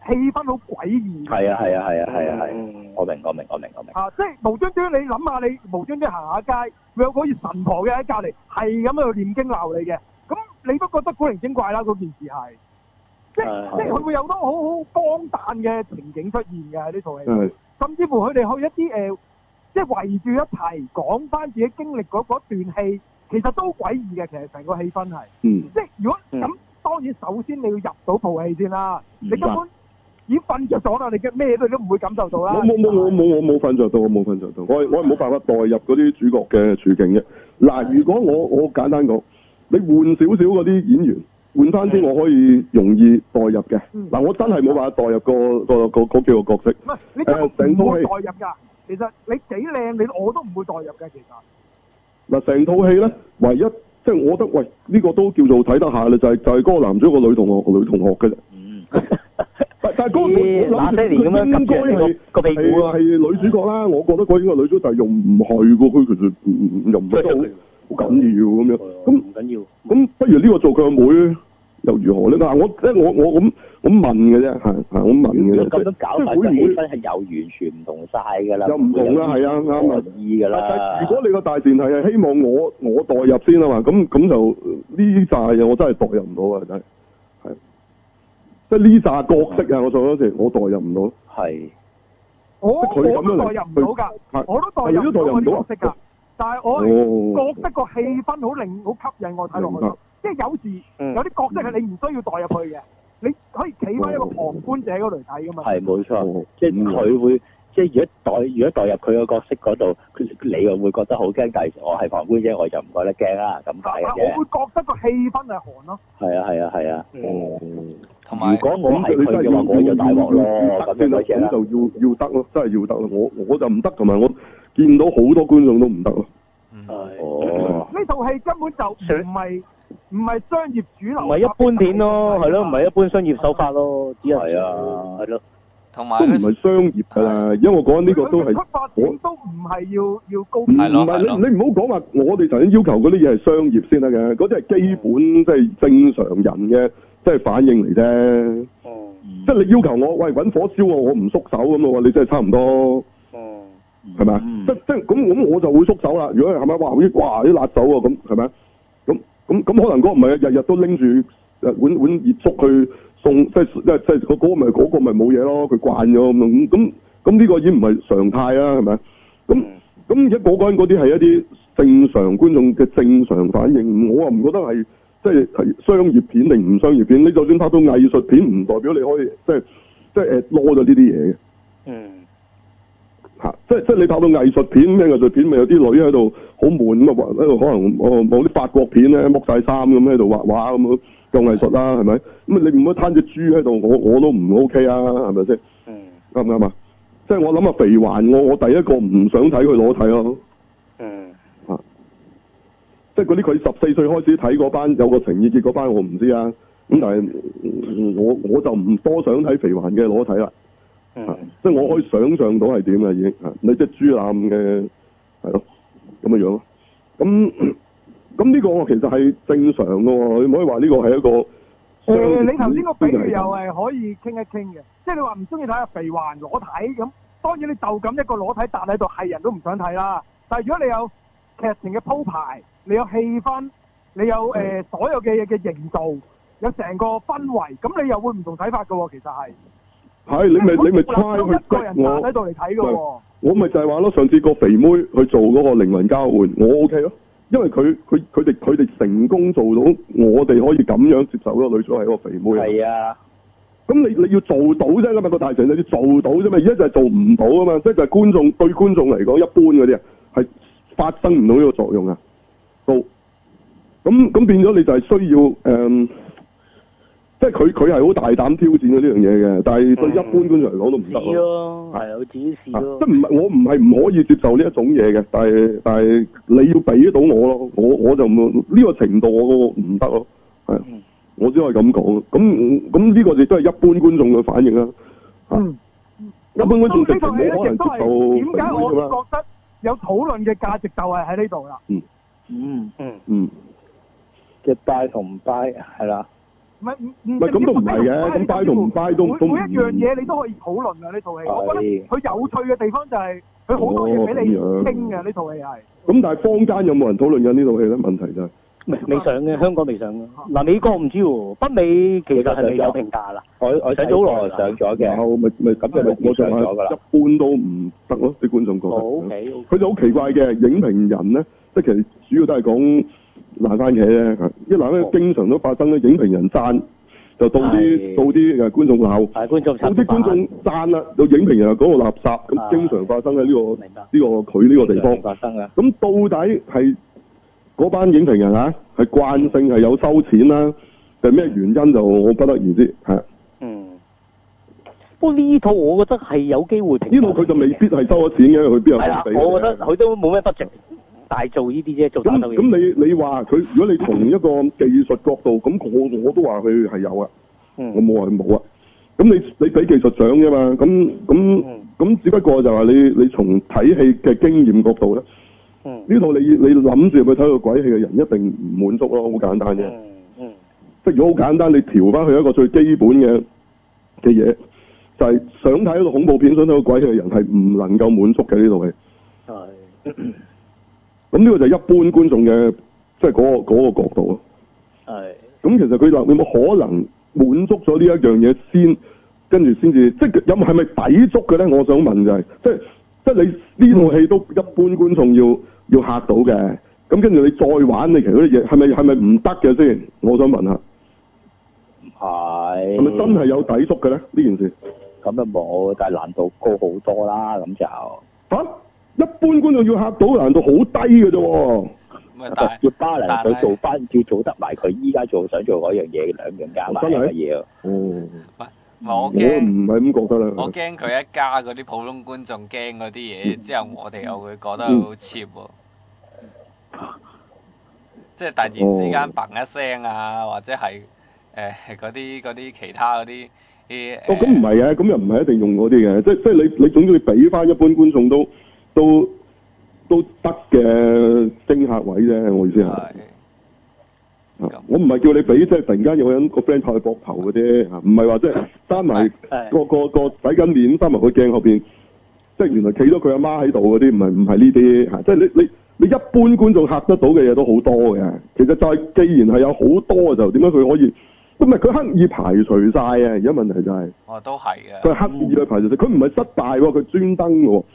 氣氛好詭異。
係啊係啊係啊係啊
嗯
嗯
係，我明我明我明我明。
啊！即係無端端你諗下，你無端端行下街，會有個好似神婆嘅喺隔離，係咁喺度念經鬧你嘅，咁你都覺得古靈精怪啦嗰件事係。即係即係佢會有好多好好荒誕嘅情景出現嘅喺呢套戲。
係
甚至乎佢哋去一啲誒、呃即係圍住一齊講翻自己經歷嗰嗰段戲，其實都詭異嘅。其實成個氣氛係，
嗯
即係如果
嗯
咁，當然首先你要入到部戲先啦。你根
明白
本已經瞓着咗啦，你嘅咩都都唔會感受到啦。
我冇冇我冇我冇瞓着到，我冇瞓着到，我係我係冇辦法代入嗰啲主角嘅處境嘅。嗱，如果我我簡單講，你換少少嗰啲演員，換翻啲我可以容易代入嘅。嗱，我真係冇辦法代入個個個嗰幾個角色。
唔係你根
誒，成
本唔
套
會
戲
代入㗎。其實你幾靚，你我都唔會代入嘅。其實
嗱，成套戲咧，唯一即係我覺得喂呢個都叫做睇得下啦，就係就係嗰個男主角個女同學女同學嘅啫。
嗯
但但係嗰個
咦
我我諗
那些年咁樣
應該
撳住人
係
哋個個屁股啊
係係女主角啦，我覺得佢應該女主角，但係又唔係喎，佢其實唔唔又唔係得好好緊要
啊
咁樣。 咁
唔緊要。
咁不如呢個做佢阿妹又如何咧？嗱，我即係我我咁咁問嘅啫，係係我問嘅啫。
咁樣搞法，個
即係會
氣
唔會
氛係又完全唔同晒㗎啦，
又唔同啦？係啊，啱啊。
意㗎
但
啦
但。如果你個大前提係希望我我代入先啊嘛，咁咁就呢扎嘢我真係代入唔到啊，真係係即係呢扎角色啊！我做嗰時我代入唔到。
係。
我
即係佢咁
我
樣
都
嚟
代入唔
係
到㗎，我都代入
你都代入
唔
唔
到
到
我
啊
啲角色㗎。但係我
哦
係覺得個氣氛好令好吸引我睇落去
明白嗯
咯。即係有時有啲角色係你唔需要代入去嘅，你可以企翻一個旁觀者嗰度嚟睇㗎嘛。
係冇
啊
哦
錯，即
嗯
係
啊
佢會，即係如果代如果代入佢個角色嗰度，佢你又會覺得好驚，但係我係旁觀者，我就唔覺得驚啦，咁解嘅
但
啊
我會
啫。
覺得個氣氛係寒咯。
係啊係啊係啊。
嗯
同
埋如果我係佢嘅話，我就大鑊咯，咁樣嗰只啊
咁
啦。
就要要得咯，真係要得咯。我我就唔得，同埋我見到好多觀眾都唔得
嗯
咯。
哦，
呢套戲根本就唔係唔係商業主流，
唔係一般片咯，
啊
係咯，唔係一般商業手法咯，只係係啊，係咯，
同
都唔係商業㗎啦，因為我講緊呢個都係我
都唔係要要高
唔唔係你你唔好講話，我哋頭先要求嗰啲嘢係商業先得嘅，嗰啲係基本即係正常人嘅即係反應嚟啫。
嗯
嗯
即係你要求我喂揾火燒我，我唔縮手咁咯喎，你真係差唔多。係咪啊？即即咁咁我就會縮手啦。如果係咪哇好似哇啲辣手喎咁係咪啊？咁咁咁可能嗰個唔係日日都拎住誒碗碗熱粥去送，即係即係即係嗰嗰個咪嗰個咪冇嘢咯，佢慣咗咁樣咁咁咁呢個已經唔係常態啦，係咪啊？咁咁而家嗰個人嗰啲係一啲正常觀眾嘅正常反應，我啊唔覺得係即係係商業片定唔商業片。你就算拍到藝術片，唔代表你可以即係即係誒攞咗呢啲嘢嘅。
嗯，
嚇！啊即係即係你拍到藝術片咩藝術片，咪有啲女喺度好悶咁啊，喺度可能哦某啲法國片咧，剝晒衫咁喺度畫畫咁樣，夠藝術啦，係咪？咁你唔好攤只豬喺度，我我都唔 OK 啊，係咪先？啱唔啱啊？即係我諗啊，肥環我我第一個唔想睇佢裸體咯。嗯。即係嗰啲佢十四歲開始睇嗰班有個情意結嗰班，我唔知啊。咁但係嗯我我就唔多想睇肥環嘅裸體
嗯
啦。啊
嗯
即係我可
嗯
以想象到係點啦，已經啊，你即係豬腩嘅係咯，咁嘅樣咯。咁 咁呢個我其實係正常嘅喎，你唔可以話呢個係一個商業
誒，
片
呃你頭先個比喻
先
又
係
係可以傾一傾嘅，即係你話唔中意睇阿肥環裸體咁，當然你就咁一個裸體彈喺度，係人都唔想睇啦。但係如果你有劇情嘅鋪排，你有氣氛，你有誒、
嗯
呃所有嘅嘢嘅營造，有成個氛圍，咁你又會唔同睇法嘅喎。其實係
係你咪你咪猜
有一個
佢
人
吉
彈喺
我，
度嚟睇嘅喎。
我咪就係話咯，上次個肥妹去做嗰個靈魂交換，我 OK 咯，因為佢佢佢哋佢哋成功做到，我哋可以咁樣接受咯，女主係個肥妹。
係啊，
咁你你要做到啫嘛，個大場你要做到啫嘛，而家就係做唔到啊嘛，即係就係觀眾對觀眾嚟講，一般嗰啲啊係發生唔到呢個作用啊，都咁咁變咗你就係需要誒、嗯即係佢佢係好大膽挑戰咗呢樣嘢嘅，但係對一般觀眾嚟講都
嗯
唔得
試
咯。
咯，係啊，自己試
啊
咯
即。係唔係我唔係唔可以接受呢一種嘢嘅，但係但係你要俾到我咯，我我就冇呢、個程度我我唔得咯，係啊
嗯
我只可以咁講。咁咁呢個亦都係一般觀眾嘅反應啦。啊
嗯，
一般觀眾直
呢
情
套戲
冇可能
一
接受
直都係點解
肥妹㗎嘛。
我覺得有討論嘅價值就係喺呢度啦。
嗯
嗯
嗯
嗯，
嘅拜同唔拜係啦，
唔係唔
唔
唔
係咁都唔係嘅，咁 buy 同唔 buy 都
每
都唔
每一樣嘢你都可以討論啊！呢套戲，
係
我覺得佢有趣嘅地方就係佢好多嘢俾你
哦咁樣
傾嘅呢套戲係。
咁但係坊間有冇人討論緊呢套戲咧？問題就係、
未未上嘅，香港未上嘅。嗱，美國唔知喎，北美其實係未有評價啦。
我我
上咗好耐啦
上咗嘅，
有咪咪咁
就
咪我就
上
話
咗㗎啦
一般都唔得咯，啲觀眾覺得。
OK，
佢就好奇怪嘅，影評人咧，即係其實主要都係講爛番茄啫，因為爛番
哦
茄經常都發生咧，影評人讚就到啲
係
到啲誒觀眾鬧，
係觀眾
到啲觀眾讚啦，啊就影評人又講到垃圾，咁
啊
經常發生喺呢、個
明白
呢、個佢呢個地方。
發生啊，
咁到底係嗰班影評人啊，係慣性係有收錢啦、定咩原因就我不得而知嚇。
嗯。不過呢套我覺得係有機會評價
呢度佢就未必係收咗錢嘅，佢邊有
係啦
錢，俾嘅啊
我覺得佢都冇咩 budget，大做呢啲啫，做打
咁
鬥嘢。
咁你你話佢，如果你從一個技術角度，咁我我都話佢係有啊，我
嗯
冇話佢冇啊。咁你你俾技術獎啫嘛，咁咁
嗯
咁只不過就係你你從睇戲嘅經驗角度咧，
嗯
呢套你你諗住去睇個鬼戲嘅人一定唔滿足咯，好簡單啫。
嗯
即係如果好簡單，你調翻去一個最基本嘅嘅嘢，就係、想睇一個恐怖片、想睇個鬼戲嘅人係唔能夠滿足嘅呢套戲。
係嗯
咁呢個就係一般觀眾嘅即係嗰個嗰個角度咯。
係
咁其實佢話有冇可能滿足咗呢一樣嘢先，跟住先至即係有冇係咪抵觸嘅咧？我想問就係、即係即係你呢套戲都一般觀眾要要嚇到嘅，咁跟住你再玩你其他啲嘢係咪係咪唔得嘅先？我想問下，
唔係
係咪啊真係有抵觸嘅咧？呢件事
咁啊冇，但係難度高好多啦，咁就。
嚇、一般觀眾要嚇到難度好低嘅啫喎，
咪但係
要 balance
但係
佢做翻，要做得埋佢依家做想做嗰樣嘢，兩樣加埋
哦真係
嘅嘢。
哦，
唔係我
我唔係
驚，
咁覺得啦。
我驚佢一加嗰啲普通觀眾驚嗰啲嘢之後，我哋又會覺得
嗯
好 cheap 喎。即係突然之間砰一聲啊，或者係誒嗰啲嗰啲其他嗰啲啲
哦，咁唔係嘅，咁又唔係一定用嗰啲嘅，即即係你你總之你俾翻一般觀眾都都都得嘅驚嚇位啫，我意思係。啊我唔係叫你俾即係突然間有個人個 friend 拍佢膊頭嗰啲，啊唔係話即係閂埋
係
個個個洗緊面，閂埋個鏡後邊，即係原來企咗佢阿媽喺度嗰啲，唔係唔係呢啲嚇，即係你你你一般觀眾嚇得到嘅嘢都好多嘅。其實就係既然係有好多就點解佢可以？唔係佢刻意排除晒啊！而家問題就係、
我都係嘅。
佢刻意去排除佢唔係失敗喎，佢專登嘅喎。咁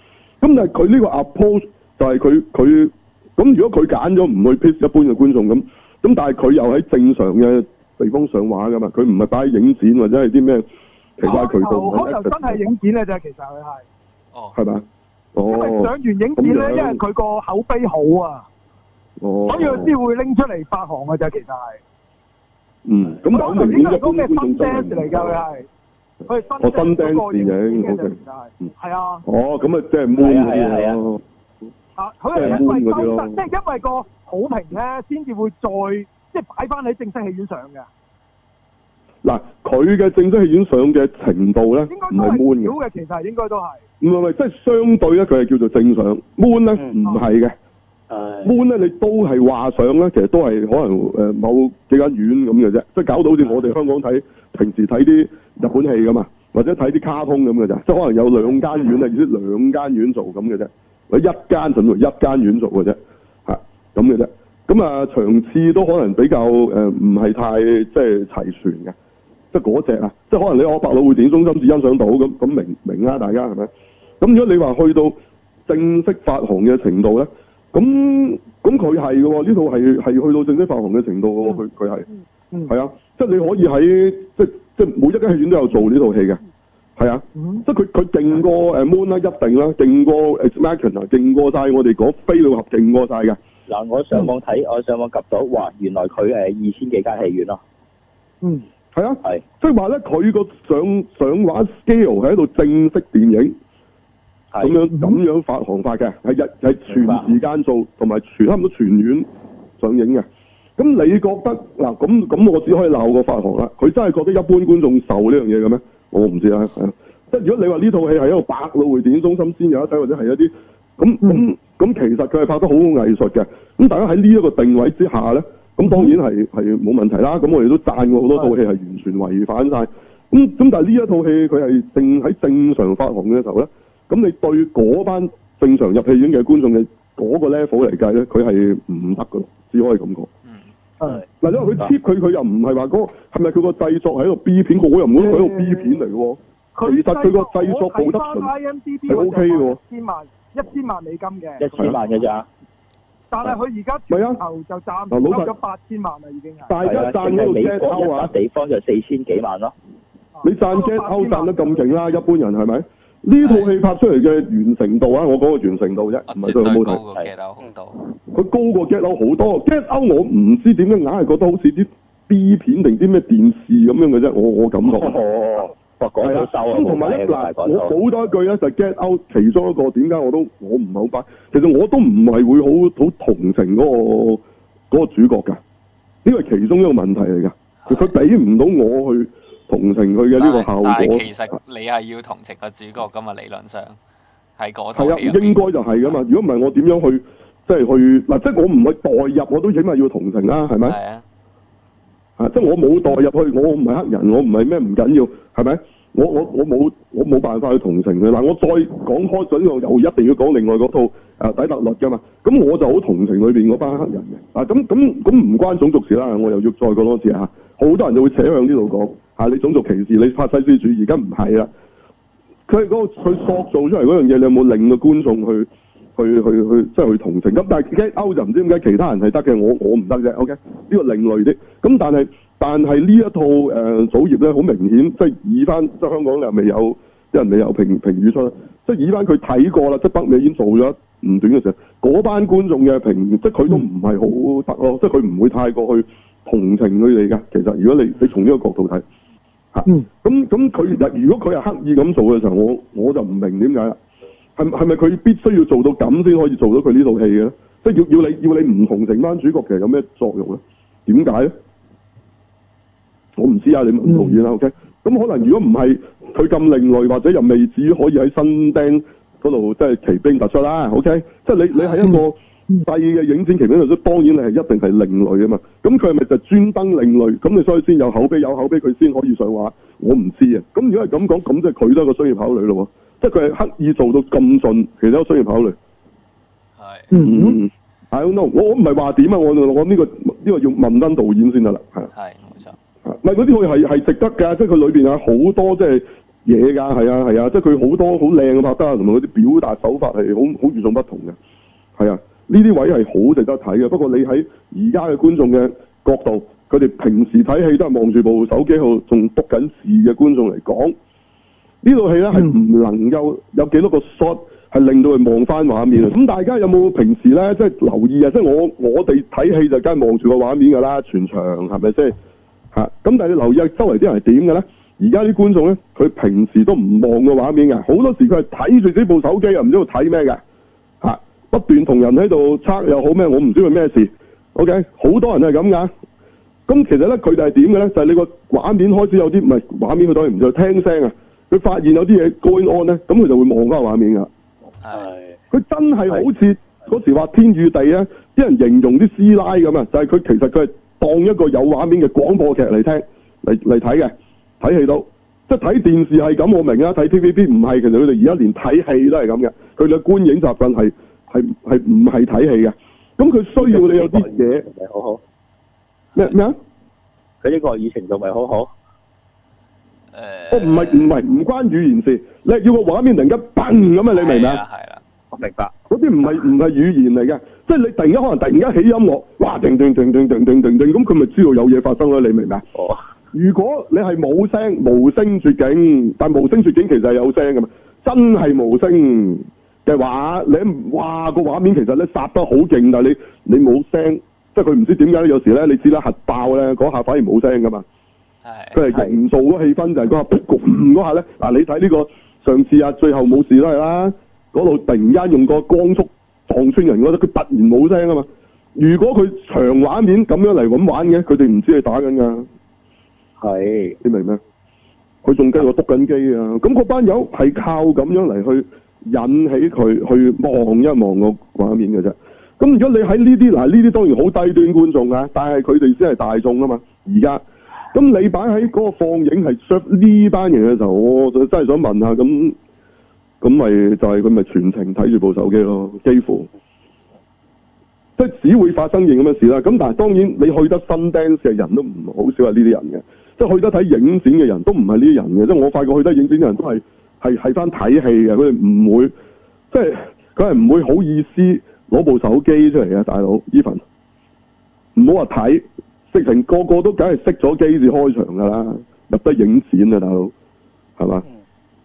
但係佢呢個 approach 就係佢佢咁，如果佢揀咗唔去 piss 一般嘅觀眾咁，咁但係佢又喺正常嘅地方上畫噶嘛，佢唔係擺喺影展或者係啲咩奇怪渠道，唔
開頭
係
開哦頭真係影展咧，就係其實佢係，
係咪啊？
因為上
哦
完影展咧，
咁樣
因為佢個口碑好啊，
哦，
所以佢先會拎出嚟發行嘅啫。其實係，
嗯，咁
我
但係
頭
明
先
顯一
係
般
講咩
觀眾
Fun
就
Dance 嚟㗎，佢係，佢係
我
Fun
Fun
Dance
Dance
嗰個影展
電
嘅
影
啫，其實係
嗯，
係啊。
哦，咁啊，即係 moon 嗰
係啊係
啲
啊
咯，
啊，佢係因為收得，即係因為個好評咧，先至會再即係擺翻喺正式戲院上嘅，
嗱，佢嘅正式戲院上嘅程度咧，
應該
唔
都
係 moon
係
嘅
少。嘅，其實應該都係。
唔係唔係，即係相對咧，佢係叫做正常。moon 咧
嗯
唔係嘅
係
，moon 咧你都係話上咧，其實都係可呃能誒某幾間院咁嘅啫，即係搞到好似我哋香港睇平時睇啲日本戲咁啊，或者睇啲卡通咁嘅咋，即係可能有兩間院啊，而且兩間院做咁嘅啫，或者一間甚至乎一間院做嘅啫，嚇咁嘅啫。咁啊，場次都可能比較誒呃唔係太即係齊全嘅，即係嗰只啊，即係可能你我百老匯電影中心只欣賞到咁咁明明啦，大家係咪？咁如果你話去到正式發行嘅程度咧，咁咁佢係嘅喎，呢套係係去到正式發行嘅程度嘅喎，佢佢係。
嗯
係啊，即係你可以喺即即每一間戲院都有做呢套戲嘅，係啊，
嗯
即係佢佢勁過誒 Moon 啦，一定啦，勁過 Ex Machina 啊，勁過晒我哋嗰飛鳥俠，勁過晒嘅，
嗱，我上網睇，我上網及到，哇！原來佢誒二千幾間戲院咯，
嗯，
係啊，係，即係話咧，佢個上上畫 scale 係一套正式電影。咁樣咁樣發行法嘅，係日係全時間做，同埋全差唔多全院上映嘅。咁你覺得嗱咁咁，我只可以鬧個發行啦。佢真係覺得一般觀眾受呢樣嘢嘅咩？我唔知啦，係啊。即係如果你話呢套戲係一個百老匯電影中心先有得睇，或者係一啲咁咁咁，其實佢係拍得好藝術嘅。咁大家喺呢一個定位之下咧，咁當然係係冇問題啦。咁我哋都讚過好多套戲係完全違反晒。咁咁但係呢一套戲佢係正喺正常發行嘅時候咧，咁你對嗰班正常入戲院嘅觀眾嘅嗰個 level 嚟計咧，佢係唔得嘅，只可以咁講。嗱，因為佢 cheap 佢佢又唔係話嗰個係咪佢個製作係一個 B 片，我又唔覺得佢係一個 B 片嚟嘅喎。其實佢個製作
我
部得
睇翻 IMDB
係 OK 嘅喎。
千萬一千萬美金嘅，
嘅咋？
但係佢而家
啊
全球就賺
嗱老實
咗八千萬啦，已經係。
大家贊嗰度
美
get
國
out
一笪
啊！
地方就四千幾萬咯，
啊
你贊 get out 贊得咁勁啦，一般人係咪？呢套戲拍出嚟嘅完成度啊，我講個完成度啫，唔係佢好唔好睇。
個 get 好多。
佢高過 Get Out 好多，Get Out 我唔知點解硬係覺得好似啲 B 片定啲咩電視咁樣嘅啫，我我感覺。
哦，廣告收啊
咁同埋咧
冇計啊
嗱，
廣告
我補多一句咧，就 Get Out 其中一個點解我都我唔係好擺，其實我都唔係會好好同情嗰、個嗰個主角㗎，呢個係其中一個問題嚟㗎，佢佢俾唔到我去同情佢嘅呢個效果。
但係其實你係要同情個主角噶嘛，理論上係嗰套
係啊，
戲入
應該就係噶嘛。如果唔係，我點樣去即係去嗱？即係我唔去代入，我都起碼要同情啦，係咪？係
啊。
啊即係我冇代入去，我唔係黑人，我唔係咩唔緊要，係咪？我我我冇我冇辦法去同情佢嗱，我再講開準，我又一定要講另外嗰套誒、啊底特律噶嘛，咁我就好同情裏邊嗰班黑人嘅啊，咁咁咁唔關種族事啦，我又要再講多次嚇，好多人就會扯向呢度講嚇，你種族歧視，你法西斯主義，而家唔係啦，佢係嗰個佢塑造出嚟嗰樣嘢，你有冇令個觀眾去去去去即係去同情？咁但係而家歐就唔知點解其他人係得嘅，我我唔得啫。OK，呢個另類啲。咁但係但係呢一套誒、呃、組業咧，好明顯即係以翻即係香港又未有，因為未有評評語出啦。即係以翻佢睇過啦，即係北美已經做咗唔短嘅時候，嗰班觀眾嘅評，即係佢都唔係好得咯，即係佢唔會太過去同情佢哋㗎。其實如果你你從呢個角度睇。嚇，咁咁佢如果佢係刻意咁做嘅時候，我我就唔明點解啦。係係咪佢必須要做到咁先可以做到佢呢套戲嘅咧？即係要要你要你唔同成班主角，其實有咩作用咧？點解咧？我唔知啊，你唔同意啦，OK？咁可能如果唔係佢咁另類，或者又未至於可以喺新釘嗰度即係奇兵突出啦，OK？即係你你係一個細嘅影展奇兵突出，當然你係一定係另類啊嘛。咁佢係咪就專登另類？咁你所以先有口碑，有口碑佢先可以上畫。我唔知啊。咁如果係咁講，咁即係佢都係一個商業考慮咯喎。即係佢係刻意做到咁盡，其實都係商業考慮。嗯嗯，I don't know，我我唔係話點啊，我我呢、個呢、個要問翻導演先得啦，係啊。
係冇錯。
唔係嗰啲佢係係值得㗎，即係佢裏邊有好多即係嘢㗎，係啊係啊，即係佢好多好靚嘅拍得啊，同埋嗰啲表達手法係好好與眾不同嘅，係啊，呢啲位係好值得睇嘅。不過你喺而家嘅觀眾嘅角度，佢哋平時睇戲都係望住部手機號，仲篤緊字嘅觀眾嚟講，呢套戲咧係唔能夠有幾多個 shot 係令到佢望翻畫面啊！咁大家有冇平時咧即係留意啊？即係我我哋睇戲就梗係望住個畫面㗎啦，全場係咪先？嚇！咁但係你留意下周圍啲人係點嘅咧？而家啲觀眾咧，佢平時都唔望個畫面嘅，好多時佢係睇住呢部手機啊，唔知道睇咩嘅嚇，不斷同人喺度測又好咩，我唔知佢咩事。OK，好多人係咁噶。咁其實咧，佢哋係點嘅咧？就係、你個畫面開始有啲唔係畫面，佢當然唔知道聽聲啊。佢發現有啲嘢 going on 咧，咁佢就會望翻個畫面噶。
係。
佢真係好似嗰時話天與地咧，啲人形容啲師奶咁啊，就係、佢其實佢係當一個有畫面嘅廣播劇嚟聽嚟嚟睇嘅，睇戲到，即係睇電視係咁，我明啊。睇 TVB 唔係，其實佢哋而家連睇戲都係咁嘅，佢哋嘅觀影習慣係係係唔係睇戲嘅。咁佢需要你有啲嘢
咪好好，
咩咩啊？
佢呢個語程度咪好好。
哦，唔係唔係唔關語言事，你係要個畫面突然間崩咁啊！你明唔明啊？
係啦，
我明白。
嗰啲唔係唔係語言嚟嘅，即係你突然間可能突然間起音樂，哇！叮叮叮叮叮叮叮叮，咁佢咪知道有嘢發生咯？你明唔明啊？
哦。
如果你係冇聲無聲絕境，但無聲絕境其實係有聲噶嘛，真係無聲嘅話，你一哇個畫面其實咧殺得好勁，但係你你冇聲，即係佢唔知點解有時咧，你知啦核爆咧嗰下反而冇聲噶嘛。佢係營造嗰個氣氛就係嗰下噗咁嗰下咧，嗱你睇呢、個上次啊，最後冇事都係啦，嗰度突然間用個光速撞穿人嗰度，佢突然冇聲啊嘛。如果佢長畫面咁樣嚟咁玩嘅，佢哋唔知你打緊㗎。
係。
你明唔明？啊佢仲跟我篤緊機啊！咁嗰班友係靠咁樣嚟去引起佢去望一望個畫面嘅啫。咁如果你喺呢啲嗱，呢啲當然好低端觀眾啊，但係佢哋先係大眾啊嘛。而家咁你擺喺嗰個放映係 serve 呢班人嘅時候，我就真係想問下咁。咁咪就係佢咪全程睇住部手機咯，幾乎即係只會發生件咁嘅事啦。咁但係當然你去得 Sundance 嘅人都唔好少係啊呢啲人嘅，即係去得睇影展嘅人都唔係呢啲人嘅。即係我發覺去得影展嘅人都係係係翻睇戲嘅，佢哋唔會即係佢係唔會好意思攞部手機出嚟啊嘅，大佬 Even 唔好話睇，直情個個都梗係熄咗機至開場㗎啦，入得影展啊，大佬係嘛？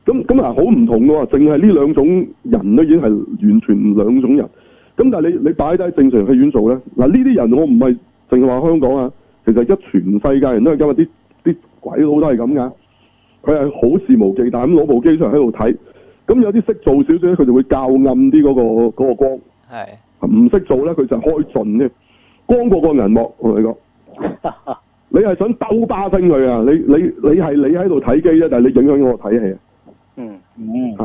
咁咁啊，好唔同嘅喎，淨係呢兩種人都已經係完全兩種人。咁但係你你擺低正常戲院做咧，嗱呢啲人我唔係淨係話香港啊，其實一全世界人都係今日啲啲鬼佬都係咁噶，佢係好肆無忌憚咁攞部機出嚟喺度睇。咁有啲識做少少咧，佢就會較暗啲嗰、個嗰個光；
係
唔識做咧，佢就開盡啫，光過個銀幕。我同你講。你係想兜巴星佢啊！你你你係你喺度睇機啫，但係你影響咗我睇戲啊！
嗯嗯。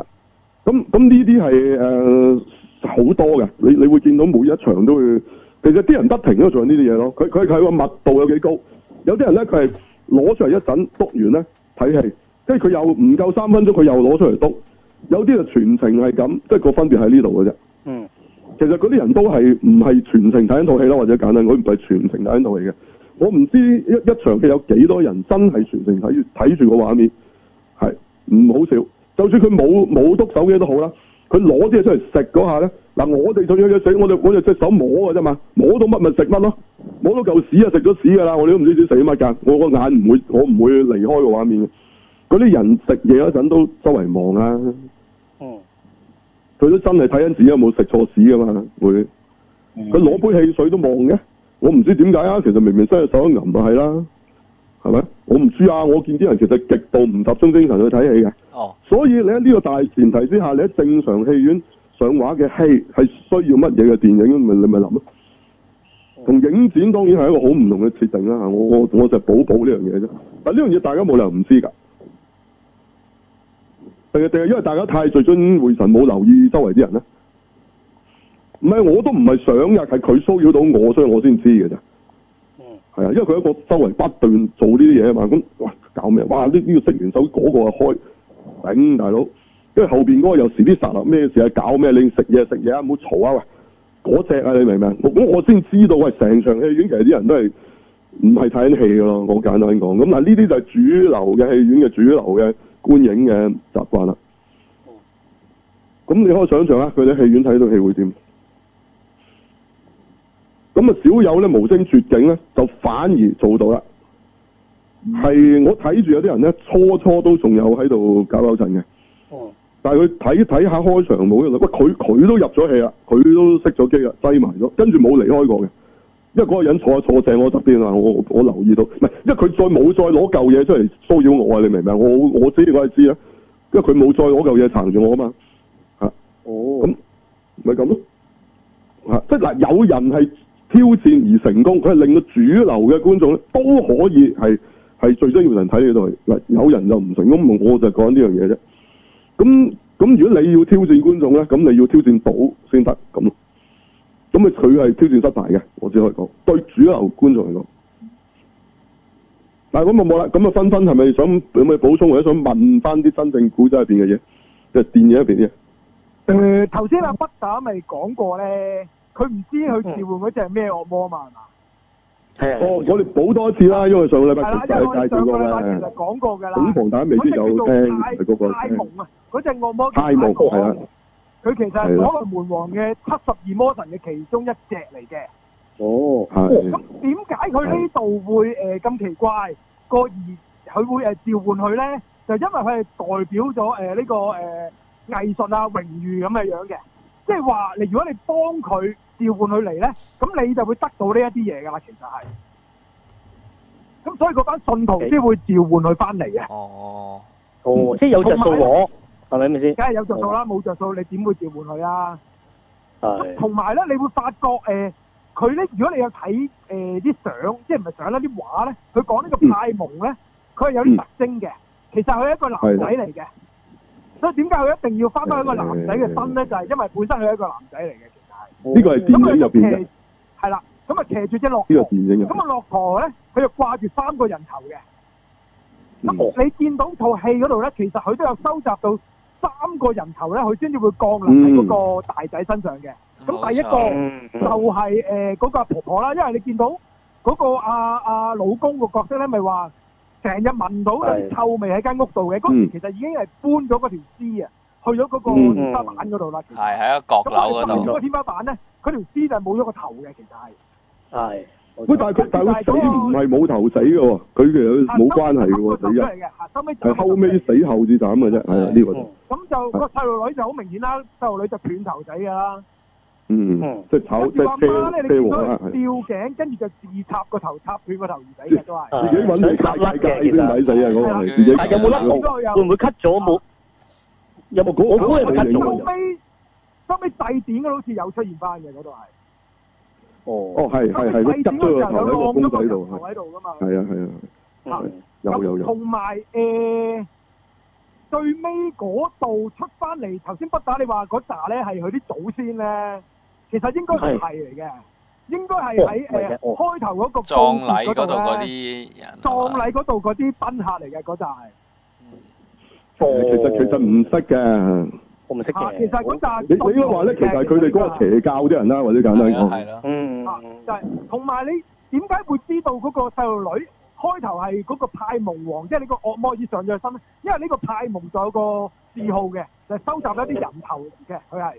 咁咁呢啲係誒好多嘅，你你會見到每一場都會，其實啲人不停都做緊呢啲嘢咯。佢佢佢個密度有幾高？有啲人咧佢係攞出嚟一陣篤完咧睇戲，即係佢又唔夠三分鐘，佢又攞出嚟篤。有啲就全程係咁，即係個分別喺呢度嘅啫。
嗯。
其實嗰啲人都係唔係全程睇緊套戲啦，或者簡單，佢唔係全程睇緊套戲嘅。我唔知一一場戲有幾多人真係全程睇住睇住個畫面，係唔好少。就算佢冇冇篤手機都好啦，佢攞啲嘢出嚟食嗰下咧，嗱我哋就要隻手，我哋我哋隻手摸嘅啫嘛，摸到乜咪食乜咯，摸到嚿屎啊食咗屎㗎啦，我哋都唔知自己食乜㗎。我個眼唔會，我唔會離開個畫面嘅。嗰啲人食嘢嗰陣都周圍望啊。
嗯。
佢都真係睇緊自己有冇食錯屎噶嘛，會
嗯
佢攞杯汽水都望嘅，我唔知點解啊。其實明明真係手一揞就係啦，係咪？我唔知啊。我見啲人其實極度唔集中精神去睇戲嘅，
哦，
所以你喺呢個大前提之下，你喺正常戲院上畫嘅戲係需要乜嘢嘅電影，咪你咪諗咯。同影展當然係一個好唔同嘅設定啦。我我我就係補補呢樣嘢啫。但呢樣嘢大家冇理由唔知㗎。定係定係因為大家太聚精會神，冇留意周圍啲人咧？唔係，我都唔係想嘅，係佢騷擾到我，所以我先知嘅啫。係啊，因為佢一個周圍不斷做呢啲嘢啊嘛，咁哇搞咩？哇呢呢、個熄完手，嗰、個啊開，頂大佬！跟住後邊嗰個有時啲殺立咩事啊，搞咩？你食嘢食嘢啊，唔好嘈啊喂！嗰只啊，你明唔明？我咁我先知道，喂，成場戲院其實啲人都係唔係睇緊戲嘅咯，我簡單講。咁嗱，呢啲就係主流嘅戲院嘅主流嘅觀影嘅習慣啦。咁你可以想象啊，佢哋戲院睇到戲會點？咁啊，少有咧無聲絕境咧，就反而做到啦。係我睇住有啲人咧，初初都仲有喺度搞搞震嘅。
哦。
但係佢睇睇下開場冇嘅，喂佢佢都入咗戲啦，佢都熄咗機啦，擠埋咗，跟住冇離開過嘅。因為嗰個人坐坐正我側邊啊，我我我留意到，唔係，因為佢再冇再攞嚿嘢出嚟騷擾我啊，你明唔明？我我知我係知啊，因為佢冇再攞嚿嘢撐住我啊嘛，嚇、
哦。
咁咪咁咯，嚇、即係嗱，有人係挑戰而成功，佢係令到主流嘅觀眾咧都可以係係最精要人睇呢度嗱，有人就唔成功，我就講呢樣嘢啫。咁咁如果你要挑戰觀眾咧，咁你要挑戰到先得咁咯。咁啊，佢係挑戰失敗嘅，我只可以講對主流觀眾嚟講。但係咁就冇啦，咁啊芬芬係咪想有冇補充或者想問翻啲真正古仔入邊嘅嘢，即係電影入邊嘅嘢？
誒頭先阿北打咪講過咧，佢唔知
嗯
佢召喚嗰只係咩惡魔啊嘛，
啊
哦，我哋補多一次啦，因為上個禮拜
係啦
介
因為我哋
介紹過
係嘛？其實
啦，
講過㗎啦。
恐防大家未必有聽
嗰隻
嗰
叫
個
做泰泰蒙啊，嗰隻惡魔叫
太木
蒙
係啦，啊
佢其實
係啊
係
啦
所羅門王嘅七十二魔神嘅其中一隻嚟嘅。
哦，
咁
係
點解佢呢度會誒咁、奇怪？個而佢會誒、呃召喚佢咧，就因為佢係代表咗誒呢個誒、藝術啊榮譽咁嘅樣嘅，即係話你如果你幫佢召喚佢嚟咧，咁你就會得到呢一啲嘢㗎啦，其實係。咁所以嗰班信徒先會召喚佢翻嚟嘅。
哦。
哦，即係有着數攞，係咪先？
梗係有着數啦，冇着數你點會召喚佢啊？
係
同埋咧，你會發覺誒，佢、咧如果你有睇誒啲相，即係唔係相啦，啲畫咧，佢講呢個
嗯
派蒙咧，佢係有啲特徵嘅。其實佢係一個男仔嚟嘅，所以點解佢一定要翻返去一個男仔嘅身咧？就係、因為本身佢係一個男仔嚟嘅，
呢個係電影入邊嘅，
咁佢就騎係啦。咁啊騎住只駱
呢個
駝，
電影入
咁啊駱駝咧，佢就掛住三個人頭嘅。
嗯
你見到套戲嗰度咧，其實佢都有收集到三個人頭咧，佢先至會降臨喺嗰個大仔身上嘅。咁、第一
冇錯
個就係誒嗰個阿婆婆啦，因為你見到嗰個阿阿老公個角色咧，咪話成日聞到有啲臭味喺間屋度嘅。嗰時
嗯
其實已經係搬咗嗰條屍啊，去咗嗰個
嗯
天花板嗰度啦。其實
係喺一個閣樓嗰
咁佢翻咗個
度。
天花板咧，嗰條屍就係冇咗個頭嘅，其實係。
係。
喂，但係佢但係佢死唔係冇頭死嘅喎，佢其實
啊
冇關係嘅
走出嚟
喎，死
嘅，嚇收尾
人係後尾死後至斬嘅啫，係啊呢個就
嗯
咁就個細路女就好明顯啦，細路女就斷頭仔㗎啦。
嗯，即係炒即
跟住阿
係
媽
車車
咧，你見
禍
到
啦，
啊
係
佢吊頸，跟住就自插個頭，插斷個頭而死嘅都係。
自己揾嚟
想
界
甩
界
嘅
先抵死啊嗰個
但
係自己，
係有冇甩毛？會唔會 cut 咗冇？有冇我估有冇 cut
收
咗？
尾收尾祭典嗰度好似有出現翻嘅嗰度係。
哦，係係係，佢執咗個頭喺個公仔度，
喺度㗎嘛。
係啊係啊，
嗯
嚇
有有有
同，埋誒最尾嗰度出翻嚟，頭先不打你話嗰扎咧係佢啲祖先咧，其實應該唔係嚟嘅，應該係喺
哦唔係嘅
誒
哦
開頭嗰個
葬禮嗰度嗰
告別
啲人
嗰度呢，葬禮嗰度嗰啲賓客嚟嘅嗰扎係。
其實其實唔識嘅。
我唔識
啊其實嗰扎
你你應該話咧，其實係佢哋嗰個邪教啲人啦，或者簡單講，
咯，
嗯，
啊就係同埋你點解會知道嗰個細路女開頭係嗰個派蒙王，即係呢個惡魔以上咗身咧？因為呢個派蒙就有個嗜好嘅，就係收集一啲人頭嘅，佢係。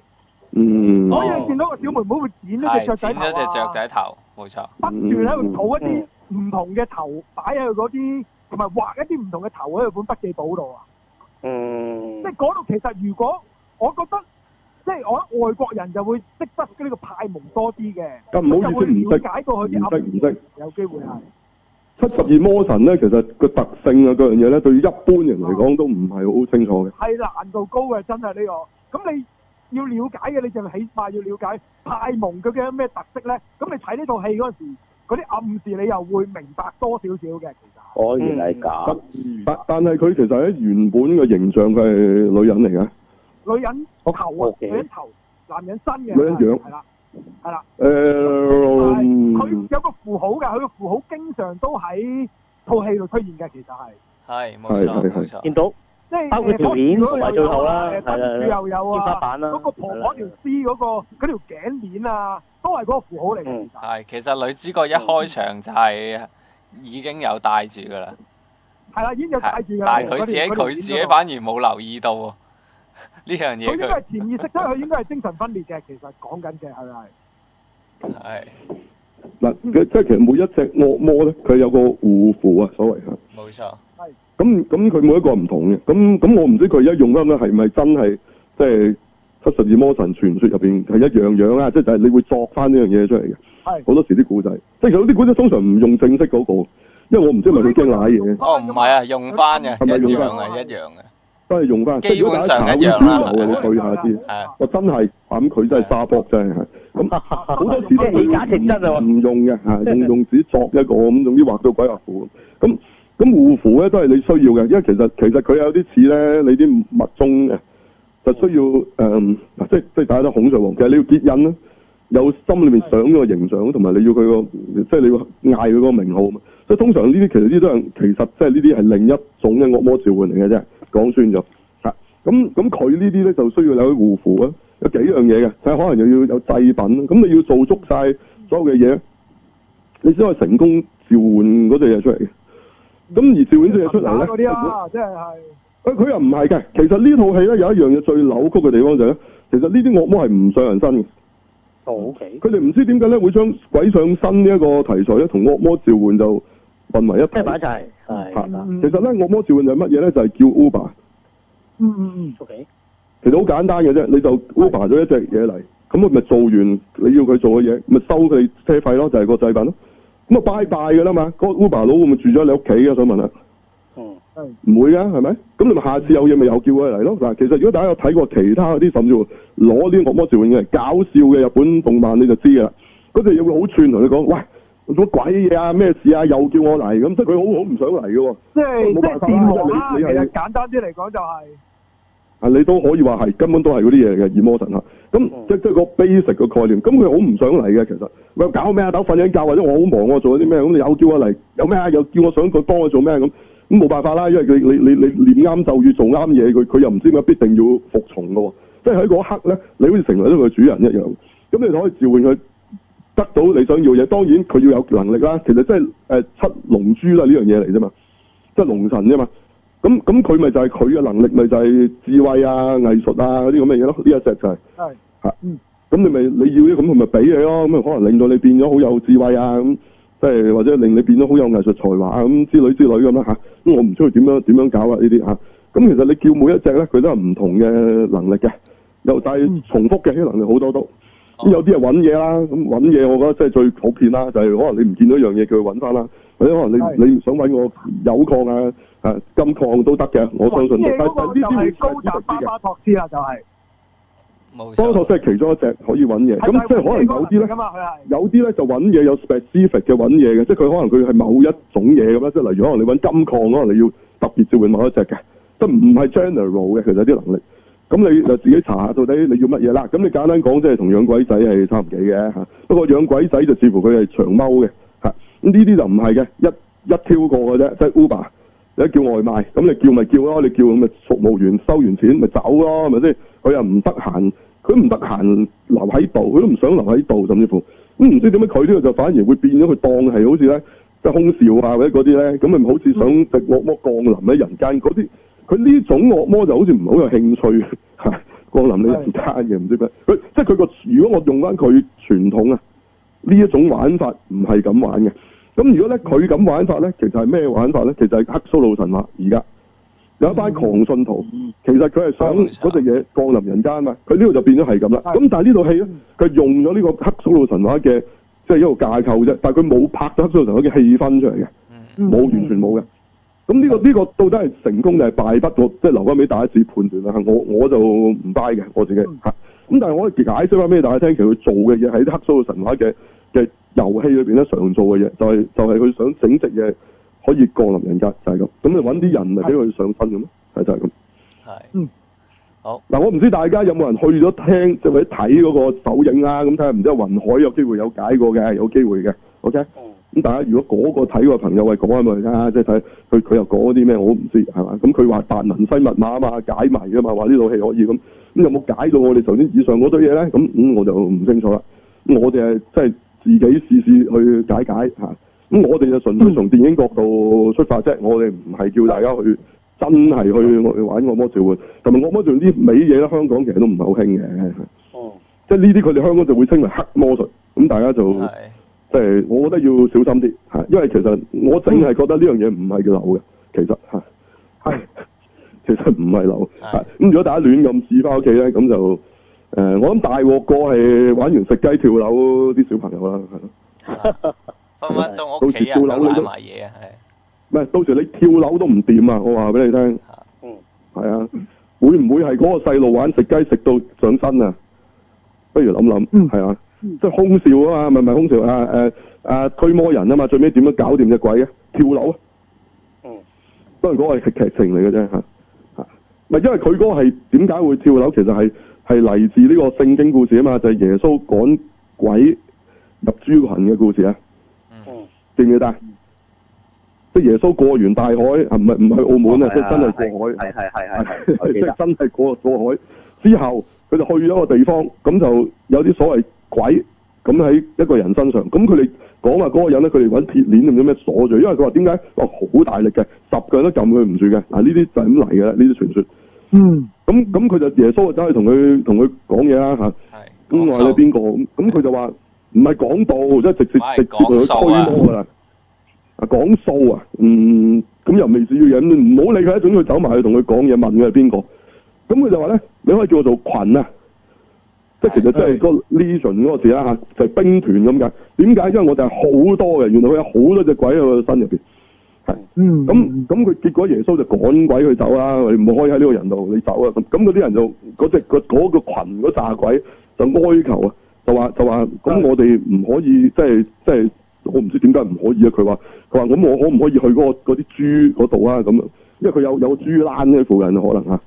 嗯，
所以你見到個小妹妹會剪咗隻
哦係
雀仔
剪
頭
咗隻雀
啊，
仔頭，冇錯。
嗯
不斷喺度儲一啲唔同嘅頭擺喺佢嗰啲，同埋畫一啲唔同嘅頭喺佢本筆記簿度啊。
嗯
即係嗰度其實如果我覺得，即係我覺得外國人就會識得呢個派蒙多啲嘅，
咁唔好意
就
思
會
唔識
了解過佢啲
唔識
暗
唔識。
有機會係。
七十二魔神咧，其實個特性啊嗰樣嘢咧，對一般人嚟講都唔係好清楚嘅。
係難度高嘅，真係呢、個。咁你要了解嘅，你就起碼要了解派蒙佢嘅咩特色咧。咁你睇呢套戲嗰陣時，嗰啲暗示你又會明白多少少嘅。
嗯
哦，原嚟
啊
咁但但係佢其實喺原本嘅形象，佢係女人嚟嘅。
女人頭啊，女人頭，男人身嘅。
女人樣
係啦，係啦。
誒、嗯
佢有個符號㗎，佢個符號經常都喺套戲度出現嘅，其實係。
係冇
係
錯
係
冇錯。
見到
即係
包括條鏈同埋最後啦係啦係啦
又有
天花
啊，
板啦
嗰個婆婆條絲嗰個嗰條頸鏈啊，都係嗰個符號嚟
嗯
嘅。
係，其實女主角一開場就係已經有戴住㗎啦，
係啦，已經有戴住㗎
但係
啦。
佢自己
嗰條嗰條
佢自己
鏈嗰度
反而冇留意到喎呢樣
佢
嘢
應該係
佢
潛意識，所以佢應該係精神分裂嘅。其實講緊嘅係咪？
係
嗱，佢即係其實每一隻惡魔咧，佢有個護符啊，所謂嚇。
冇錯。
咁咁佢每一個唔同嘅，咁咁我唔知佢而家用翻咧係咪真係即係七十二魔神傳說入邊係一樣樣啊？即係就係你會作翻呢樣嘢出嚟嘅。
係
好多時啲古仔，即係有啲古仔通常唔用正式嗰、個，因為我唔知係咪佢驚瀨嘢，
哦，唔係啊，用翻嘅，
係咪
一
用
樣
返
嘅，一樣嘅。
都係用翻。即係
基
如果
本
大家
上
炒
一樣
啲
啦
有啊，你對下啲。
係
我真係咁，佢真係沙博真係係。 咁好多
即
時都
係你假情真啊
唔用嘅 嚇，用用紙作一個咁，總之畫到鬼畫符咁。咁咁護符咧都係你需要嘅，因為其實其實佢有啲似咧你啲密宗嘅，就需要誒、嗯嗱即係即係大家都孔雀王，其實你要結印啦，有心裏面想嗰個形象，同埋你要佢個即係你要嗌佢嗰個名號嘛。所以通常呢啲其實呢啲都係其實即係呢啲係另一種嘅惡魔召喚嚟嘅啫，講穿咗嚇。咁咁佢呢啲咧就需要有護符啊，有幾樣嘢嘅，就係可能又要有祭品，咁你要做足晒所有嘅嘢，你先可以成功召喚嗰隻嘢出嚟嘅。咁而召喚隻嘢出嚟咧，
嗰啲啊，即係
佢佢又唔係嘅，其實呢套戲咧有一樣嘢最扭曲嘅地方就係、咧，其實呢啲惡魔係唔上人身嘅。
O K。
佢哋唔知點解咧會將鬼上身呢一個題材咧同惡魔召喚就混為一
即係擺一齊，
嚇
Vâng.
其實咧惡魔召喚就係乜嘢咧？就係、叫 Uber。
嗯嗯嗯
，O K。
其實好簡單嘅啫，你就 Uber 咗一隻嘢嚟，咁佢咪做完你要佢做嘅嘢，咪收佢車費咯，就係、個製品咯。咁啊拜拜㗎啦嘛，嗰、個 Uber 佬會唔會住咗你屋企啊嘅？想問下。
係
唔會㗎，啊係咪？咁你咪下次有嘢咪又叫佢嚟咯。嗱，其實如果大家有睇過其他嗰啲，甚至乎攞啲惡魔召喚嘅搞笑嘅日本動漫，你就知㗎啦。嗰隻嘢會好串同你講，喂，做乜鬼嘢啊？咩事啊？又叫我嚟咁，即係佢好好唔想嚟嘅喎。
即
冇
係即係
辦法
電王啦
啦，。
其
你你係
實簡單啲嚟講就係
啊，你都可以話係根本都係嗰啲嘢嚟嘅，以魔神嚇。咁即即係個 basic 嘅概念，咁佢好唔想嚟嘅其實。喂，搞咩啊？等我瞓緊覺，或者我好忙，我做緊啲咩？咁你又叫我嚟，有咩啊？又叫我想佢幫我做咩咁？咁冇辦法啦，因為佢你你你念啱咒語做啱嘢，佢佢又唔知點解必定要服從嘅喎。即係喺嗰一刻咧，你好似成為咗佢嘅主人一樣。咁你就可以召喚佢得到你想要嘢，當然佢要有能力啦。其實即係誒七龍珠啦呢樣嘢嚟啫嘛，即係龍神啫嘛。咁咁佢咪就係佢嘅能力，咪就係智慧啊、藝術啊嗰啲咁嘅嘢咯。呢一隻就係、
係
嚇，咁你咪你要啲咁佢咪俾你咯，咁可能令到你變咗好有智慧啊，咁即係或者令你變咗好有藝術才華啊咁之類之類咁啦嚇。咁我唔知佢點樣點樣搞啊呢啲嚇。咁其實你叫每一隻咧，佢都係唔同嘅能力嘅，又但
嗯
係重複嘅啲能力好
哦
多都。咁有啲係揾嘢啦，咁揾嘢我覺得真係最普遍啦，就係、可能你唔見到一樣嘢，叫佢揾翻啦，或者可能你你想揾個有礦啊、啊金礦都得嘅，我相信都
揾嘢
得。但
嗰個
係呢
就
啲會
係高達巴巴托斯啦，就係
多托即係其中一隻可以揾嘢，
係咪
咁即係可能有啲咧
㗎，嘛，佢係
有啲咧就揾嘢有 specific 嘅揾嘢嘅，即係佢可能佢係某一種嘢咁啦，即係例如可能你揾金礦，可能你要特別召喚某一隻嘅，即係唔係 general 嘅，其實啲能力。咁你就自己查下到底你要乜嘢啦。咁你簡單講，即係同養鬼仔係差唔幾嘅嚇。不過養鬼仔就似乎佢係長踎嘅嚇。咁呢啲就唔係嘅，一一挑過嘅啫，即係 Uber。你一叫外賣，咁你叫咪叫咯，你叫咁咪服務員收完錢咪走咯，係咪先？佢又唔得閒，佢唔得閒留喺度，佢都唔想留喺度，甚至乎咁唔知點解佢呢個就反而會變咗佢當係好似咧，即係空少啊或者嗰啲咧，咁咪好似想隻惡魔降臨喺人間嗰啲，佢呢種惡魔就好似唔係好有興趣降臨喺人間嘅，唔知點解佢即係佢個如果我用翻佢傳統啊。呢一種玩法唔係咁玩嘅。咁如果咧佢咁玩法咧，其實係咩玩法咧？其實係黑蘇魯神話而家有一班狂信徒，其實佢係想嗰隻嘢降臨人間啊嘛。佢呢度就變咗係咁啦。咁但係呢套戲咧，佢用咗呢個黑蘇魯神話嘅即係一個架構啫，但係佢冇拍到黑蘇魯神話嘅氣氛出嚟嘅，
嗯
冇完全冇嘅。咁呢、個呢、個到底係成功定係敗筆，我即係留翻俾大家自己判斷啦。我我就唔 buy 嘅，我自己嚇。咁但係我可以解釋翻俾大家聽，其實佢做嘅嘢喺黑蘇魯神話嘅嘅遊戲裏邊咧常做嘅嘢，就係、就係、佢想整隻嘢可以降臨人間，就係、咁。咁你揾啲人嚟俾佢上身咁咯，係就係、咁。
嗯，
好。
嗱，我唔知大家有冇人去咗聽，即係或者睇嗰個首映啦，咁睇下唔知雲海有機會有解過嘅，有機會嘅，OK。咁大家如果嗰個睇過嘅朋友，喂講下咪啦，即係睇佢佢又講啲咩，我唔知係嘛。咁佢話達文西密碼啊嘛，解謎啊嘛，話呢套戲可以咁。咁有冇解到我哋頭先以上嗰堆嘢咧？咁咁我就唔清楚啦。咁我哋係即係自己試試去解解嚇。咁我哋就純粹從電影角度出發啫，我哋唔係叫大家去真係去去玩惡魔召喚，同埋惡魔召喚啲美嘢咧，香港其實都唔係好興嘅。即係呢啲佢哋香港就會稱為黑魔術，咁大家就即係我覺得要小心啲嚇，因為其實我淨係覺得呢樣嘢唔係流嘅，其實嚇係 其實唔係流嚇。咁如果大家亂咁試翻屋企咧，咁就誒、呃我諗大鑊過係玩完食雞跳樓啲小朋友啦，係咯。
分分鐘屋企人都買埋嘢啊，係
唔係，到時你跳樓都唔掂啊！我話俾你聽。
嗯。
係啊，會唔會係嗰個細路玩食雞食到上身啊？不如諗諗。嗯。係啊，即係空少啊嘛，咪咪空少啊誒啊驅魔人啊嘛，最尾點樣搞掂只鬼啊？跳樓啊！
嗯。
當然嗰個係劇情嚟嘅啫嚇嚇，咪因為佢嗰個係點解會跳樓，其實係係嚟自呢個聖經故事啊嘛，就係、耶穌趕鬼入豬群嘅故事啊？記唔記得啊？即係耶穌過完大海，啊唔係唔係澳門啊，即係真係過海。
係係哦係係
即
我記
係
得
真係過過海之後，佢就去咗個地方，咁就有啲所謂鬼咁喺一個人身上，咁佢哋講話嗰個人咧，佢哋揾鐵鏈定唔知咩鎖住，因為佢話點解哇好大力嘅，十個人都撳佢唔住嘅，嗱呢啲就係咁嚟嘅啦，呢啲傳說。
嗯，
咁咁佢就耶穌就走去同佢同佢講嘢啦嚇，咁話你邊個咁咁佢就話唔係講道，即係直接直接同佢驅魔㗎啦。啊講數啊，嗯，咁又未至於嘅，咁你唔好理佢，一陣佢走埋去同佢講嘢，問佢係邊個，咁佢就話咧，你可以叫我做群啊，即係其實即係個 legion 嗰個字啦嚇，就係兵團咁解。點解？因為我哋係好多嘅，原來佢有好多隻鬼喺佢身入邊。係，
ừ, 嗯
咁咁佢結果耶穌就趕鬼佢走啦，你唔可以喺呢個人度，你走啊！咁咁嗰啲人就嗰只嗰嗰個群嗰扎鬼就哀求啊，就話就話咁我哋唔可以即係即係我唔知點解唔可以啊！佢話佢話咁我可唔可以去嗰、個嗰啲豬嗰度啊？咁樣因為佢有有豬欄喺附近啊可能嚇。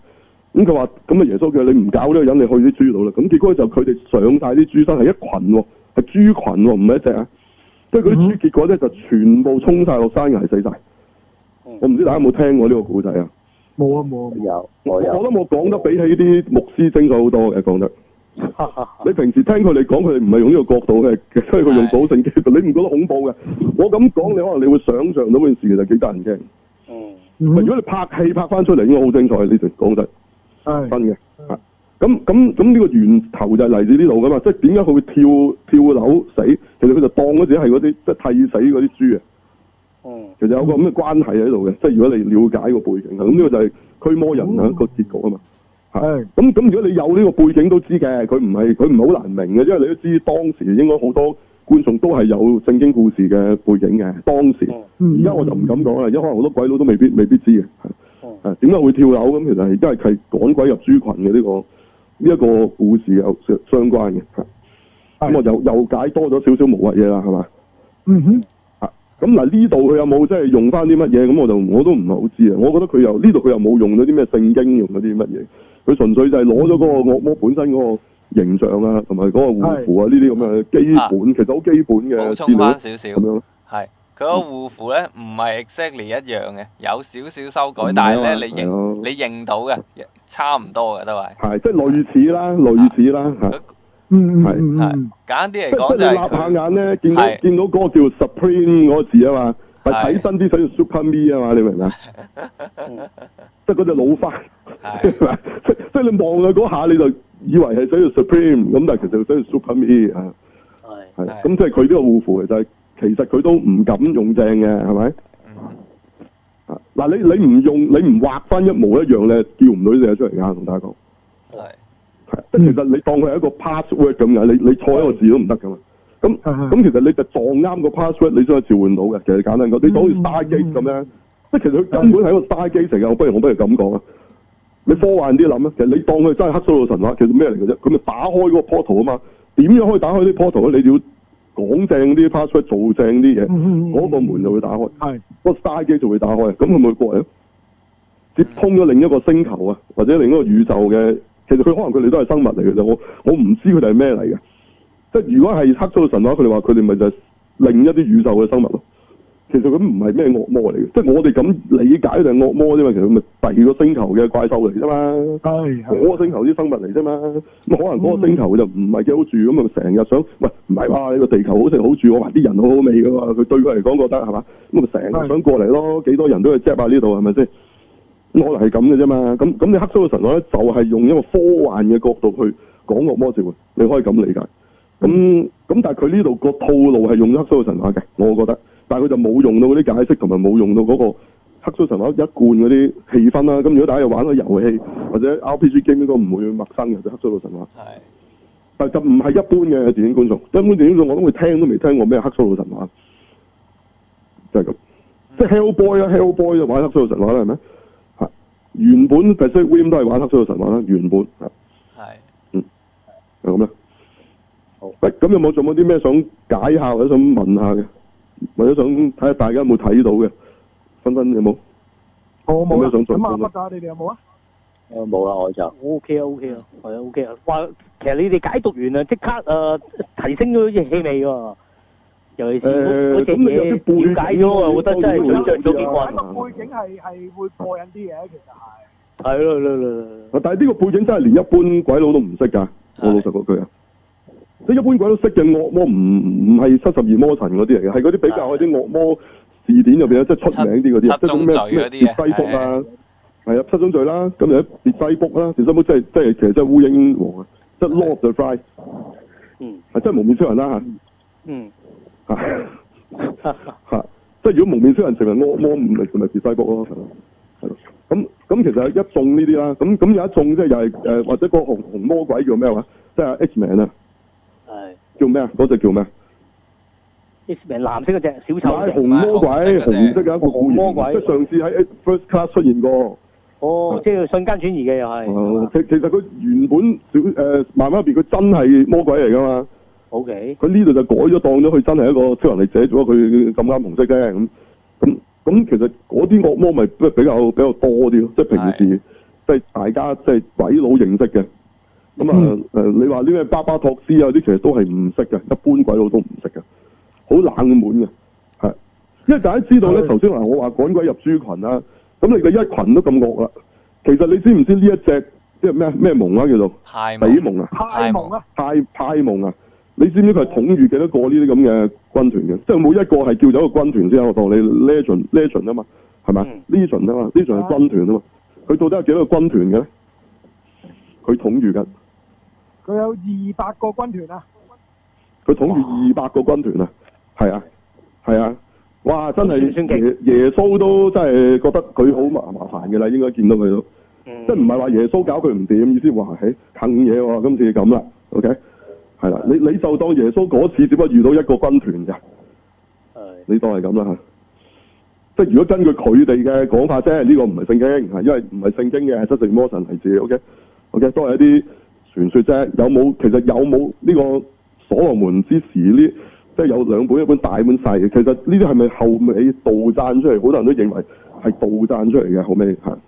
咁佢話：咁啊，耶穌叫你唔搞呢個人，你去啲豬度啦。咁結果就佢哋上晒啲豬身，係一群喎，係豬群喎，唔係一隻啊。即係嗰啲豬結果咧就全部衝晒落山崖死晒。我唔知大家有冇聽過呢個故仔啊？
冇啊冇啊
有，
我覺得我講得比起啲牧師精彩好多嘅，講得。你平時聽佢哋講，佢哋唔係用呢個角度嘅， 所以佢用保聖經，你唔覺得恐怖嘅？我咁講，你可能你會想像到嗰件事其實幾得人驚。
Ừ.
嗯。如果你拍戲拍翻出嚟，應該好精彩呢段講真。
係
真嘅。啊咁咁咁呢個源頭就係嚟自呢度噶嘛，即係點解佢會跳跳樓死？其實佢就當嗰自己係嗰啲即係替死嗰啲豬啊。其實有個咁嘅關係喺度嘅，即係如果你了解個背景啊，咁呢個就係驅魔人啊個結局啊嘛。係。咁咁如果你有呢個背景都知嘅，佢唔係佢唔係好難明嘅，因為你都知當時應該好多觀眾都係有聖經故事嘅背景嘅，當時。
嗯 Ừ,
而家我就唔敢講啦，因為可能好多鬼佬都未必未必知嘅。
哦
係啊，點解會跳樓咁？其實係因為係趕鬼入豬群嘅呢、個呢一、個故事有相相關嘅。係咁我又又解多咗少少無謂嘢啦，係嘛？
嗯哼，
咁嗱呢度佢有冇即係用翻啲乜嘢？咁我就我都唔係好知啊。我覺得佢又呢度佢又冇用咗啲咩聖經，用咗啲乜嘢？佢純粹就係攞咗嗰個惡魔本身嗰個形象啊，同埋嗰個護符啊呢啲咁嘅基本，其實好基本嘅
補
資
充
料
翻少少，
咁樣
係
咯。
佢個護符咧唔係 exactly 一樣嘅，有少少修改
唔係啊，
但係咧你
係啊
認
咯
你認到嘅，差唔多嘅都係。
係即係類似啦，類似啦嚇。
嗯
係
係。
簡單啲啊嚟
即係
講
你
就係
立下
佢
眼咧，見到
係
見到嗰個叫 Supreme 嗰個字啊嘛，但
係
睇身啲睇到 Super Me 啊嘛，你明 唔明啊？即係嗰隻老花，即 即係你望佢嗰下你就以為係寫住 Supreme，咁但係其實寫住 Super Me 啊，係咁即係佢呢個護符其實係其實佢都唔敢用正嘅，係咪？啊嗱，你你唔用你唔畫翻一模一樣咧，叫唔到呢隻嘢出嚟㗎，同大家講。係即係其實你當佢係一個 password 咁嘅，你你錯一個字都唔得㗎嘛。咁
嗯
咁其實你就撞啱個 password，你先可以召喚到嘅。其實簡單講，你就好似 Stargate 咁樣，即係其實佢根本係一個 Stargate 嚟嘅。我不如我不如咁講啊，你科幻啲諗啊，其實你當佢真係黑蘇魯神話，其實咩嚟嘅啫？佢咪打開嗰個 portal 啊嘛？點樣可以打開啲 portal 咧？你就要講正啲 password，做正啲
Ừ, 嗯
嘢，嗰個門就會打開。
係，
個 Stargate 就會打開，咁佢咪會過嚟咯？接通咗另一個星球啊，或者另一個宇宙嘅，其實佢可能佢哋都係生物嚟嘅啫。我我唔知佢哋係咩嚟嘅。即係如果係黑咗神話，佢哋話佢哋咪就係另一啲宇宙嘅生物咯。其實佢唔係咩惡魔嚟嘅，即係我哋咁理解就係惡魔啫嘛。其實佢咪第二個星球嘅怪獸嚟啫嘛。
係
嗰個星球啲生物嚟啫嘛。咁可能嗰個星球就唔係幾好住，咁咪成日想喂唔係話你個地球好食好住，我話啲人好好味噶嘛。佢對佢嚟講覺得係嘛，咁啊咪成日想過嚟咯。幾多人都去 j 下呢度係咪先？咁可能係咁嘅啫嘛。咁咁你黑蘇嘅神話咧，就係用一個科幻嘅角度去講惡魔召喚，你可以咁理解。咁咁但係佢呢度個套路係用咗黑蘇嘅神話嘅，我覺得，但係佢就冇用到嗰啲解釋，同埋冇用到嗰個黑蘇神話一貫嗰啲氣氛啦。咁如果大家有玩過遊戲或者 RPG game 應該唔會陌生嘅，就黑蘇魯神話。
係。
但就唔係一般嘅電影觀眾，一般電影觀眾我都會聽都未聽過咩黑蘇魯神話，就係、咁。即係 Hellboy 啦，Hellboy 啊就玩黑蘇魯神話啦，係咪？係原本 Pacific Rim 都係玩黑蘇魯神話啦，原本係
係
係咁啦。喂，咁有冇仲有冇啲咩想解下或者想問下嘅，或者想睇下大家有冇睇到嘅？芬芬有冇？
我冇
有咩
啊。
想做
咁啊，
咁啊
乜啊？你哋有冇啊？
冇啦，我就
O K 啊，O K 啊，係啊，O K 啊。哇，其實你哋解讀完啊，即刻誒、呃提升咗啲氣味喎。尤其是
誒
嗰嗰隻
咁你有
嘢了
啲
解
背景
咗啊，我覺得真係想象咗幾過癮。
個背景係係會過癮啲嘅，其實係。
係咯，係咯，
啊但係呢個背景真係連一般鬼佬都唔識㗎，我老實嗰句啊。即係一般鬼佬識嘅惡魔唔唔係七十二魔神嗰啲嚟嘅，係嗰啲比較嗰啲惡魔字典入邊啊咧，即係出名啲嗰啲，
七
即係
宗罪
咩
嗰
咩
啲啊
跌西卜啊，係啊七宗罪啦，咁又跌西卜啦，跌西卜即係即係其實即係烏蠅王啊，即係 Lord of the Flies，
嗯
啊係真係蒙面超人啦
嗯，
嚇嚇嚇，啊即係如果蒙面超人成為惡魔，唔咪咪跌西卜咯，係咯。係咯咁咁其實有一眾呢啲啦，咁咁有一眾即係又係誒或者個紅紅魔鬼叫咩話，即係 X Man 啊，
係
叫咩啊？嗰只叫咩啊？
X-Men 藍色嗰隻小
買
丑。
紅魔鬼，紅色嘅一個
紅
固
魔
然，
鬼
即係上次喺 First Class 出現過。
哦，即係瞬間轉移嘅又係。
哦其其實佢原本小呃誒漫畫入邊，佢真係魔鬼嚟㗎嘛。
O K。
佢呢度就改咗，當咗佢真係一個超能力者，只不過佢咁啱紅色啫。咁咁咁，其實嗰啲惡魔咪比比較比較多啲咯，即係平時即係大家即係鬼佬認識嘅。咁啊誒，你話呢咩巴巴托斯啊啲，其實都係唔識嘅，一般鬼佬都唔識嘅，好冷門嘅，係。因為大家知道咧，頭先話我話趕鬼入豬群啦，咁你嘅一群都咁惡啦，其實你知唔知呢一隻即係咩咩蒙啊叫做？
太
比蒙啊，
派蒙啊，
派派蒙啊！你知唔知佢係統御幾多個呢啲咁嘅軍團嘅？即係每一個係叫做一個軍團先，我當你 legend legend 啊嘛，係咪？legend 啊嘛，legend 係軍團啊嘛。佢到底有幾多個軍團嘅咧？佢統御緊，
佢有二百個軍團啊，
佢統御二百個軍團啊！係啊，係啊！哇，真係
算勁
耶耶穌都真係覺得佢好麻麻煩嘅啦，應該見到佢都。
嗯
即係唔係話耶穌搞佢唔掂，意思話係近嘢喎，今次咁啦，OK，係啦，你你就當耶穌嗰次只不過遇到一個軍團咋，你當係咁啦嚇。即係如果根據佢哋嘅講法啫，呢、個唔係聖經，係因為唔係聖經嘅，係七聖魔神嚟自，OK，OK，、都係一啲傳說啫。有冇其實有冇呢個所羅門之時呢？即係有兩本，一本大，一本細。其實呢啲係咪後尾杜撰出嚟？好多人都認為係杜撰出嚟嘅，後尾嚇。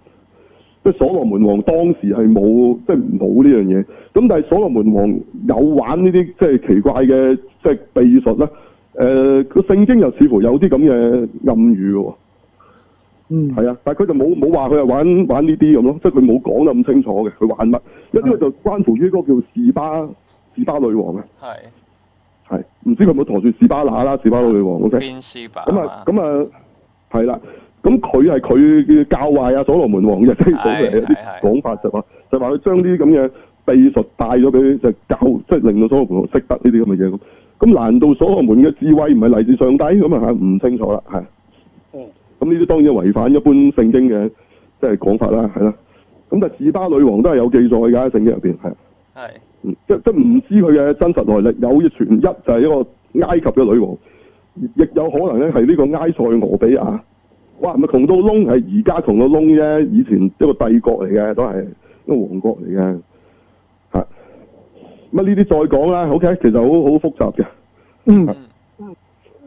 即係所羅門王當時係冇，即係冇呢樣嘢。咁但係所羅門王有玩呢啲即係奇怪嘅即係秘術啦。誒、個聖經又似乎有啲咁嘅暗語嘅喎。
嗯，
係啊，但係佢就冇冇話佢係玩玩呢啲咁咯，即係佢冇講得咁清楚嘅，佢玩乜？因為呢個就關乎於嗰個叫士巴士巴女王啊，
係
係唔知佢有冇陀住士巴乸啦，士巴女王 OK。
Queen Sheba
咁啊，咁啊，係啦，咁佢係佢嘅教壞啊，所羅門王嘅，即係
係
有啲
係係
講法就話，就話佢將呢啲咁嘅秘術帶咗俾佢就教，即係令到所羅門王識得呢啲咁嘅嘢咁。咁難道所羅門嘅智慧唔係嚟自上帝咁啊？唔清楚啦，係。咁呢啲當然違反一般聖經嘅即係講法啦，係啦。咁但係士巴女王都係有記載㗎，喺聖經入邊係。
係
嗯即即唔知佢嘅真實來歷，有傳一就係一個埃及嘅女王，亦有可能咧係呢個埃塞俄比亞。哇！咪窮到窿係而家窮到窿啫，以前一個帝國嚟嘅，都係一個王國嚟嘅。嚇！乜呢啲再講啦，OK，其實好好複雜嘅。
嗯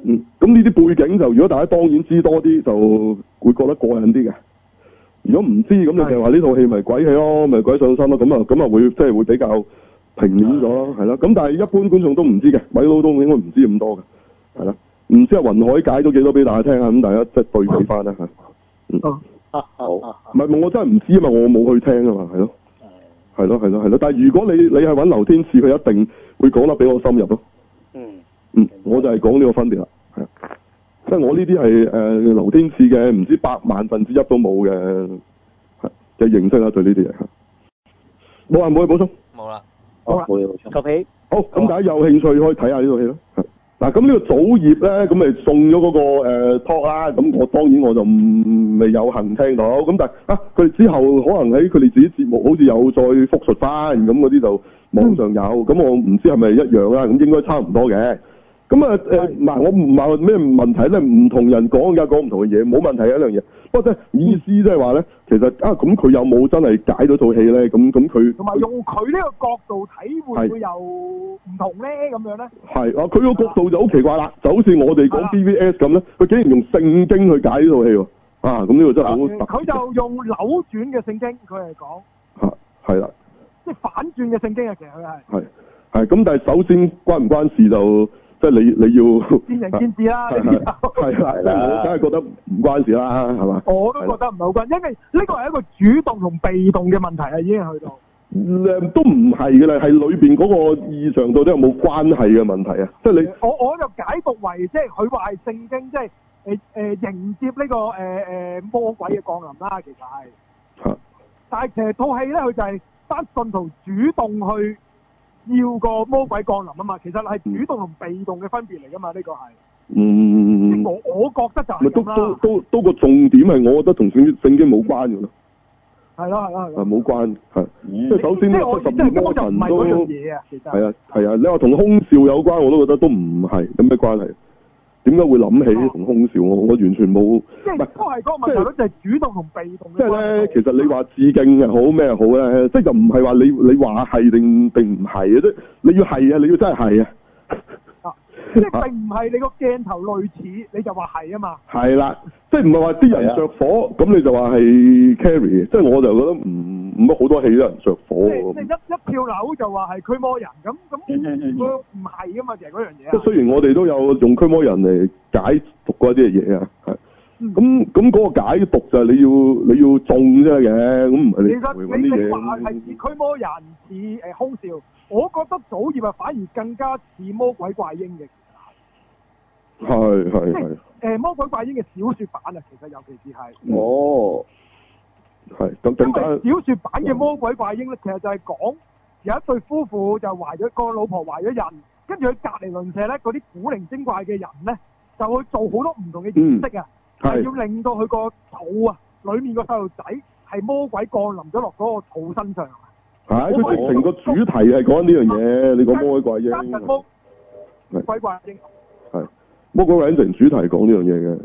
嗯，咁呢啲背景就如果大家當然知多啲，就會覺得過癮啲嘅。如果唔知咁，你就話呢套戲咪鬼戲咯，咪鬼上身咯，咁啊咁啊會即係會比較平面咗咯，係啦。咁但係一般觀眾都唔知嘅，鬼佬都應該唔知咁多嘅，係啦。唔知阿啊雲海解咗幾多俾大家聽啊？咁大家即係對比翻啦嚇。嗯，
好。
唔係我真係唔知啊嘛，我冇去聽啊嘛，係咯，係咯係咯係咯。但係如果你你係揾劉天賜，佢一定會講得比我深入咯。
嗯
嗯，我就係講呢個分別啦，係啊，即係我呢啲係誒劉天賜嘅唔知百萬分之一都冇嘅係嘅認識啦，對呢啲嘢係冇啊冇嘢補充，
冇啦，
好啊，求皮。
好咁大家有興趣可以睇下呢套戲咯。係嗱咁呢個祖業咧，咁咪送咗嗰、個誒 talk 啦，咁我當然我就唔未有幸聽到，咁但係啊佢哋之後可能喺佢哋自己節目好似有再復述翻，咁嗰啲就網上有，咁、我唔知係咪一樣啦，咁應該差唔多嘅。咁啊誒嗱，我唔係話咩問題咧，唔同人講有講唔同嘅嘢，冇問題嘅啊一樣嘢。不過即係意思即係話咧，其實啊咁佢有冇真係解到套戲咧？咁咁佢
同埋用佢呢個角度睇會唔
係
會又唔同咧？咁樣咧，
係啊，佢個角度就好奇怪啦，就好似我哋講 BVS 咁咧，佢竟然用聖經
嗯
去解呢套戲喎。啊，咁呢個真係好特別
佢就用扭轉嘅聖經，佢嚟講，
啊係啦，
即係反轉嘅聖經啊，其實佢係
係係咁，但係首先關唔關事就即係你你要
見仁見智啦。
係
你知道
係啦，即係我梗係覺得唔關事啦，係嘛？
我都覺得唔係好關，因為呢個係一個主動同被動嘅問題啊，已經去到。
誒都唔係嘅啦，係裏邊嗰個異常到底有冇關係嘅問題啊？即係你
我我就解讀為即係佢話係聖經，即係誒誒迎接呢、個誒誒、魔鬼嘅降臨啦，其實係。
啊
但係其實套戲咧，佢就係班信徒主動去要個魔鬼降臨啊嘛，其實係主動同被動嘅分別嚟噶嘛，呢、個係。
嗯，
我我覺得就
咪
係
都
咁
都
啦，
都都個重點係，我覺得同聖經聖經冇關嘅咯，
係咯係咯係咯。
係呃冇關係。即係首先
即
十
係我即
二
係
魔
我就唔
神
係嗰樣
都
嘢啊，其實。
係啊係啊，你話同空少有關，我都覺得都唔係有咩關係。點解會諗起同空少？我我完全冇。
啊即係都係嗰個問題咯，就係主動同被動
即
嘅
係
關
咧，其實你話致敬又好咩又好咧，即係就唔係話你你話係定定唔係嘅，即係你要係啊，你要真係係啊，
係即係並唔係你個鏡頭類似，你就話係啊嘛。
係啦，即係唔係話啲人着火咁你就話係 carry，即係我就覺得唔唔乜好多戲都有人着火
即係
喎
即係一一票樓就話係驅魔人咁咁，佢唔係噶嘛，其實嗰樣嘢
即係雖然我哋都有用驅魔人嚟解讀嗰啲嘢啊，係
嗯
咁咁嗰個解讀就係你要你要中啫嘅，咁唔係你
其
會
實
揾啲
你你
嘢
話係似驅魔人似誒空少，我覺得祖業啊反而更加似魔鬼怪嬰嘅，
係係係。
誒魔鬼怪嬰嘅小説版啊，其實尤其是係。
哦，係咁更加
小説版嘅魔鬼怪嬰咧，其實就係講有一對夫婦就懷咗個老婆懷咗孕，跟住佢隔離鄰舍咧嗰啲古靈精怪嘅人咧，就去做好多唔同嘅儀式啊，
嗯
係
係
要令到佢個肚啊，裡面個細路仔係魔鬼降臨咗落嗰個肚身上。
係佢直情個主題係講呢樣
啊
嘢，你講魔鬼怪
加近
啫，
魔鬼怪嬰，
係魔鬼怪成主題講呢樣嘢嘅，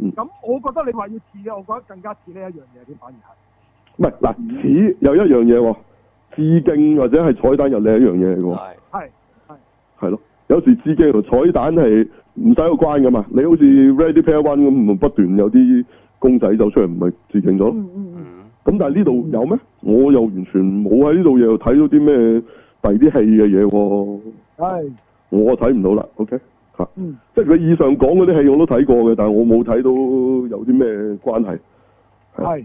嗯
咁我覺得你話要似嘅，我覺得更加似呢一樣嘢添，反而係。
唔係嗱
嗯
似有一樣嘢喎，致敬或者係彩蛋又另一樣嘢嚟嘅喎，
係
係咯，有時致敬同彩蛋係唔使有關噶嘛，你好似 Ready Player One 咁，不斷有啲公仔走出嚟，唔係致敬咗
嗯
咯，咁但係呢度有咩？我又完全冇喺呢度又睇到啲咩第二啲戲嘅嘢喎。
係
我睇唔到啦，OK 嚇、
嗯
即係佢以上講嗰啲戲我都睇過嘅，但係我冇睇到有啲咩關係
係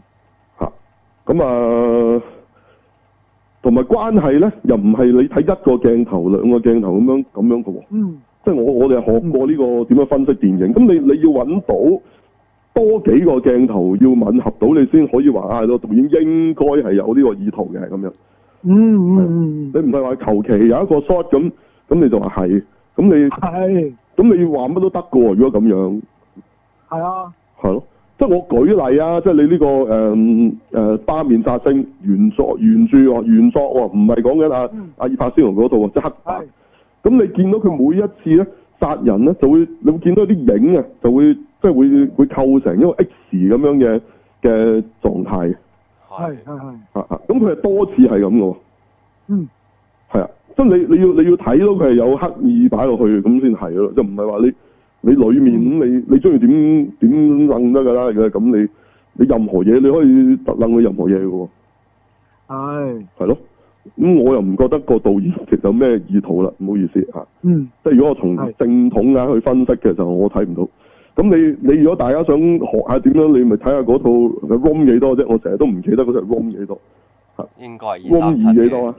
嚇。咁啊，同埋關係咧，又唔係你睇一個鏡頭、兩個鏡頭咁樣咁樣嘅喎。
嗯
即係我我哋學過呢個點樣分析電影，咁你你要揾到多幾個鏡頭要吻合到，你先可以話啊個導演應該係有呢個意圖嘅咁樣。
嗯嗯
你唔係話求其有一個 shot 咁，咁你就話係，咁你
係
咁你話乜都得嘅喎。如果咁樣
係啊，
係咯，即係我舉例啊，即係你呢、個誒誒、巴面殺星原作原著喎原作喎，唔係講緊阿阿爾柏斯隆嗰度喎，即係黑白。咁你見到佢每一次咧殺人咧，就會你會見到啲影啊，就會即係會會構成一個 X 咁樣嘅嘅狀態嘅。
係係係，
啊啊！咁佢係多次係咁嘅喎。
嗯。
係啊，即係你你要你要睇到佢係有刻意擺落去咁先係咯，就唔係話你你裏面咁你你中意點點楞得㗎啦，如果係咁你你任何嘢你可以特楞佢任何嘢嘅喎，
係
係咯。咁我又唔覺得個導演其實有咩意圖啦，唔好意思啊嚇。
嗯
即係如果我從正統眼去分析嘅時候，我睇唔到。咁你你如果大家想學下點樣，你咪睇下嗰套 ROM 幾多啫。我成日都唔記得嗰套 ROM 幾多。
應該係
ROM
二三七
二幾多
嘅
啊？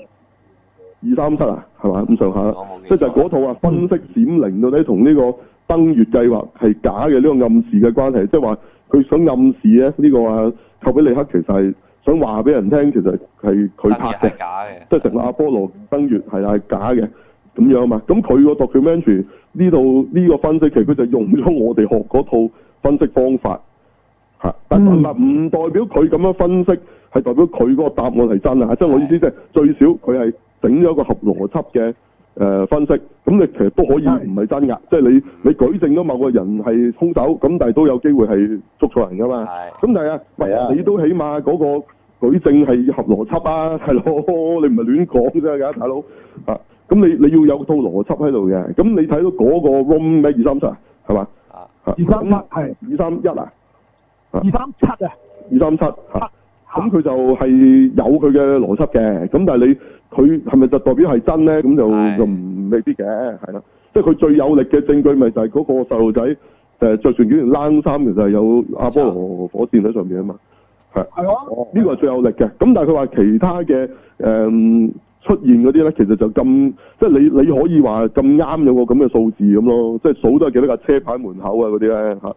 二三七啊，係嘛咁上下啦
哦我冇記錯
即係就係嗰套啊，分析閃靈到底同呢個登月計劃係假嘅呢、個暗示嘅關係，即係話佢想暗示咧呢、個啊寇比利克其實係想話俾人聽，其實係佢拍嘅。
係假嘅。
即係成個阿波羅登月係啦係假嘅咁樣嘛。咁佢個 documentary 呢度呢個分析其實佢就用咗我哋學嗰套分析方法嚇，但係唔代表佢咁樣分析係代表佢嗰個答案係真啊！即係我意思即係最少佢係整咗一個合邏輯嘅。誒、分析，咁你其實都可以唔係真㗎，即係你你舉證咗某個人係兇手，咁但係都有機會係捉錯人㗎嘛。咁但係啊，喂
係啊
你都起碼嗰個舉證係合邏輯啊， 大佬，你唔係亂講啫㗎，大佬啊！咁你你要有套邏輯喺度嘅，咁你睇到嗰個 room 咩二三七啊，係嘛？
啊，
二
三七係
二三一啊，
二三七啊，
二三七嚇，咁佢就係有佢嘅邏輯嘅，咁但係你佢係咪就代表係真咧？咁就就唔未必嘅，係啦，即係佢最有力嘅證據咪就係嗰個細路仔誒着住件冷衫，其實係有阿波羅火箭喺上面啊嘛，係
係啊，
呢個係最有力嘅。咁但係佢話其他嘅誒、嗯出現嗰啲咧，其實就咁即係你你可以話咁啱有個咁嘅數字咁咯，即係數都係幾多架車牌喺門口啊嗰啲咧嚇。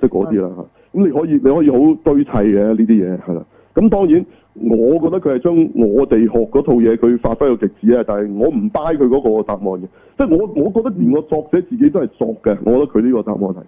即係嗰啲啦嚇。咁你可以你可以好堆砌嘅呢啲嘢係啦。咁當然，我覺得佢係將我哋學嗰套嘢佢發揮到極致啊！但係我唔 buy 佢嗰個答案嘅，即係我我覺得連個作者自己都係作嘅。我覺得佢呢個答案係。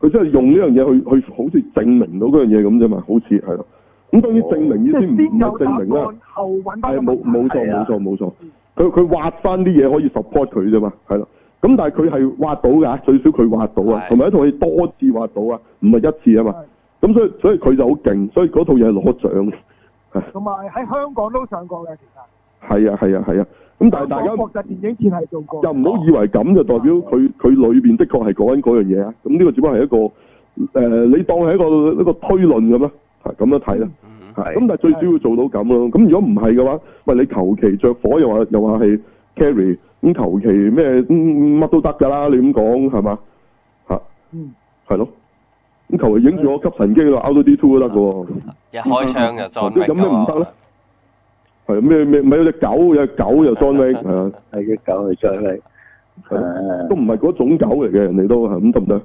係
佢真係用呢樣嘢去去好似證明到嗰樣嘢咁啫嘛，好似係咯。咁當然證明呢啲唔唔係證明啦，
後揾
係啊冇冇錯冇錯冇錯，佢佢挖翻啲嘢可以 support 佢啫嘛，係咯。咁但係佢係挖到㗎，最少佢挖到啊，同埋一套戲多次挖到啊，唔係一次啊嘛。咁所以所以佢就好勁，所以嗰套嘢係攞獎嘅。
同埋喺香港都上過嘅，其實
係啊係啊係啊，咁但係大家
國際電影節係做過。
又唔好以為咁就代表佢佢裏邊的確係講緊嗰樣嘢啊！咁呢個只不過係一個誒、呃你當係一個一個推論咁啦，係咁樣睇啦。係咁但係最主要做到咁咯。咁如果唔係嘅話，喂你求其着火又話又話係 carry，咁求其咩嗯乜都得㗎啦！你咁講係嘛？嚇
嗯，
係咯。咁求其影住我吸塵機度 out 到 D two 都得㗎喎。
一
嗯
開槍就裝逼
哦咁咩唔得咧？係咩咩？咪有隻狗，有隻狗又裝逼，係啊，
係只狗去裝逼，
嗯
都唔係嗰種狗嚟嘅，人哋都係咁得唔得？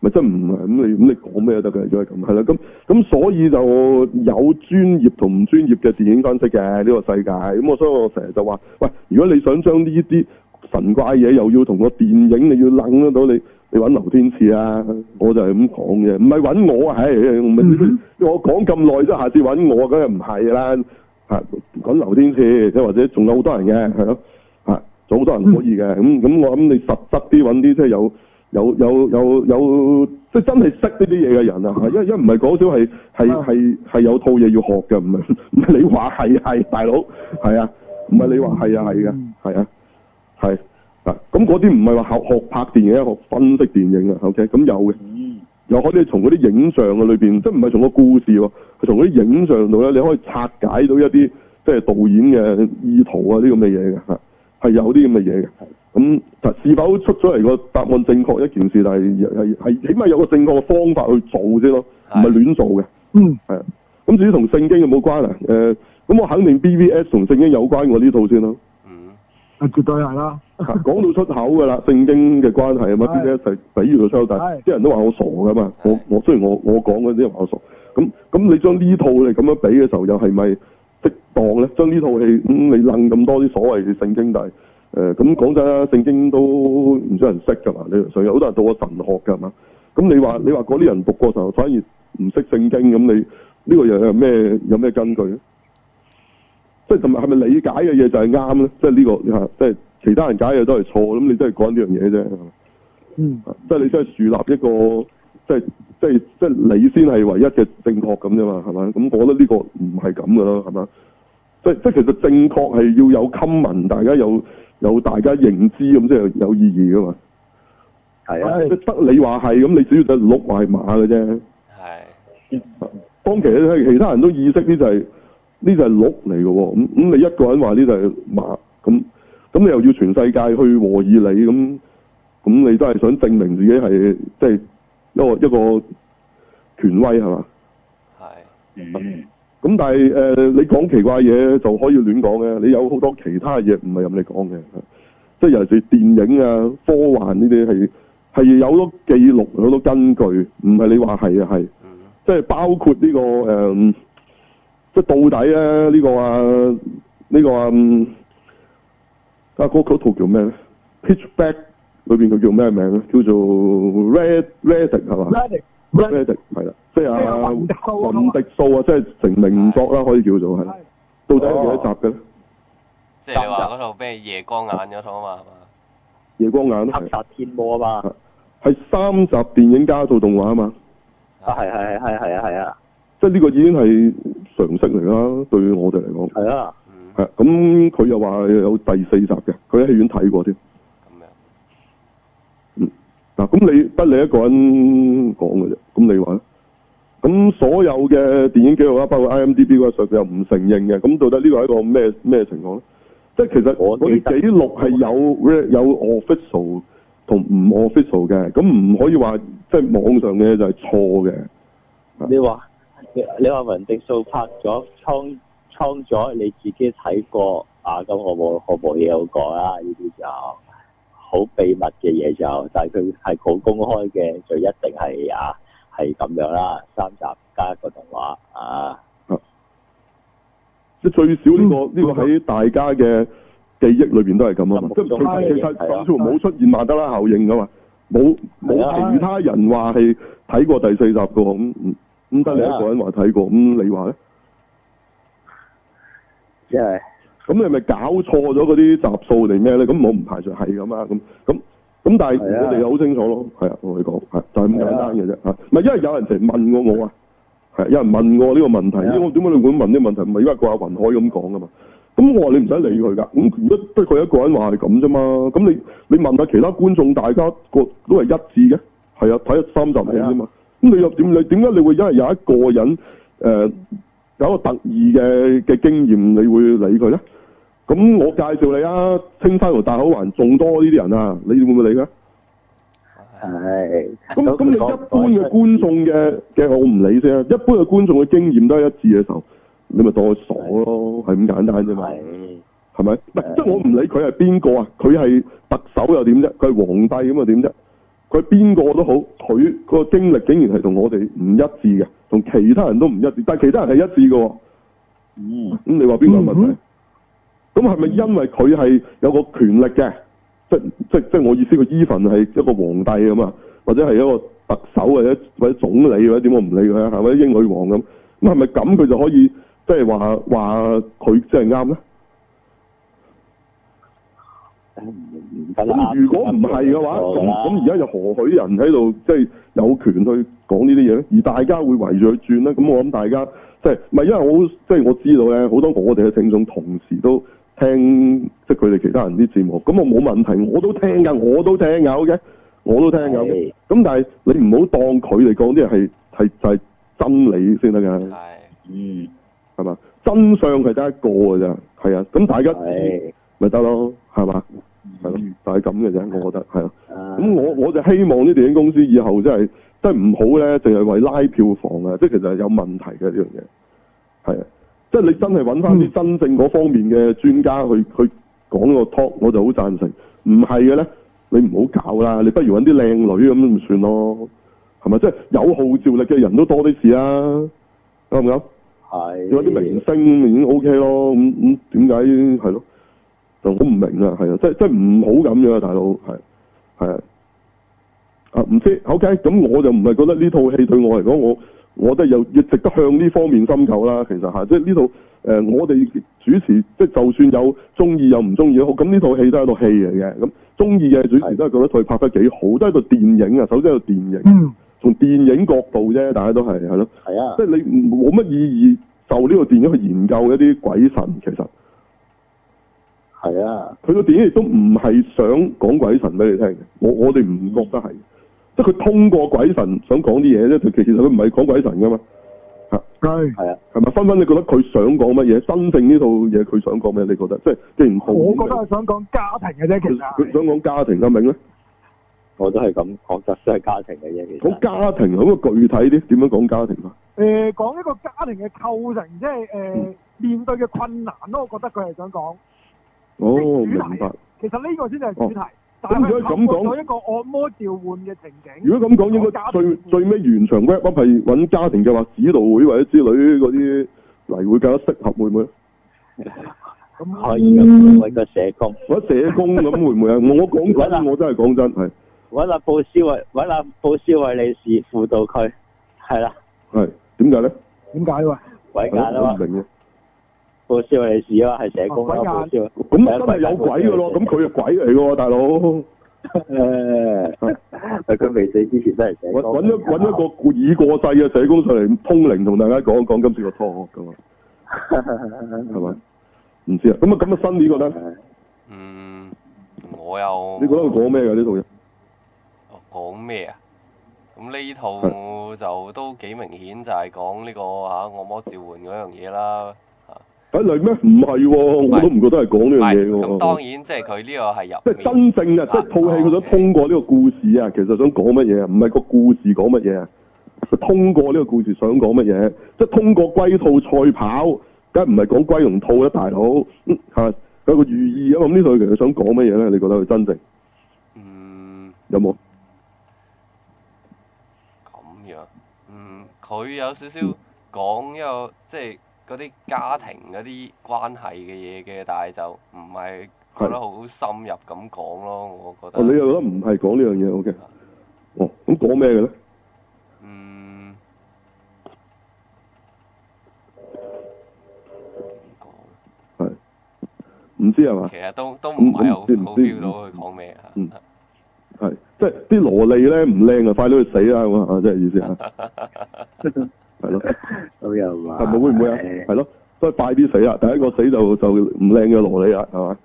咪真唔係咁你咁你講咩都得嘅，如果係咁係啦，咁咁所以就有專業同唔專業嘅電影分析嘅呢、個世界，咁我所以我成日就話，喂，如果你想將呢啲神怪嘢又要同個電影你要楞得到你。你揾劉天賜啊！我就係咁講嘅，唔係揾我啊！唉，我咪我講咁耐啫，下次揾我梗係唔係啦嚇？揾劉啊天賜，即係或者仲有好多人嘅，係咯嚇，仲有好多人可以嘅。咁咁、我諗你實質啲揾啲即係有有有有有即係真係識呢啲嘢嘅人啊！係因為因為唔係講少係係係係有套嘢要學嘅，唔係唔係你話係係大佬係啊，唔係你話係啊係嘅係啊係。啊，咁嗰啲唔係話學學拍電影，學分析電影啊，OK，咁有嘅，又可以從嗰啲影像嘅裏邊，即係唔係從個故事喎，係從嗰啲影像度咧，你可以拆解到一啲即係導演嘅意圖啊，啲咁嘅嘢嘅嚇，係有啲咁嘅嘢嘅。咁就是否出咗嚟個答案正確一件事，但係係係起碼有個正確嘅方法去做先咯，唔係亂做嘅。
嗯，
係啊。咁至於同聖經有冇關啊？誒、咁我肯定 BVS 同聖經有關我呢套先咯。
啊絕對係啦。
講到出口㗎啦，聖經嘅關係啊嘛，
係
啲嘢係比喻到出口，但係啲人都話我傻㗎嘛。我我雖然我我講嗰啲人話我傻，咁咁你將呢套你咁樣比嘅時候，又係咪適當咧？將呢套戲咁、嗯你楞咁多啲所謂嘅聖經，但係誒咁講真啦，聖經都唔少人識㗎嘛。你上有好多人讀過神學㗎嘛。咁你話你話嗰啲人讀過神學，反而唔識聖經，咁你呢、個又有咩有咩根據咧？即係同埋係咪理解嘅嘢就係啱咧？即係呢、個嚇，即係其他人解嘅都係錯，咁你都係講呢樣嘢啫。
嗯，
即係你真係樹立一個，即係即係即係你先係唯一嘅正確咁啫嘛，係咪？咁我覺得呢個唔係咁噶咯，係咪？即係即係其實正確係要有 common，大家有有大家認知咁先有有意義噶嘛。
係
啊，即係得你話係咁，你只要就碌埋馬嘅啫。
係。
當其實其他人都意識呢就係、呢就係鹿嚟嘅喎，咁咁你一個人話呢就係馬，咁咁你又要全世界去和以你咁，咁你都係想證明自己係即係一個一個權威係嘛？咁但係誒、呃你講奇怪嘢就可以亂講嘅，你有好多其他嘢唔係任你講嘅，即係尤其是電影啊、科幻呢啲係係有好多記錄、有好多根據，唔係你話係啊係，即係包括呢、個誒、嗯即係到底咧呢、呢個啊呢、個啊嗯啊嗰嗰套叫咩咧？Pitchback 裏邊佢叫咩名咧？叫做 Red Reddick 係嘛
Reddick，
？Reddick 係啦，即係
即係
啊
雲迪素啊
雲迪素啊，即係成名唔作啦，可以叫做係。哦到底有幾多集嘅咧？
即係你話嗰套咩夜光眼嗰套啊嘛，係嘛？
夜光眼咯，
殺天魔啊嘛，
係三集電影加套動畫啊嘛，
啊係係係係啊係啊，
即係呢個已經係常識嚟啦，對我哋嚟講。
係啊，
係啊咁佢又話有第四集嘅，佢喺戲院睇過添。咁樣。嗯，嗱，咁你得你一個人講嘅啫，咁你話咧？咁所有嘅電影記錄啦，啊包括 IMDB 嗰個數據又唔承認嘅，咁到底呢個係一個咩咩情況咧？即係其實嗰啲記錄係有有 official 同唔 official 嘅，咁唔可以話即係網上嘅就係錯嘅。嗯
你話你你話雲迪數拍咗倉倉咗，你自己睇過啊？咁我冇我冇嘢好講啦，呢啲就好秘密嘅嘢就，但係佢係好公開嘅，就一定係啊係咁樣啦，三集加一個動畫啊，
即係最少呢、個呢、個喺大家嘅記憶裏邊都係嗯咁啊嘛，即係啊佢其實甚至乎冇出現曼德拉效應噶嘛，冇冇其他人話係睇過第四集噶喎，咁咁咁得你一個人話睇過，咁你話咧？
即係
咁你係咪搞錯咗嗰啲集數定咩咧？咁我唔排除係咁啊，咁咁咁，但係
係啊
我哋就好清楚咯，係啊，我哋講係就係咁啊簡單嘅啫嚇，唔係因為有人成問過我啊，係有人問過我呢個問題，因為我點解你會問呢個問題？唔係因為個阿雲海咁講噶嘛。咁我話你唔使理佢㗎，咁如果得佢一個人話係咁啫嘛，咁你你問下其他觀眾，大家個都係一致嘅，係啊，睇咗三集戲啫嘛。咁你又點？你點解你會因為有一個人誒、呃有一個特異嘅嘅經驗，你會理佢咧？咁我介紹你啊，青山同大口環仲多呢啲人啊，你會唔會理佢？
係
咁咁你一般嘅觀眾嘅嘅我唔理先啊，一般嘅觀眾嘅經驗都係一致嘅時候，你咪當佢傻咯，係咁簡單啫嘛。係咪？唔係即係我唔理佢係邊個啊，佢係特首又點啫？佢係皇帝咁又點啫？佢邊個都好，佢個經歷竟然係同我哋唔一致嘅，同其他人都唔一致，但係其他人係一致嘅喎。
嗯，
咁你話邊個有問題？咁係咪因為佢係有個權力嘅？即即即我意思，個 even 係一個皇帝咁啊，或者係一個特首或者或者總理或者點，我唔理佢啊，係咪英女王咁？咁係咪咁佢就可以即係話話佢即係啱咧？
唔得啦
咁。如果唔係嘅話，啊咁咁而家就何許人喺度即係有權去講呢啲嘢咧？而大家會圍住佢轉咧，咁我諗大家即係唔係因為我好即係我知道咧，好多我哋嘅聽眾同時都聽即係佢哋其他人啲節目，咁我冇問題，我都聽㗎，我都聽㗎，OK，我都聽㗎，OK，咁但係你唔好當佢哋講啲嘢係係就係真理先得㗎。
嗯，
係嘛？真相係得一個㗎咋，係嗯啊，咁大家知咪得咯，係嘛？係咯，就係咁嘅啫，我覺得係咯。
啊
咁我我就希望啲電影公司以後真係真係唔好咧，淨係為拉票房啊，即係其實係有問題嘅呢樣嘢，係啊，即係你真係揾翻啲真正嗰方面嘅專家去去講個 talk，我就好贊成。唔係嘅咧，你唔好搞啦，你不如揾啲靚女咁咪算咯，係咪？即係有號召力嘅人都多啲事啊，啱唔啱？
係
有啲明星已經 O K 咯，咁咁點解係咯？就我唔明啊，係啊，即係即係唔好咁樣啊，大佬係係啊，啊唔知 O K，咁我就唔係覺得呢套戲對我嚟講，我我覺得又要值得向呢方面深究啦。其實嚇，即係呢套誒、呃我哋主持即係就算有中意有唔中意都好，咁呢套戲都係一套戲嚟嘅。咁中意嘅主持都係覺得佢拍得幾好，都係一套電影啊。首先係一套電影，從電影角度啫，大家都係係咯。
係啊
即，係你冇乜意義就呢個電影去研究一啲鬼神，其實
係啊，
佢個電影亦都唔係想講鬼神俾你聽嘅，我我哋唔覺得係，即係佢通過鬼神想講啲嘢啫，其實佢唔係講鬼神噶嘛，嚇
係
係啊，
係咪？分分你覺得佢想講乜嘢？真正呢套嘢佢想講咩？你覺得即係既然導演
我覺得係想講家庭嘅啫，其
佢
實
佢想講家庭啊嘅明咧，
我都係咁覺得，都係家庭嘅嘢其
講
實。
家庭咁啊具體啲，點樣講家庭啊？
誒講一個家庭嘅構成，即係
嗯
誒面對嘅困難咯。我覺得佢係想講，
哦，
主
明
題
白。
其實呢個先係主題
哦。
但係
咁如
佢
果咁
透過
講
咗一個按摩召喚嘅情景。
如果咁講，應
講
該
家
最最尾完場 wrap up 係揾家庭嘅話，指導會或者之類嗰啲嚟會更加適合，會唔會？
可以咁揾個社工，
或者社工咁會唔會啊？我我講真，我真係講真係
揾阿布斯維，揾阿布斯維利士輔導佢，係啦，
係點解咧？
點解喎？
鬼眼啊
哎我唔
嘛，
明嘅。
布斯維利士啊嘛，係社工
鬼眼
啦，布斯維，
啊咁
啊
真係有
啊
鬼嘅咯，咁佢係鬼嚟嘅喎，大佬。
誒，佢未死之前都係社
揾
工，
揾一揾一個故已過世嘅社工上嚟通靈，同大家講一講今次個 talk 咁啊，係咪？唔知啊，咁啊咁啊，新年覺得
嗯，我又哦
你覺得佢講咩嘅呢套嘢？
講咩啊？咁呢套就都幾明顯，就係講呢個嚇惡魔召喚嗰樣嘢啦。
喺哎嚟咩？唔係喎，我都唔覺得係講呢樣嘢喎。
咁當然即係佢呢個係入
即係真正啊！即係套戲佢想通過呢個故事啊，其實想講乜嘢啊？唔係個故事講乜嘢啊？佢通過呢個故事想講乜嘢？即係通過龜兔賽跑，梗係唔係講龜同兔啦，大佬嗯係有個寓意啊嘛。咁呢套其實想講乜嘢咧？你覺得佢真正？
嗯，
有冇？
咁樣，嗯，佢有少少講一個即係嗰啲家庭嗰啲關係嘅嘢嘅，但係就唔係覺得好深入咁講咯，我覺得。
哦，你又覺得唔係講呢樣嘢？O K。哦，咁講咩嘅咧？
嗯，
係唔知係嘛？
其實都都唔係好好
唔知唔知
feel 到佢講咩啊。
嗯，係即係啲蘿莉咧唔靚啊，快啲去死啦咁啊！即係意思啊，係咯，
咁又話
係咪會唔會啊？係咯，所以快啲死啊啦！第一個死就就唔靚嘅蘿莉啦，係嘛？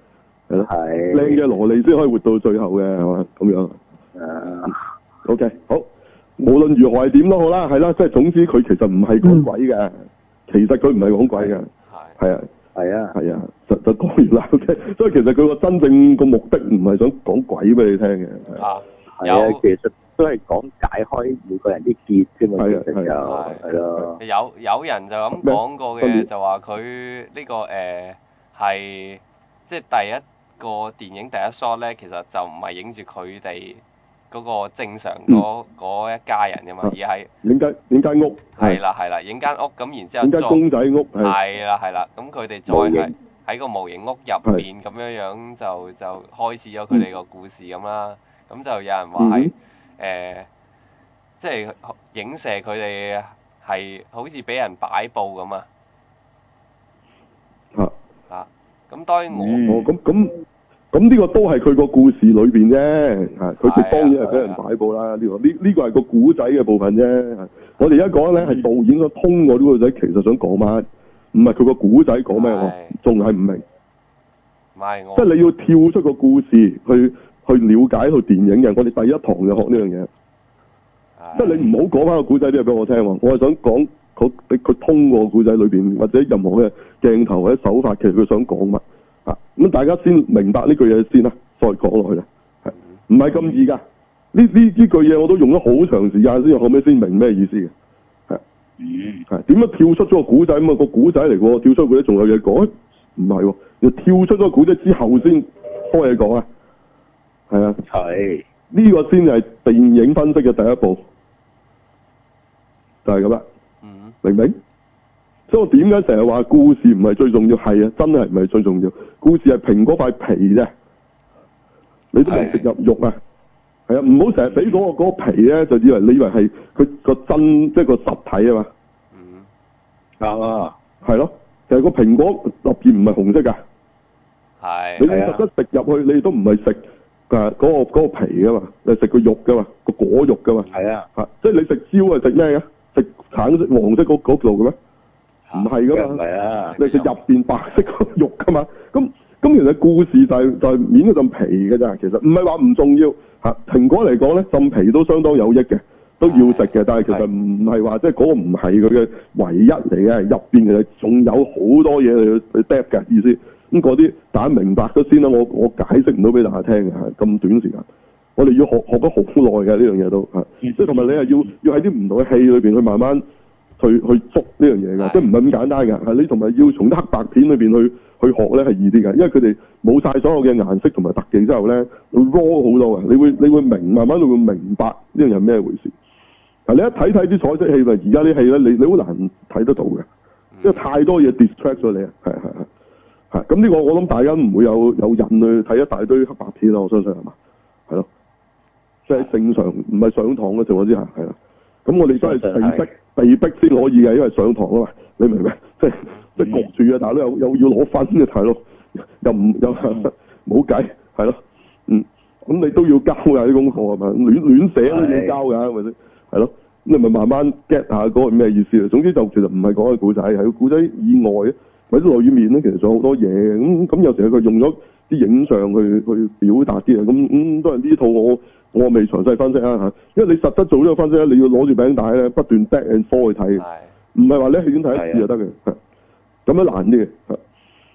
係咯，
係
靚嘅蘿莉先可以活到最後嘅，係嘛？咁樣。
誒
O、k 好。無論如何係點都好啦，係啦，即係總之佢其實唔係講鬼嘅，其實佢唔係講鬼嘅，係啊，
係啊，
係啊，就就講完啦。O、k 所以其實佢個真正個目的唔係想講鬼俾你聽嘅，係
啊，
係啊，其實都係講解開每個人啲結啫嘛，其
啊
實就係咯，
有有人就咁講過
咩
嘅，就話佢呢個誒係即係第一個電影第一 shot 咧，其實就唔係影住佢哋嗰個正常嗰嗰一家人噶嘛，而係
影間影間屋，
係啦係啦，影間屋咁，然之後
影間
再
公仔屋係
係啦係啦，咁佢哋再
Ừ. 模
係
型
喺個模型屋入邊咁樣樣就就開始咗佢哋個故事咁啦。咁就有人話係誒，即係影射佢哋係好似俾人擺佈咁啊。
嚇。
啊，咁當然我
哦，咁咁咁呢個都係佢個故事裏邊啫，嚇佢哋當然係俾啊人擺佈啦。呢個呢呢個係個古仔嘅部分啫。係我哋而家講咧係導演個通過呢個仔其實想講乜，唔係佢個古仔講咩，我仲係唔哦明。
唔係我
即係你要跳出個故事去去了解套電影嘅。我哋第一堂就學呢樣嘢，
啊
即係你唔好講翻個古仔啲嘢俾我聽喎。我係想講佢佢佢通過古仔裏邊或者任何嘅鏡頭或者手法，其實佢想講乜啊？咁大家先明白呢句嘢先啦，再講落去啦。係唔係咁易㗎？呢呢呢句嘢我都用咗好長時間先，後尾先明咩意思嘅。係係點樣跳出咗個古仔咁啊？個古仔嚟喎，跳出古仔仲有嘢講，唔係喎，要跳出咗個古仔之後先多嘢講啊。係啊，
係
呢個先係電影分析嘅第一步，就係咁啦。明唔明？所以我點解成日話故事唔係最重要？係啊，真係唔係最重要。故事係蘋果塊皮啫，你都未食入肉啊！係啊，唔好成日俾嗰個嗰個皮咧，就以為你以為係佢個真，即係個實體啊嘛。
啱啊，
係咯，其實個蘋果立葉唔係紅色㗎，
啊
係
你實質食入去，你都唔係食誒嗰個嗰、個皮㗎嘛，你係食個肉㗎嘛，個果肉㗎嘛。
係啊，
嚇！即係你食蕉啊係食咩嘅？食橙色、黃色嗰嗰度嘅咩？唔啊係啊噶嘛，
啊
你食入邊白色嗰個肉噶嘛？咁咁其實故事就係、就係、面嗰陣皮嘅咋，其實唔係話唔重要嚇。蘋果嚟講咧，浸皮都相當有益嘅，都要食嘅。啊但係其實唔係話即係嗰個唔係佢嘅唯一嚟嘅，入邊其實仲有好多嘢你去 d e 嘅意思。咁嗰啲大家明白咗先啦，我我解釋唔到俾大家聽嘅，係咁短時間。我哋要學學咗好耐嘅呢樣嘢都嚇，即係同埋你係要要喺啲唔同嘅戲裏邊去慢慢去去捉呢樣嘢㗎，即係唔係咁簡單㗎，啊係你同埋要從啲黑白片裏邊去去學咧係易啲㗎，因為佢哋冇晒所有嘅顏色同埋特技之後咧，會 raw 好多嘅，你會你會明，慢慢你會明白呢樣嘢係咩回事。嗱，你一睇睇啲彩色戲咪，而家啲戲咧，你你好難睇得到嘅，因為太多嘢 distract 咗你啊，係係係。係咁呢個我諗大家唔會有有癮去睇一大堆黑白片啦，啊我相信係嘛？係咯，即係正常唔係上堂嘅情況之下係啦。咁我哋都係被逼被逼先可以嘅，因為上堂啊嘛，你明唔明？即係即係焗住啊，大佬又又要攞分嘅，大佬又唔又 冇計係咯，嗯，咁你都要交㗎啲功課係咪？亂亂寫都要交㗎，係咪先？係咯，咁你咪慢慢 get 下嗰個咩意思啊？總之就其實唔係講緊古仔，係個古仔以外或者裏面咧，其實仲有好多嘢嘅。咁咁有時佢用咗啲影像去去表達啲嘢，咁咁都係呢套我我未詳細分析啊嚇，因為你實質做呢個分析咧，你要攞住餅帶咧不斷 back and forth 去睇嘅，唔係話你喺戲院睇一次就得嘅，係咁樣難啲嘅。係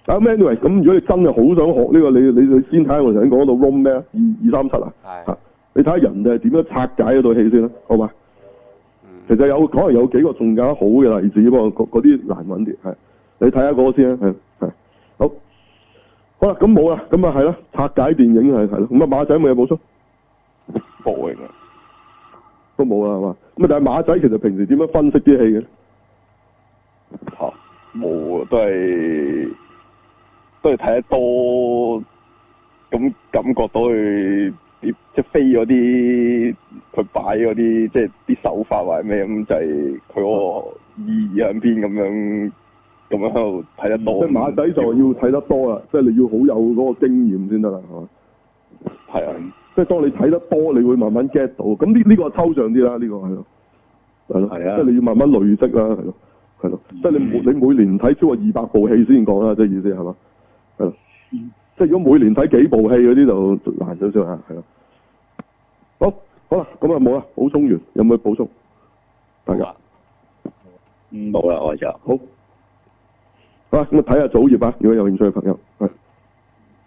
啊咁 anyway，咁如果你真係好想學呢、個，你你你先睇下我頭先講到 room 咩啊，二二三七啊，嚇你睇下人哋係點樣拆解嗰套戲先啦，好嘛？其實有可能有幾個仲加好嘅例子，不過嗰嗰啲難揾啲，係你睇下嗰個先啊啦，係係好。好啦，咁冇啦，咁啊係啦，拆解電影係係咯，咁啊馬仔咪有冇充？
冇嘅，
都冇啦係嘛？咁啊但係馬仔其實平時點樣分析啲戲嘅咧？
嚇冇啊，都係都係睇得多，咁感覺到佢啲即係飛嗰啲佢擺嗰啲即係啲手法或者咩咁，就係佢嗰個意義喺邊咁樣咁樣喺度睇得
即
多。
係馬仔就要睇得多啦，即係你要好有嗰個經驗先得啦，係嘛？
係啊，
即係當你睇得多，你會慢慢 get 到。咁呢呢個抽象啲啦，呢、個係咯，係咯，
係啊嗯
即係你要慢慢累積啦，係咯，係咯，即係你每你每年睇超過二百部戲先講啦，即係意思係嘛？係咯，即係如果每年睇幾部戲嗰啲就難咗少啊，係咯。好，好啦，咁啊冇啦，補充完有冇補充？大
啊
家
冇啦，我就
好。好啦，咁啊睇下祖業啊，如果有興趣嘅朋友，係